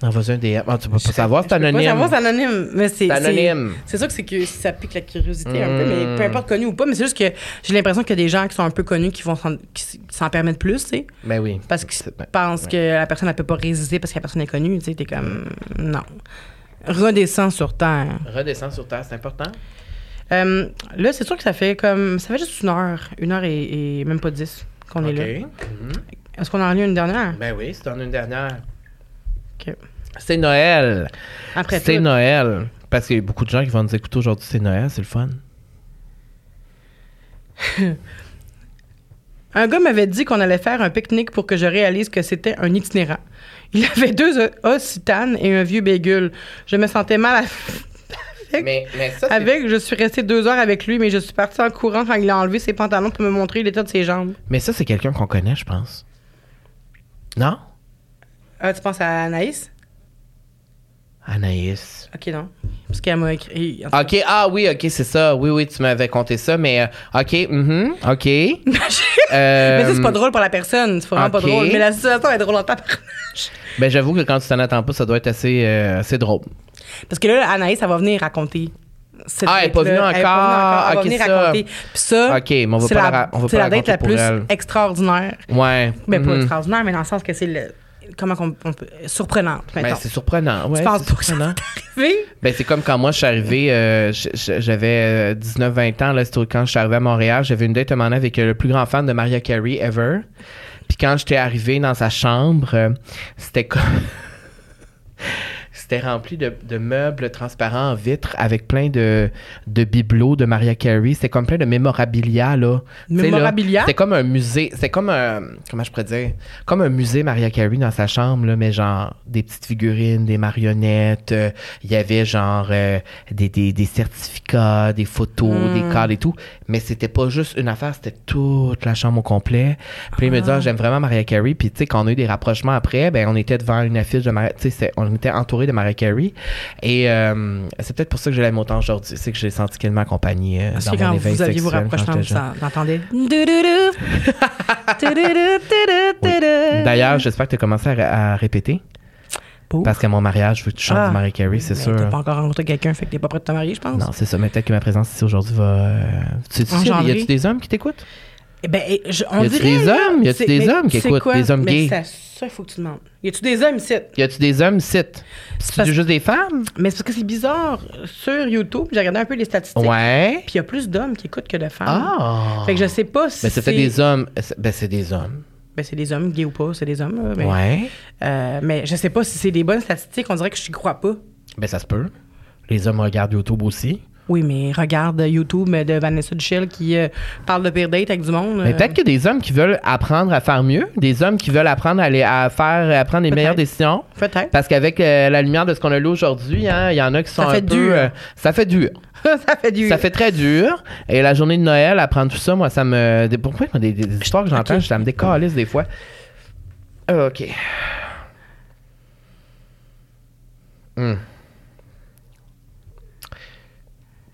Envoie un DM. Ah, tu peux pas savoir, c'est Je peux pas anonyme. savoir, C'est anonyme. Mais c'est, C'est anonyme. c'est- C'est sûr que, c'est que ça pique la curiosité un peu, Mm. mais peu importe connu ou pas. Mais c'est juste que j'ai l'impression qu'il y a des gens qui sont un peu connus qui vont s'en, qui s- s'en permettre plus, tu sais. Ben oui. Parce qu'ils C'est- ben, pensent que la personne, elle peut pas résister parce que la personne est connue, tu sais. T'es comme. Non. Redescends sur terre. Redescends sur terre, c'est important. Euh, là, c'est sûr que ça fait comme. Ça fait juste une heure, une heure et, et même pas dix qu'on OK. est là. Mhm. Est-ce qu'on en a eu une dernière? Ben oui, c'est en une dernière. OK. C'est Noël. Après C'est tout. Noël. Parce qu'il y a beaucoup de gens qui vont nous écouter aujourd'hui, c'est Noël, c'est le fun. Un gars m'avait dit qu'on allait faire un pique-nique pour que je réalise que c'était un itinérant. Il avait deux o- occitanes et un vieux bégule. Je me sentais mal avec. Mais, mais ça, c'est- Avec, je suis restée deux heures avec lui, mais je suis partie en courant quand il a enlevé ses pantalons pour me montrer l'état de ses jambes. mais ça, c'est quelqu'un qu'on connaît, je pense. Non? Ah, tu penses à Anaïs? Anaïs. Ok, non. Parce qu'elle m'a écrit. en tout OK, ah oui, OK, c'est ça. Oui, oui, tu m'avais conté ça, mais euh, OK, mhm, OK. Mais ça, Euh, c'est pas drôle pour la personne, c'est vraiment pas ok. drôle. Mais la situation est drôle en tabarnak. Ben, j'avoue que quand tu t'en attends pas, ça doit être assez, euh, assez drôle. Parce que là, Anaïs, elle va venir raconter. cette Ah, elle est pas date-là. venue Elle est pas encore. venue Ok, encore. Elle ça. va venir raconter. Puis ça, OK, mais on va Ah, c'est pas la la, ra- on va c'est pas la la date la raconter plus pour elle. extraordinaire. Ouais. Mais pas mhm. extraordinaire, mais dans le sens que c'est le, comment qu'on on peut, surprenante. Ben, mettons. c'est surprenant. Ouais, Tu penses c'est pas que ça surprenant. Oui. Ben, c'est comme quand moi, je suis arrivé, euh, j- j- j'avais 19-20 ans, là, c'était quand je suis arrivé à Montréal, j'avais une date un moment donné avec euh, le plus grand fan de Maria Carey ever. Puis quand j'étais arrivé dans sa chambre, euh, c'était comme... C'était rempli de, de meubles transparents en vitre avec plein de, de bibelots de Maria Carey. C'était comme plein de mémorabilia, là. Tu sais, là, Mémorabilia? C'était comme un musée. C'était comme un. Comment je pourrais dire? Comme un musée Maria Carey dans sa chambre, là, mais genre des petites figurines, des marionnettes. euh, Il y avait genre euh, des, des, des certificats, des photos, Hmm. des cartes et tout. Mais c'était pas juste une affaire, c'était toute la chambre au complet. Puis il me dit, Ah, j'aime vraiment Maria Carey. Puis tu sais, quand on a eu des rapprochements après, ben on était devant une affiche de Maria. Tu sais, c'est- on était entouré de Mariah Carey. Et euh, c'est peut-être pour ça que je l'aime autant aujourd'hui. C'est que j'ai senti qu'elle m'accompagnait euh, Parce dans que mon quand éveil vous alliez vous sexuel quand rapprocher, j'étais jeune. ça- vous entendez. Doudoudou. Doudoudou, doudoudou, Oui. doudoudou. D'ailleurs, j'espère que tu as commencé à, ré- à répéter. Pour? Parce qu'à mon mariage, je veux que tu chantes Ah. du Mariah Carey, c'est Mais sûr. T'as pas encore rencontré quelqu'un, fait que t'es pas prêt de te marier, je pense. Non, c'est ça. Mais peut-être que ma présence ici aujourd'hui va. euh, Tu sais, y Engendrer. a-tu des hommes qui t'écoutent? Eh ben, eh, je- on Y a-tu dirait, des là, hommes? Y a-tu c'est- des mais hommes qui tu sais écoutent? quoi? Des hommes Mais gays? ça- Ça, il faut que tu demandes. Y a-tu des hommes ici? Y a-tu des hommes sites? parce- C'est juste des femmes? Mais c'est parce que c'est bizarre. euh, Sur YouTube, j'ai regardé un peu les statistiques. Ouais. Puis il y a plus d'hommes qui écoutent que de femmes. Ah! Fait que je sais pas si. Ben, c'est peut-être des hommes. c'est- Ben, c'est des hommes. Ben, c'est des hommes, gays ou pas, c'est des hommes. là, Mais, Ouais. euh, mais je sais pas si c'est des bonnes statistiques. On dirait que je n'y crois pas. Ben, ça se peut. Les hommes regardent YouTube aussi. Oui, mais regarde euh, YouTube mais de Vanessa Duchel qui euh, parle de pire date avec du monde. Mais euh, peut-être que des hommes qui veulent apprendre à faire mieux, des hommes qui veulent apprendre à, les- à faire, à prendre les Peut-être. meilleures décisions. Peut-être. Parce qu'avec euh, la lumière de ce qu'on a lu aujourd'hui, hein, il y en a qui sont Ça fait un peu, dur. euh, ça fait dur. ça fait du. Ça fait très dur. Et la journée de Noël, apprendre tout ça, moi, ça me. des- Pourquoi moi, des, des- des histoires que j'entends, ça me décalisse des fois. Ah, OK. Hmm.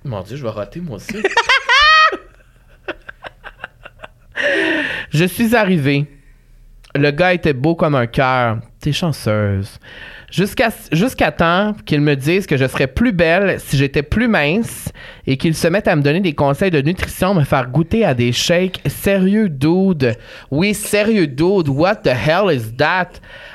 Mon Dieu, je vais rater moi aussi. je suis arrivée. Le gars était beau comme un cœur. T'es chanceuse. Jusqu'à jusqu'à temps qu'ils me disent que je serais plus belle si j'étais plus mince et qu'ils se mettent à me donner des conseils de nutrition, me faire goûter à des shakes. Sérieux, dude. Oui, sérieux, dude. What the hell is that?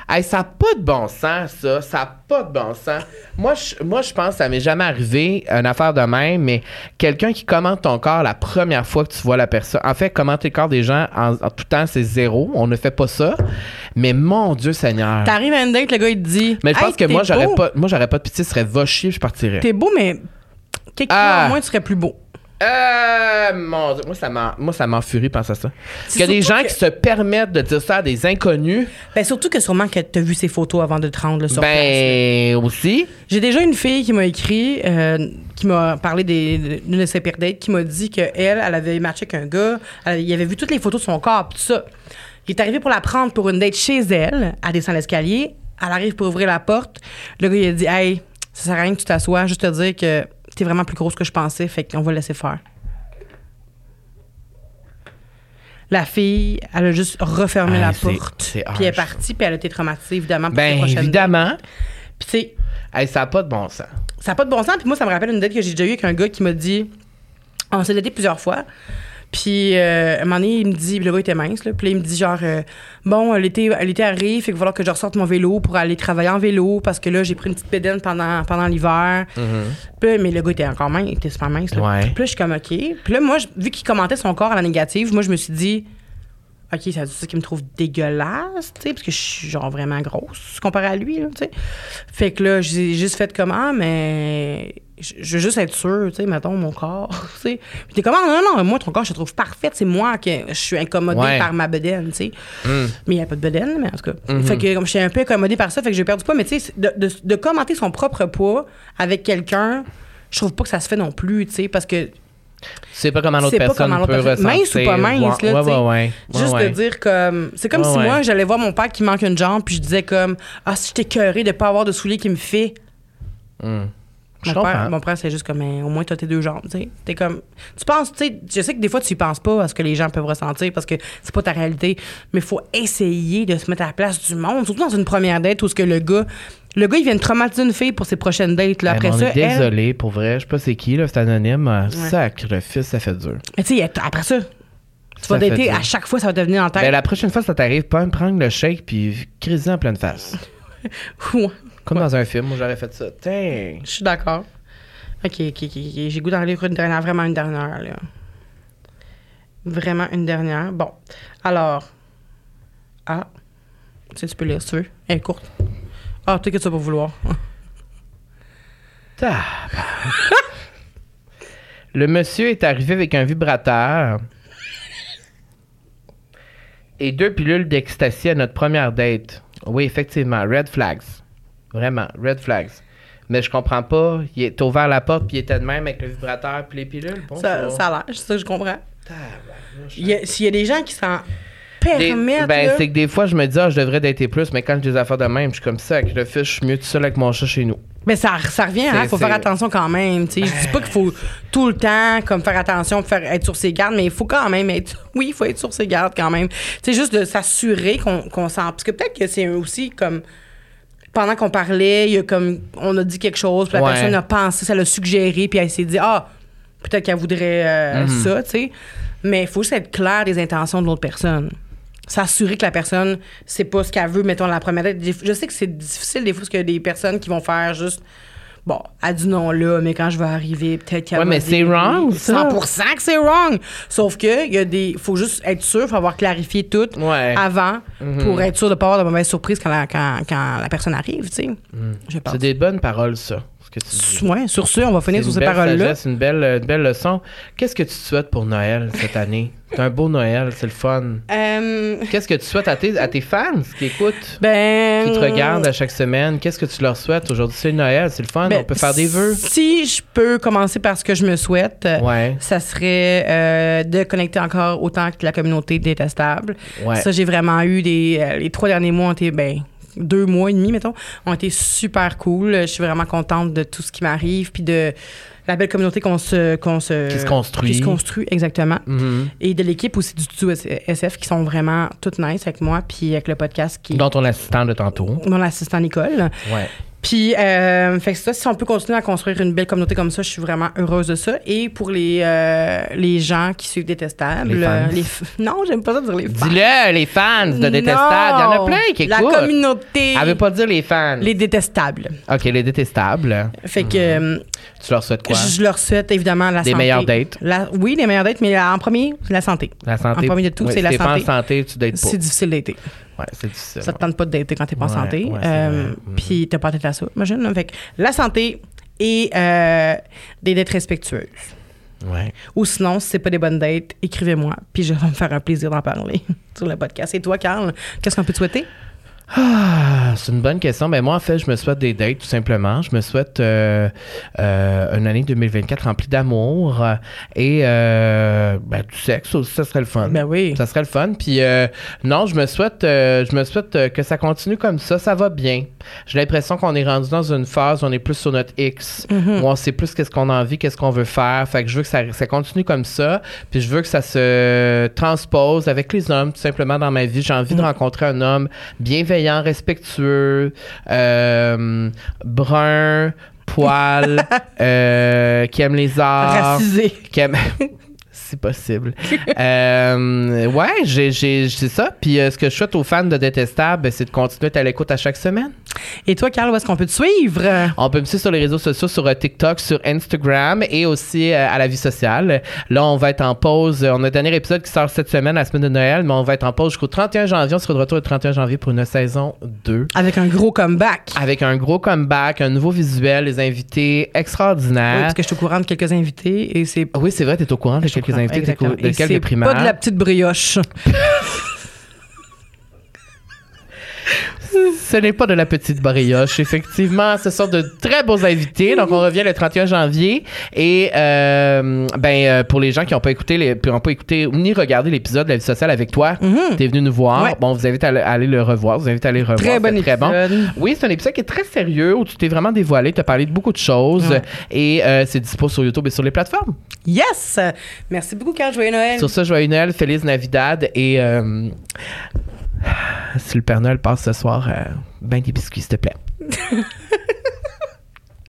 Hey, ça n'a pas de bon sens, ça. Ça n'a pas de bon sens. Moi, je, moi, je pense que ça m'est jamais arrivé, une affaire de même, mais quelqu'un qui commente ton corps la première fois que tu vois la personne. En fait, commenter le corps des gens en, en tout temps, c'est zéro. On ne fait pas ça. Mais mon Dieu Seigneur. T'arrives à une date, le gars, il te dit. Mais je pense Hey, que t'es moi, j'aurais beau. pas, moi, j'aurais pas de pitié, ce serait va chier, je partirais. T'es beau, mais quelque Ah. chose moins, tu serais plus beau. Euh, mon Dieu, moi, ça m'en- moi, ça m'enfurie, pense à ça. Parce qu'il y a des surtout gens que- qui se permettent de dire ça à des inconnus, Ben, surtout que sûrement que t'as vu ses photos avant de te rendre là, sur place. ben, aussi. J'ai déjà une fille qui m'a écrit, euh, qui m'a parlé des- d'une de ses pires dates, qui m'a dit qu'elle, elle avait matché avec un gars, elle, il avait vu toutes les photos de son corps, pis tout ça. Il est arrivé pour la prendre pour une date chez elle, elle descend l'escalier, elle arrive pour ouvrir la porte, le gars il a dit « Hey, ça sert à rien que tu t'assoies, juste te dire que t'es vraiment plus grosse que je pensais, fait qu'on va laisser faire. » La fille, elle a juste refermé Hey, la c'est- porte, c'est puis elle est harsh. partie, puis elle a été traumatisée, évidemment, pour ses Ben, prochaines dates. évidemment. Puis tu sais, Hey, ça n'a pas de bon sens. ça n'a pas de bon sens. Puis moi, ça me rappelle une date que j'ai déjà eue avec un gars qui m'a dit. On s'est daté plusieurs fois. Puis, euh, à un moment donné, il me dit, le gars était mince, là. Puis là, il me dit, genre, euh, bon, l'été, l'été arrive, fait qu'il va falloir que je ressorte mon vélo pour aller travailler en vélo parce que là, j'ai pris une petite pédane pendant, pendant l'hiver. Mm-hmm. Puis là, mais le gars était encore mince, il était super mince, là. Ouais. Puis là, je suis comme, OK. Puis là, moi, je- vu qu'il commentait son corps à la négative, moi, je me suis dit, OK, ça c'est ça qui me trouve dégueulasse, tu sais, parce que je suis genre vraiment grosse comparé à lui, là, tu sais. Fait que là, j'ai juste fait comme, ah, mais je je veux juste être sûre, tu sais, mettons, mon corps, tu sais. Puis t'es comme, ah, non, non, moi, ton corps, je le trouve parfait, c'est moi que je suis incommodée Ouais. par ma bedaine, tu sais. Mm. Mais il n'y a pas de bedaine, mais en tout cas. Fait que comme je suis un peu incommodée par ça, fait que j'ai perdu poids, mais tu sais, de, de- de commenter son propre poids avec quelqu'un, je trouve pas que ça se fait non plus, tu sais, parce que Tu sais pas comment l'autre C'est pas personne comment l'autre peut personne- ressentir. mince ou pas mince, ouais, là, tu ouais, sais. ouais, ouais, Juste ouais. de dire comme. C'est comme Ouais, si ouais. moi, j'allais voir mon père qui manque une jambe, puis je disais comme Ah, si j'étais curé de pas avoir de souliers qui me fait. Hmm. Je Mon père, comprends. mon père, c'est juste comme Mais au moins, t'as tes deux jambes, tu sais. T'es comme. Tu penses, tu sais, je sais que des fois, tu y penses pas à ce que les gens peuvent ressentir parce que c'est pas ta réalité, mais faut essayer de se mettre à la place du monde, surtout dans une première date où ce que le gars. Le gars, il vient de traumatiser une fille pour ses prochaines dates, là. Ben, Après on ça, est elle- désolé, pour vrai. Je sais pas c'est qui, là, c'est anonyme. Sacrifice, ça fait dur. Mais tu sais, elle- après ça. Tu vas Ça fait dater, dur. à chaque fois, ça va devenir en tête. Ben, la prochaine fois, ça t'arrive pas à me prendre le shake puis criser en pleine face. Ouais. Comme dans un film, moi, j'aurais fait ça. Tiens. Je suis d'accord. Ok, ok, ok. ok. J'ai goût d'en lire une dernière, vraiment une dernière, là. Vraiment une dernière. Bon. Alors. Ah. Tu sais, tu peux lire si tu veux. Elle est courte. Ah, peut-être que tu vas pas vouloir. Tabarnak. Le monsieur est arrivé avec un vibrateur et deux pilules d'ecstasy à notre première date. Oui, effectivement, red flags. Vraiment, red flags. Mais je comprends pas, il est t'as ouvert la porte puis il était de même avec le vibrateur puis les pilules. Bon, Ça, ça a l'air, c'est ça que je comprends. Tabarnak. Il y a- S'il y a des gens qui s'en Des- permettre. ben, là. c'est que des fois, je me dis, ah, je devrais dater plus, mais quand j'ai des affaires de même, je suis comme ça, avec le fiche, je suis mieux tout seul avec mon chat chez nous. Mais ça, ça revient, hein? C'est- Faut c'est- faire attention quand même. tu sais. Je dis pas qu'il faut tout le temps comme faire attention, faire être sur ses gardes, mais il faut quand même être. Oui, il faut être sur ses gardes quand même. C'est juste de s'assurer qu'on qu'on s'en. Parce que peut-être que c'est aussi comme. Pendant qu'on parlait, il y a comme on a dit quelque chose, puis la Ouais. personne a pensé, ça l'a suggéré, puis elle s'est dit ah peut-être qu'elle voudrait euh, Mhm. ça, tu sais. Mais il faut juste être clair des intentions de l'autre personne. S'assurer que la personne c'est pas ce qu'elle veut, mettons la première date. Des- Je sais que c'est difficile des fois parce qu'il y a des personnes qui vont faire juste bon, elle dit non là, mais quand je vais arriver, peut-être qu'elle Ouais, va mais dire c'est oui. wrong, ça. 100% que c'est wrong. Sauf que il y a des faut juste être sûr, faut avoir clarifié tout Ouais. Mhm. avant pour être sûr de pas avoir de mauvaises surprises quand la, quand, quand la personne arrive, tu sais. Je pense. Mhm. C'est des bonnes paroles, ça. Ce que tu dis. Ouais, sur ce, on va finir sur une ces belle paroles-là. sagesse, une belle, une belle leçon. Qu'est-ce que tu te souhaites pour Noël cette année? C'est un beau Noël, c'est le fun. Euh, Qu'est-ce que tu souhaites à tes, à tes fans qui écoutent, ben, qui te regardent à chaque semaine? Qu'est-ce que tu leur souhaites? Aujourd'hui, c'est Noël, c'est le fun, ben, on peut faire des vœux. Si je peux commencer par ce que je me souhaite, euh, Ouais. ça serait euh, de connecter encore autant que la communauté détestable. Ouais. Ça, j'ai vraiment eu des. euh, les trois derniers mois ont été. Ben, deux mois et demi, mettons, ont été super cool. Je suis vraiment contente de tout ce qui m'arrive, puis de la belle communauté qu'on se, qu'on se... Qui se construit. euh, Qui se construit, exactement. Mhm. Et de l'équipe aussi du Tutu SF qui sont vraiment toutes nice avec moi, puis avec le podcast qui est Dont ton assistant de tantôt. mon assistant Nicole. Ouais. Puis, euh, fait que ça, si on peut continuer à construire une belle communauté comme ça, je suis vraiment heureuse de ça. Et pour les, euh, les gens qui suivent Détestable, Les fans. euh, f- non, j'aime pas ça dire les fans. Dis-le, les fans de Détestable. Il y en a Non! plein qui La écoutent. communauté. Elle veut pas dire les fans. Les Détestables. OK, les détestables. Fait que euh, Tu leur souhaites Hmm. quoi? je je leur souhaite évidemment la Des santé. meilleures dates. La- oui, les meilleures dates, mais en premier, la santé. La santé. En premier de tout, Oui, c'est la Si t'es pas en santé. santé, tu dates pas. C'est difficile d'été. Ouais, c'est difficile. Ça te tente pas de dater quand t'es pas en Ouais, santé. ouais, c'est Euh, vrai. Mhm. Puis t'as pas tête à ça, imagine. là. Fait que la santé et euh, des dates respectueuses. Ouais. Ou sinon, si c'est pas des bonnes dates, écrivez-moi, puis je vais me faire un plaisir d'en parler sur le podcast. Et toi, Carl, qu'est-ce qu'on peut te souhaiter? Ah, c'est une bonne question. Mais moi, en fait, je me souhaite des dates, tout simplement. Je me souhaite euh, euh, une année 2024 remplie d'amour euh, et euh, ben, du sexe aussi, ça serait le fun. Ben oui. Ah, Ça serait le fun. Puis euh, non, je me souhaite, euh, je me souhaite euh, que ça continue comme ça. Ça va bien. J'ai l'impression qu'on est rendu dans une phase où on est plus sur notre X, Mm-hmm. Mm. où on sait plus qu'est-ce qu'on a envie, qu'est-ce qu'on veut faire. Fait que je veux que ça, ça continue comme ça. Puis je veux que ça se transpose avec les hommes, tout simplement dans ma vie. J'ai envie de rencontrer un homme bienveillant, respectueux, euh, brun, poil, euh, qui aime les arts. Racisé. Qui aime- C'est possible. Euh, ouais, j'ai- j'ai- c'est ça. Puis euh, ce que je souhaite aux fans de Détestable, ben, c'est de continuer à être à l'écoute à chaque semaine. Et toi, Carl, où est-ce qu'on peut te suivre? euh, On peut me suivre sur les réseaux sociaux, sur euh, TikTok, sur Instagram et aussi euh, à la vie sociale. Là, on va être en pause. On a le dernier épisode qui sort cette semaine, la semaine de Noël, mais on va être en pause jusqu'au 31 janvier. On sera de retour le 31 janvier pour une saison 2. Avec un gros comeback. Avec un gros comeback, un nouveau visuel, les invités Oui, extraordinaires. parce que je suis au courant de quelques invités et c'est. Oui, c'est vrai, t'es au courant Ah. de quelques invités, t'es au Exactement. courant de Et quelques c'est primaires. Pas de la petite brioche. Ce n'est pas de la petite brioche, effectivement. Ce sont de très beaux invités. Donc, on revient le 31 janvier. Et euh, ben, euh, pour les gens qui n'ont pas écouté, les, qui ont pas écouté ni regardé l'épisode de la vie sociale avec toi, t'es venu nous voir. Mm-hmm. Ouais. Bon, on vous invite à, le- à aller le revoir. Vous invite à aller le revoir. Très bon C'est épisode. Oui, c'est un épisode qui est très sérieux où tu t'es vraiment dévoilé, tu as parlé de beaucoup de choses. Ouais. Et euh, c'est dispo sur YouTube et sur les plateformes. Yes! Merci beaucoup, Carl. Joyeux Noël. Sur ce, joyeux Noël, Feliz Navidad. Et euh, si le Père Noël passe ce soir, euh, ben des biscuits, s'il te plaît.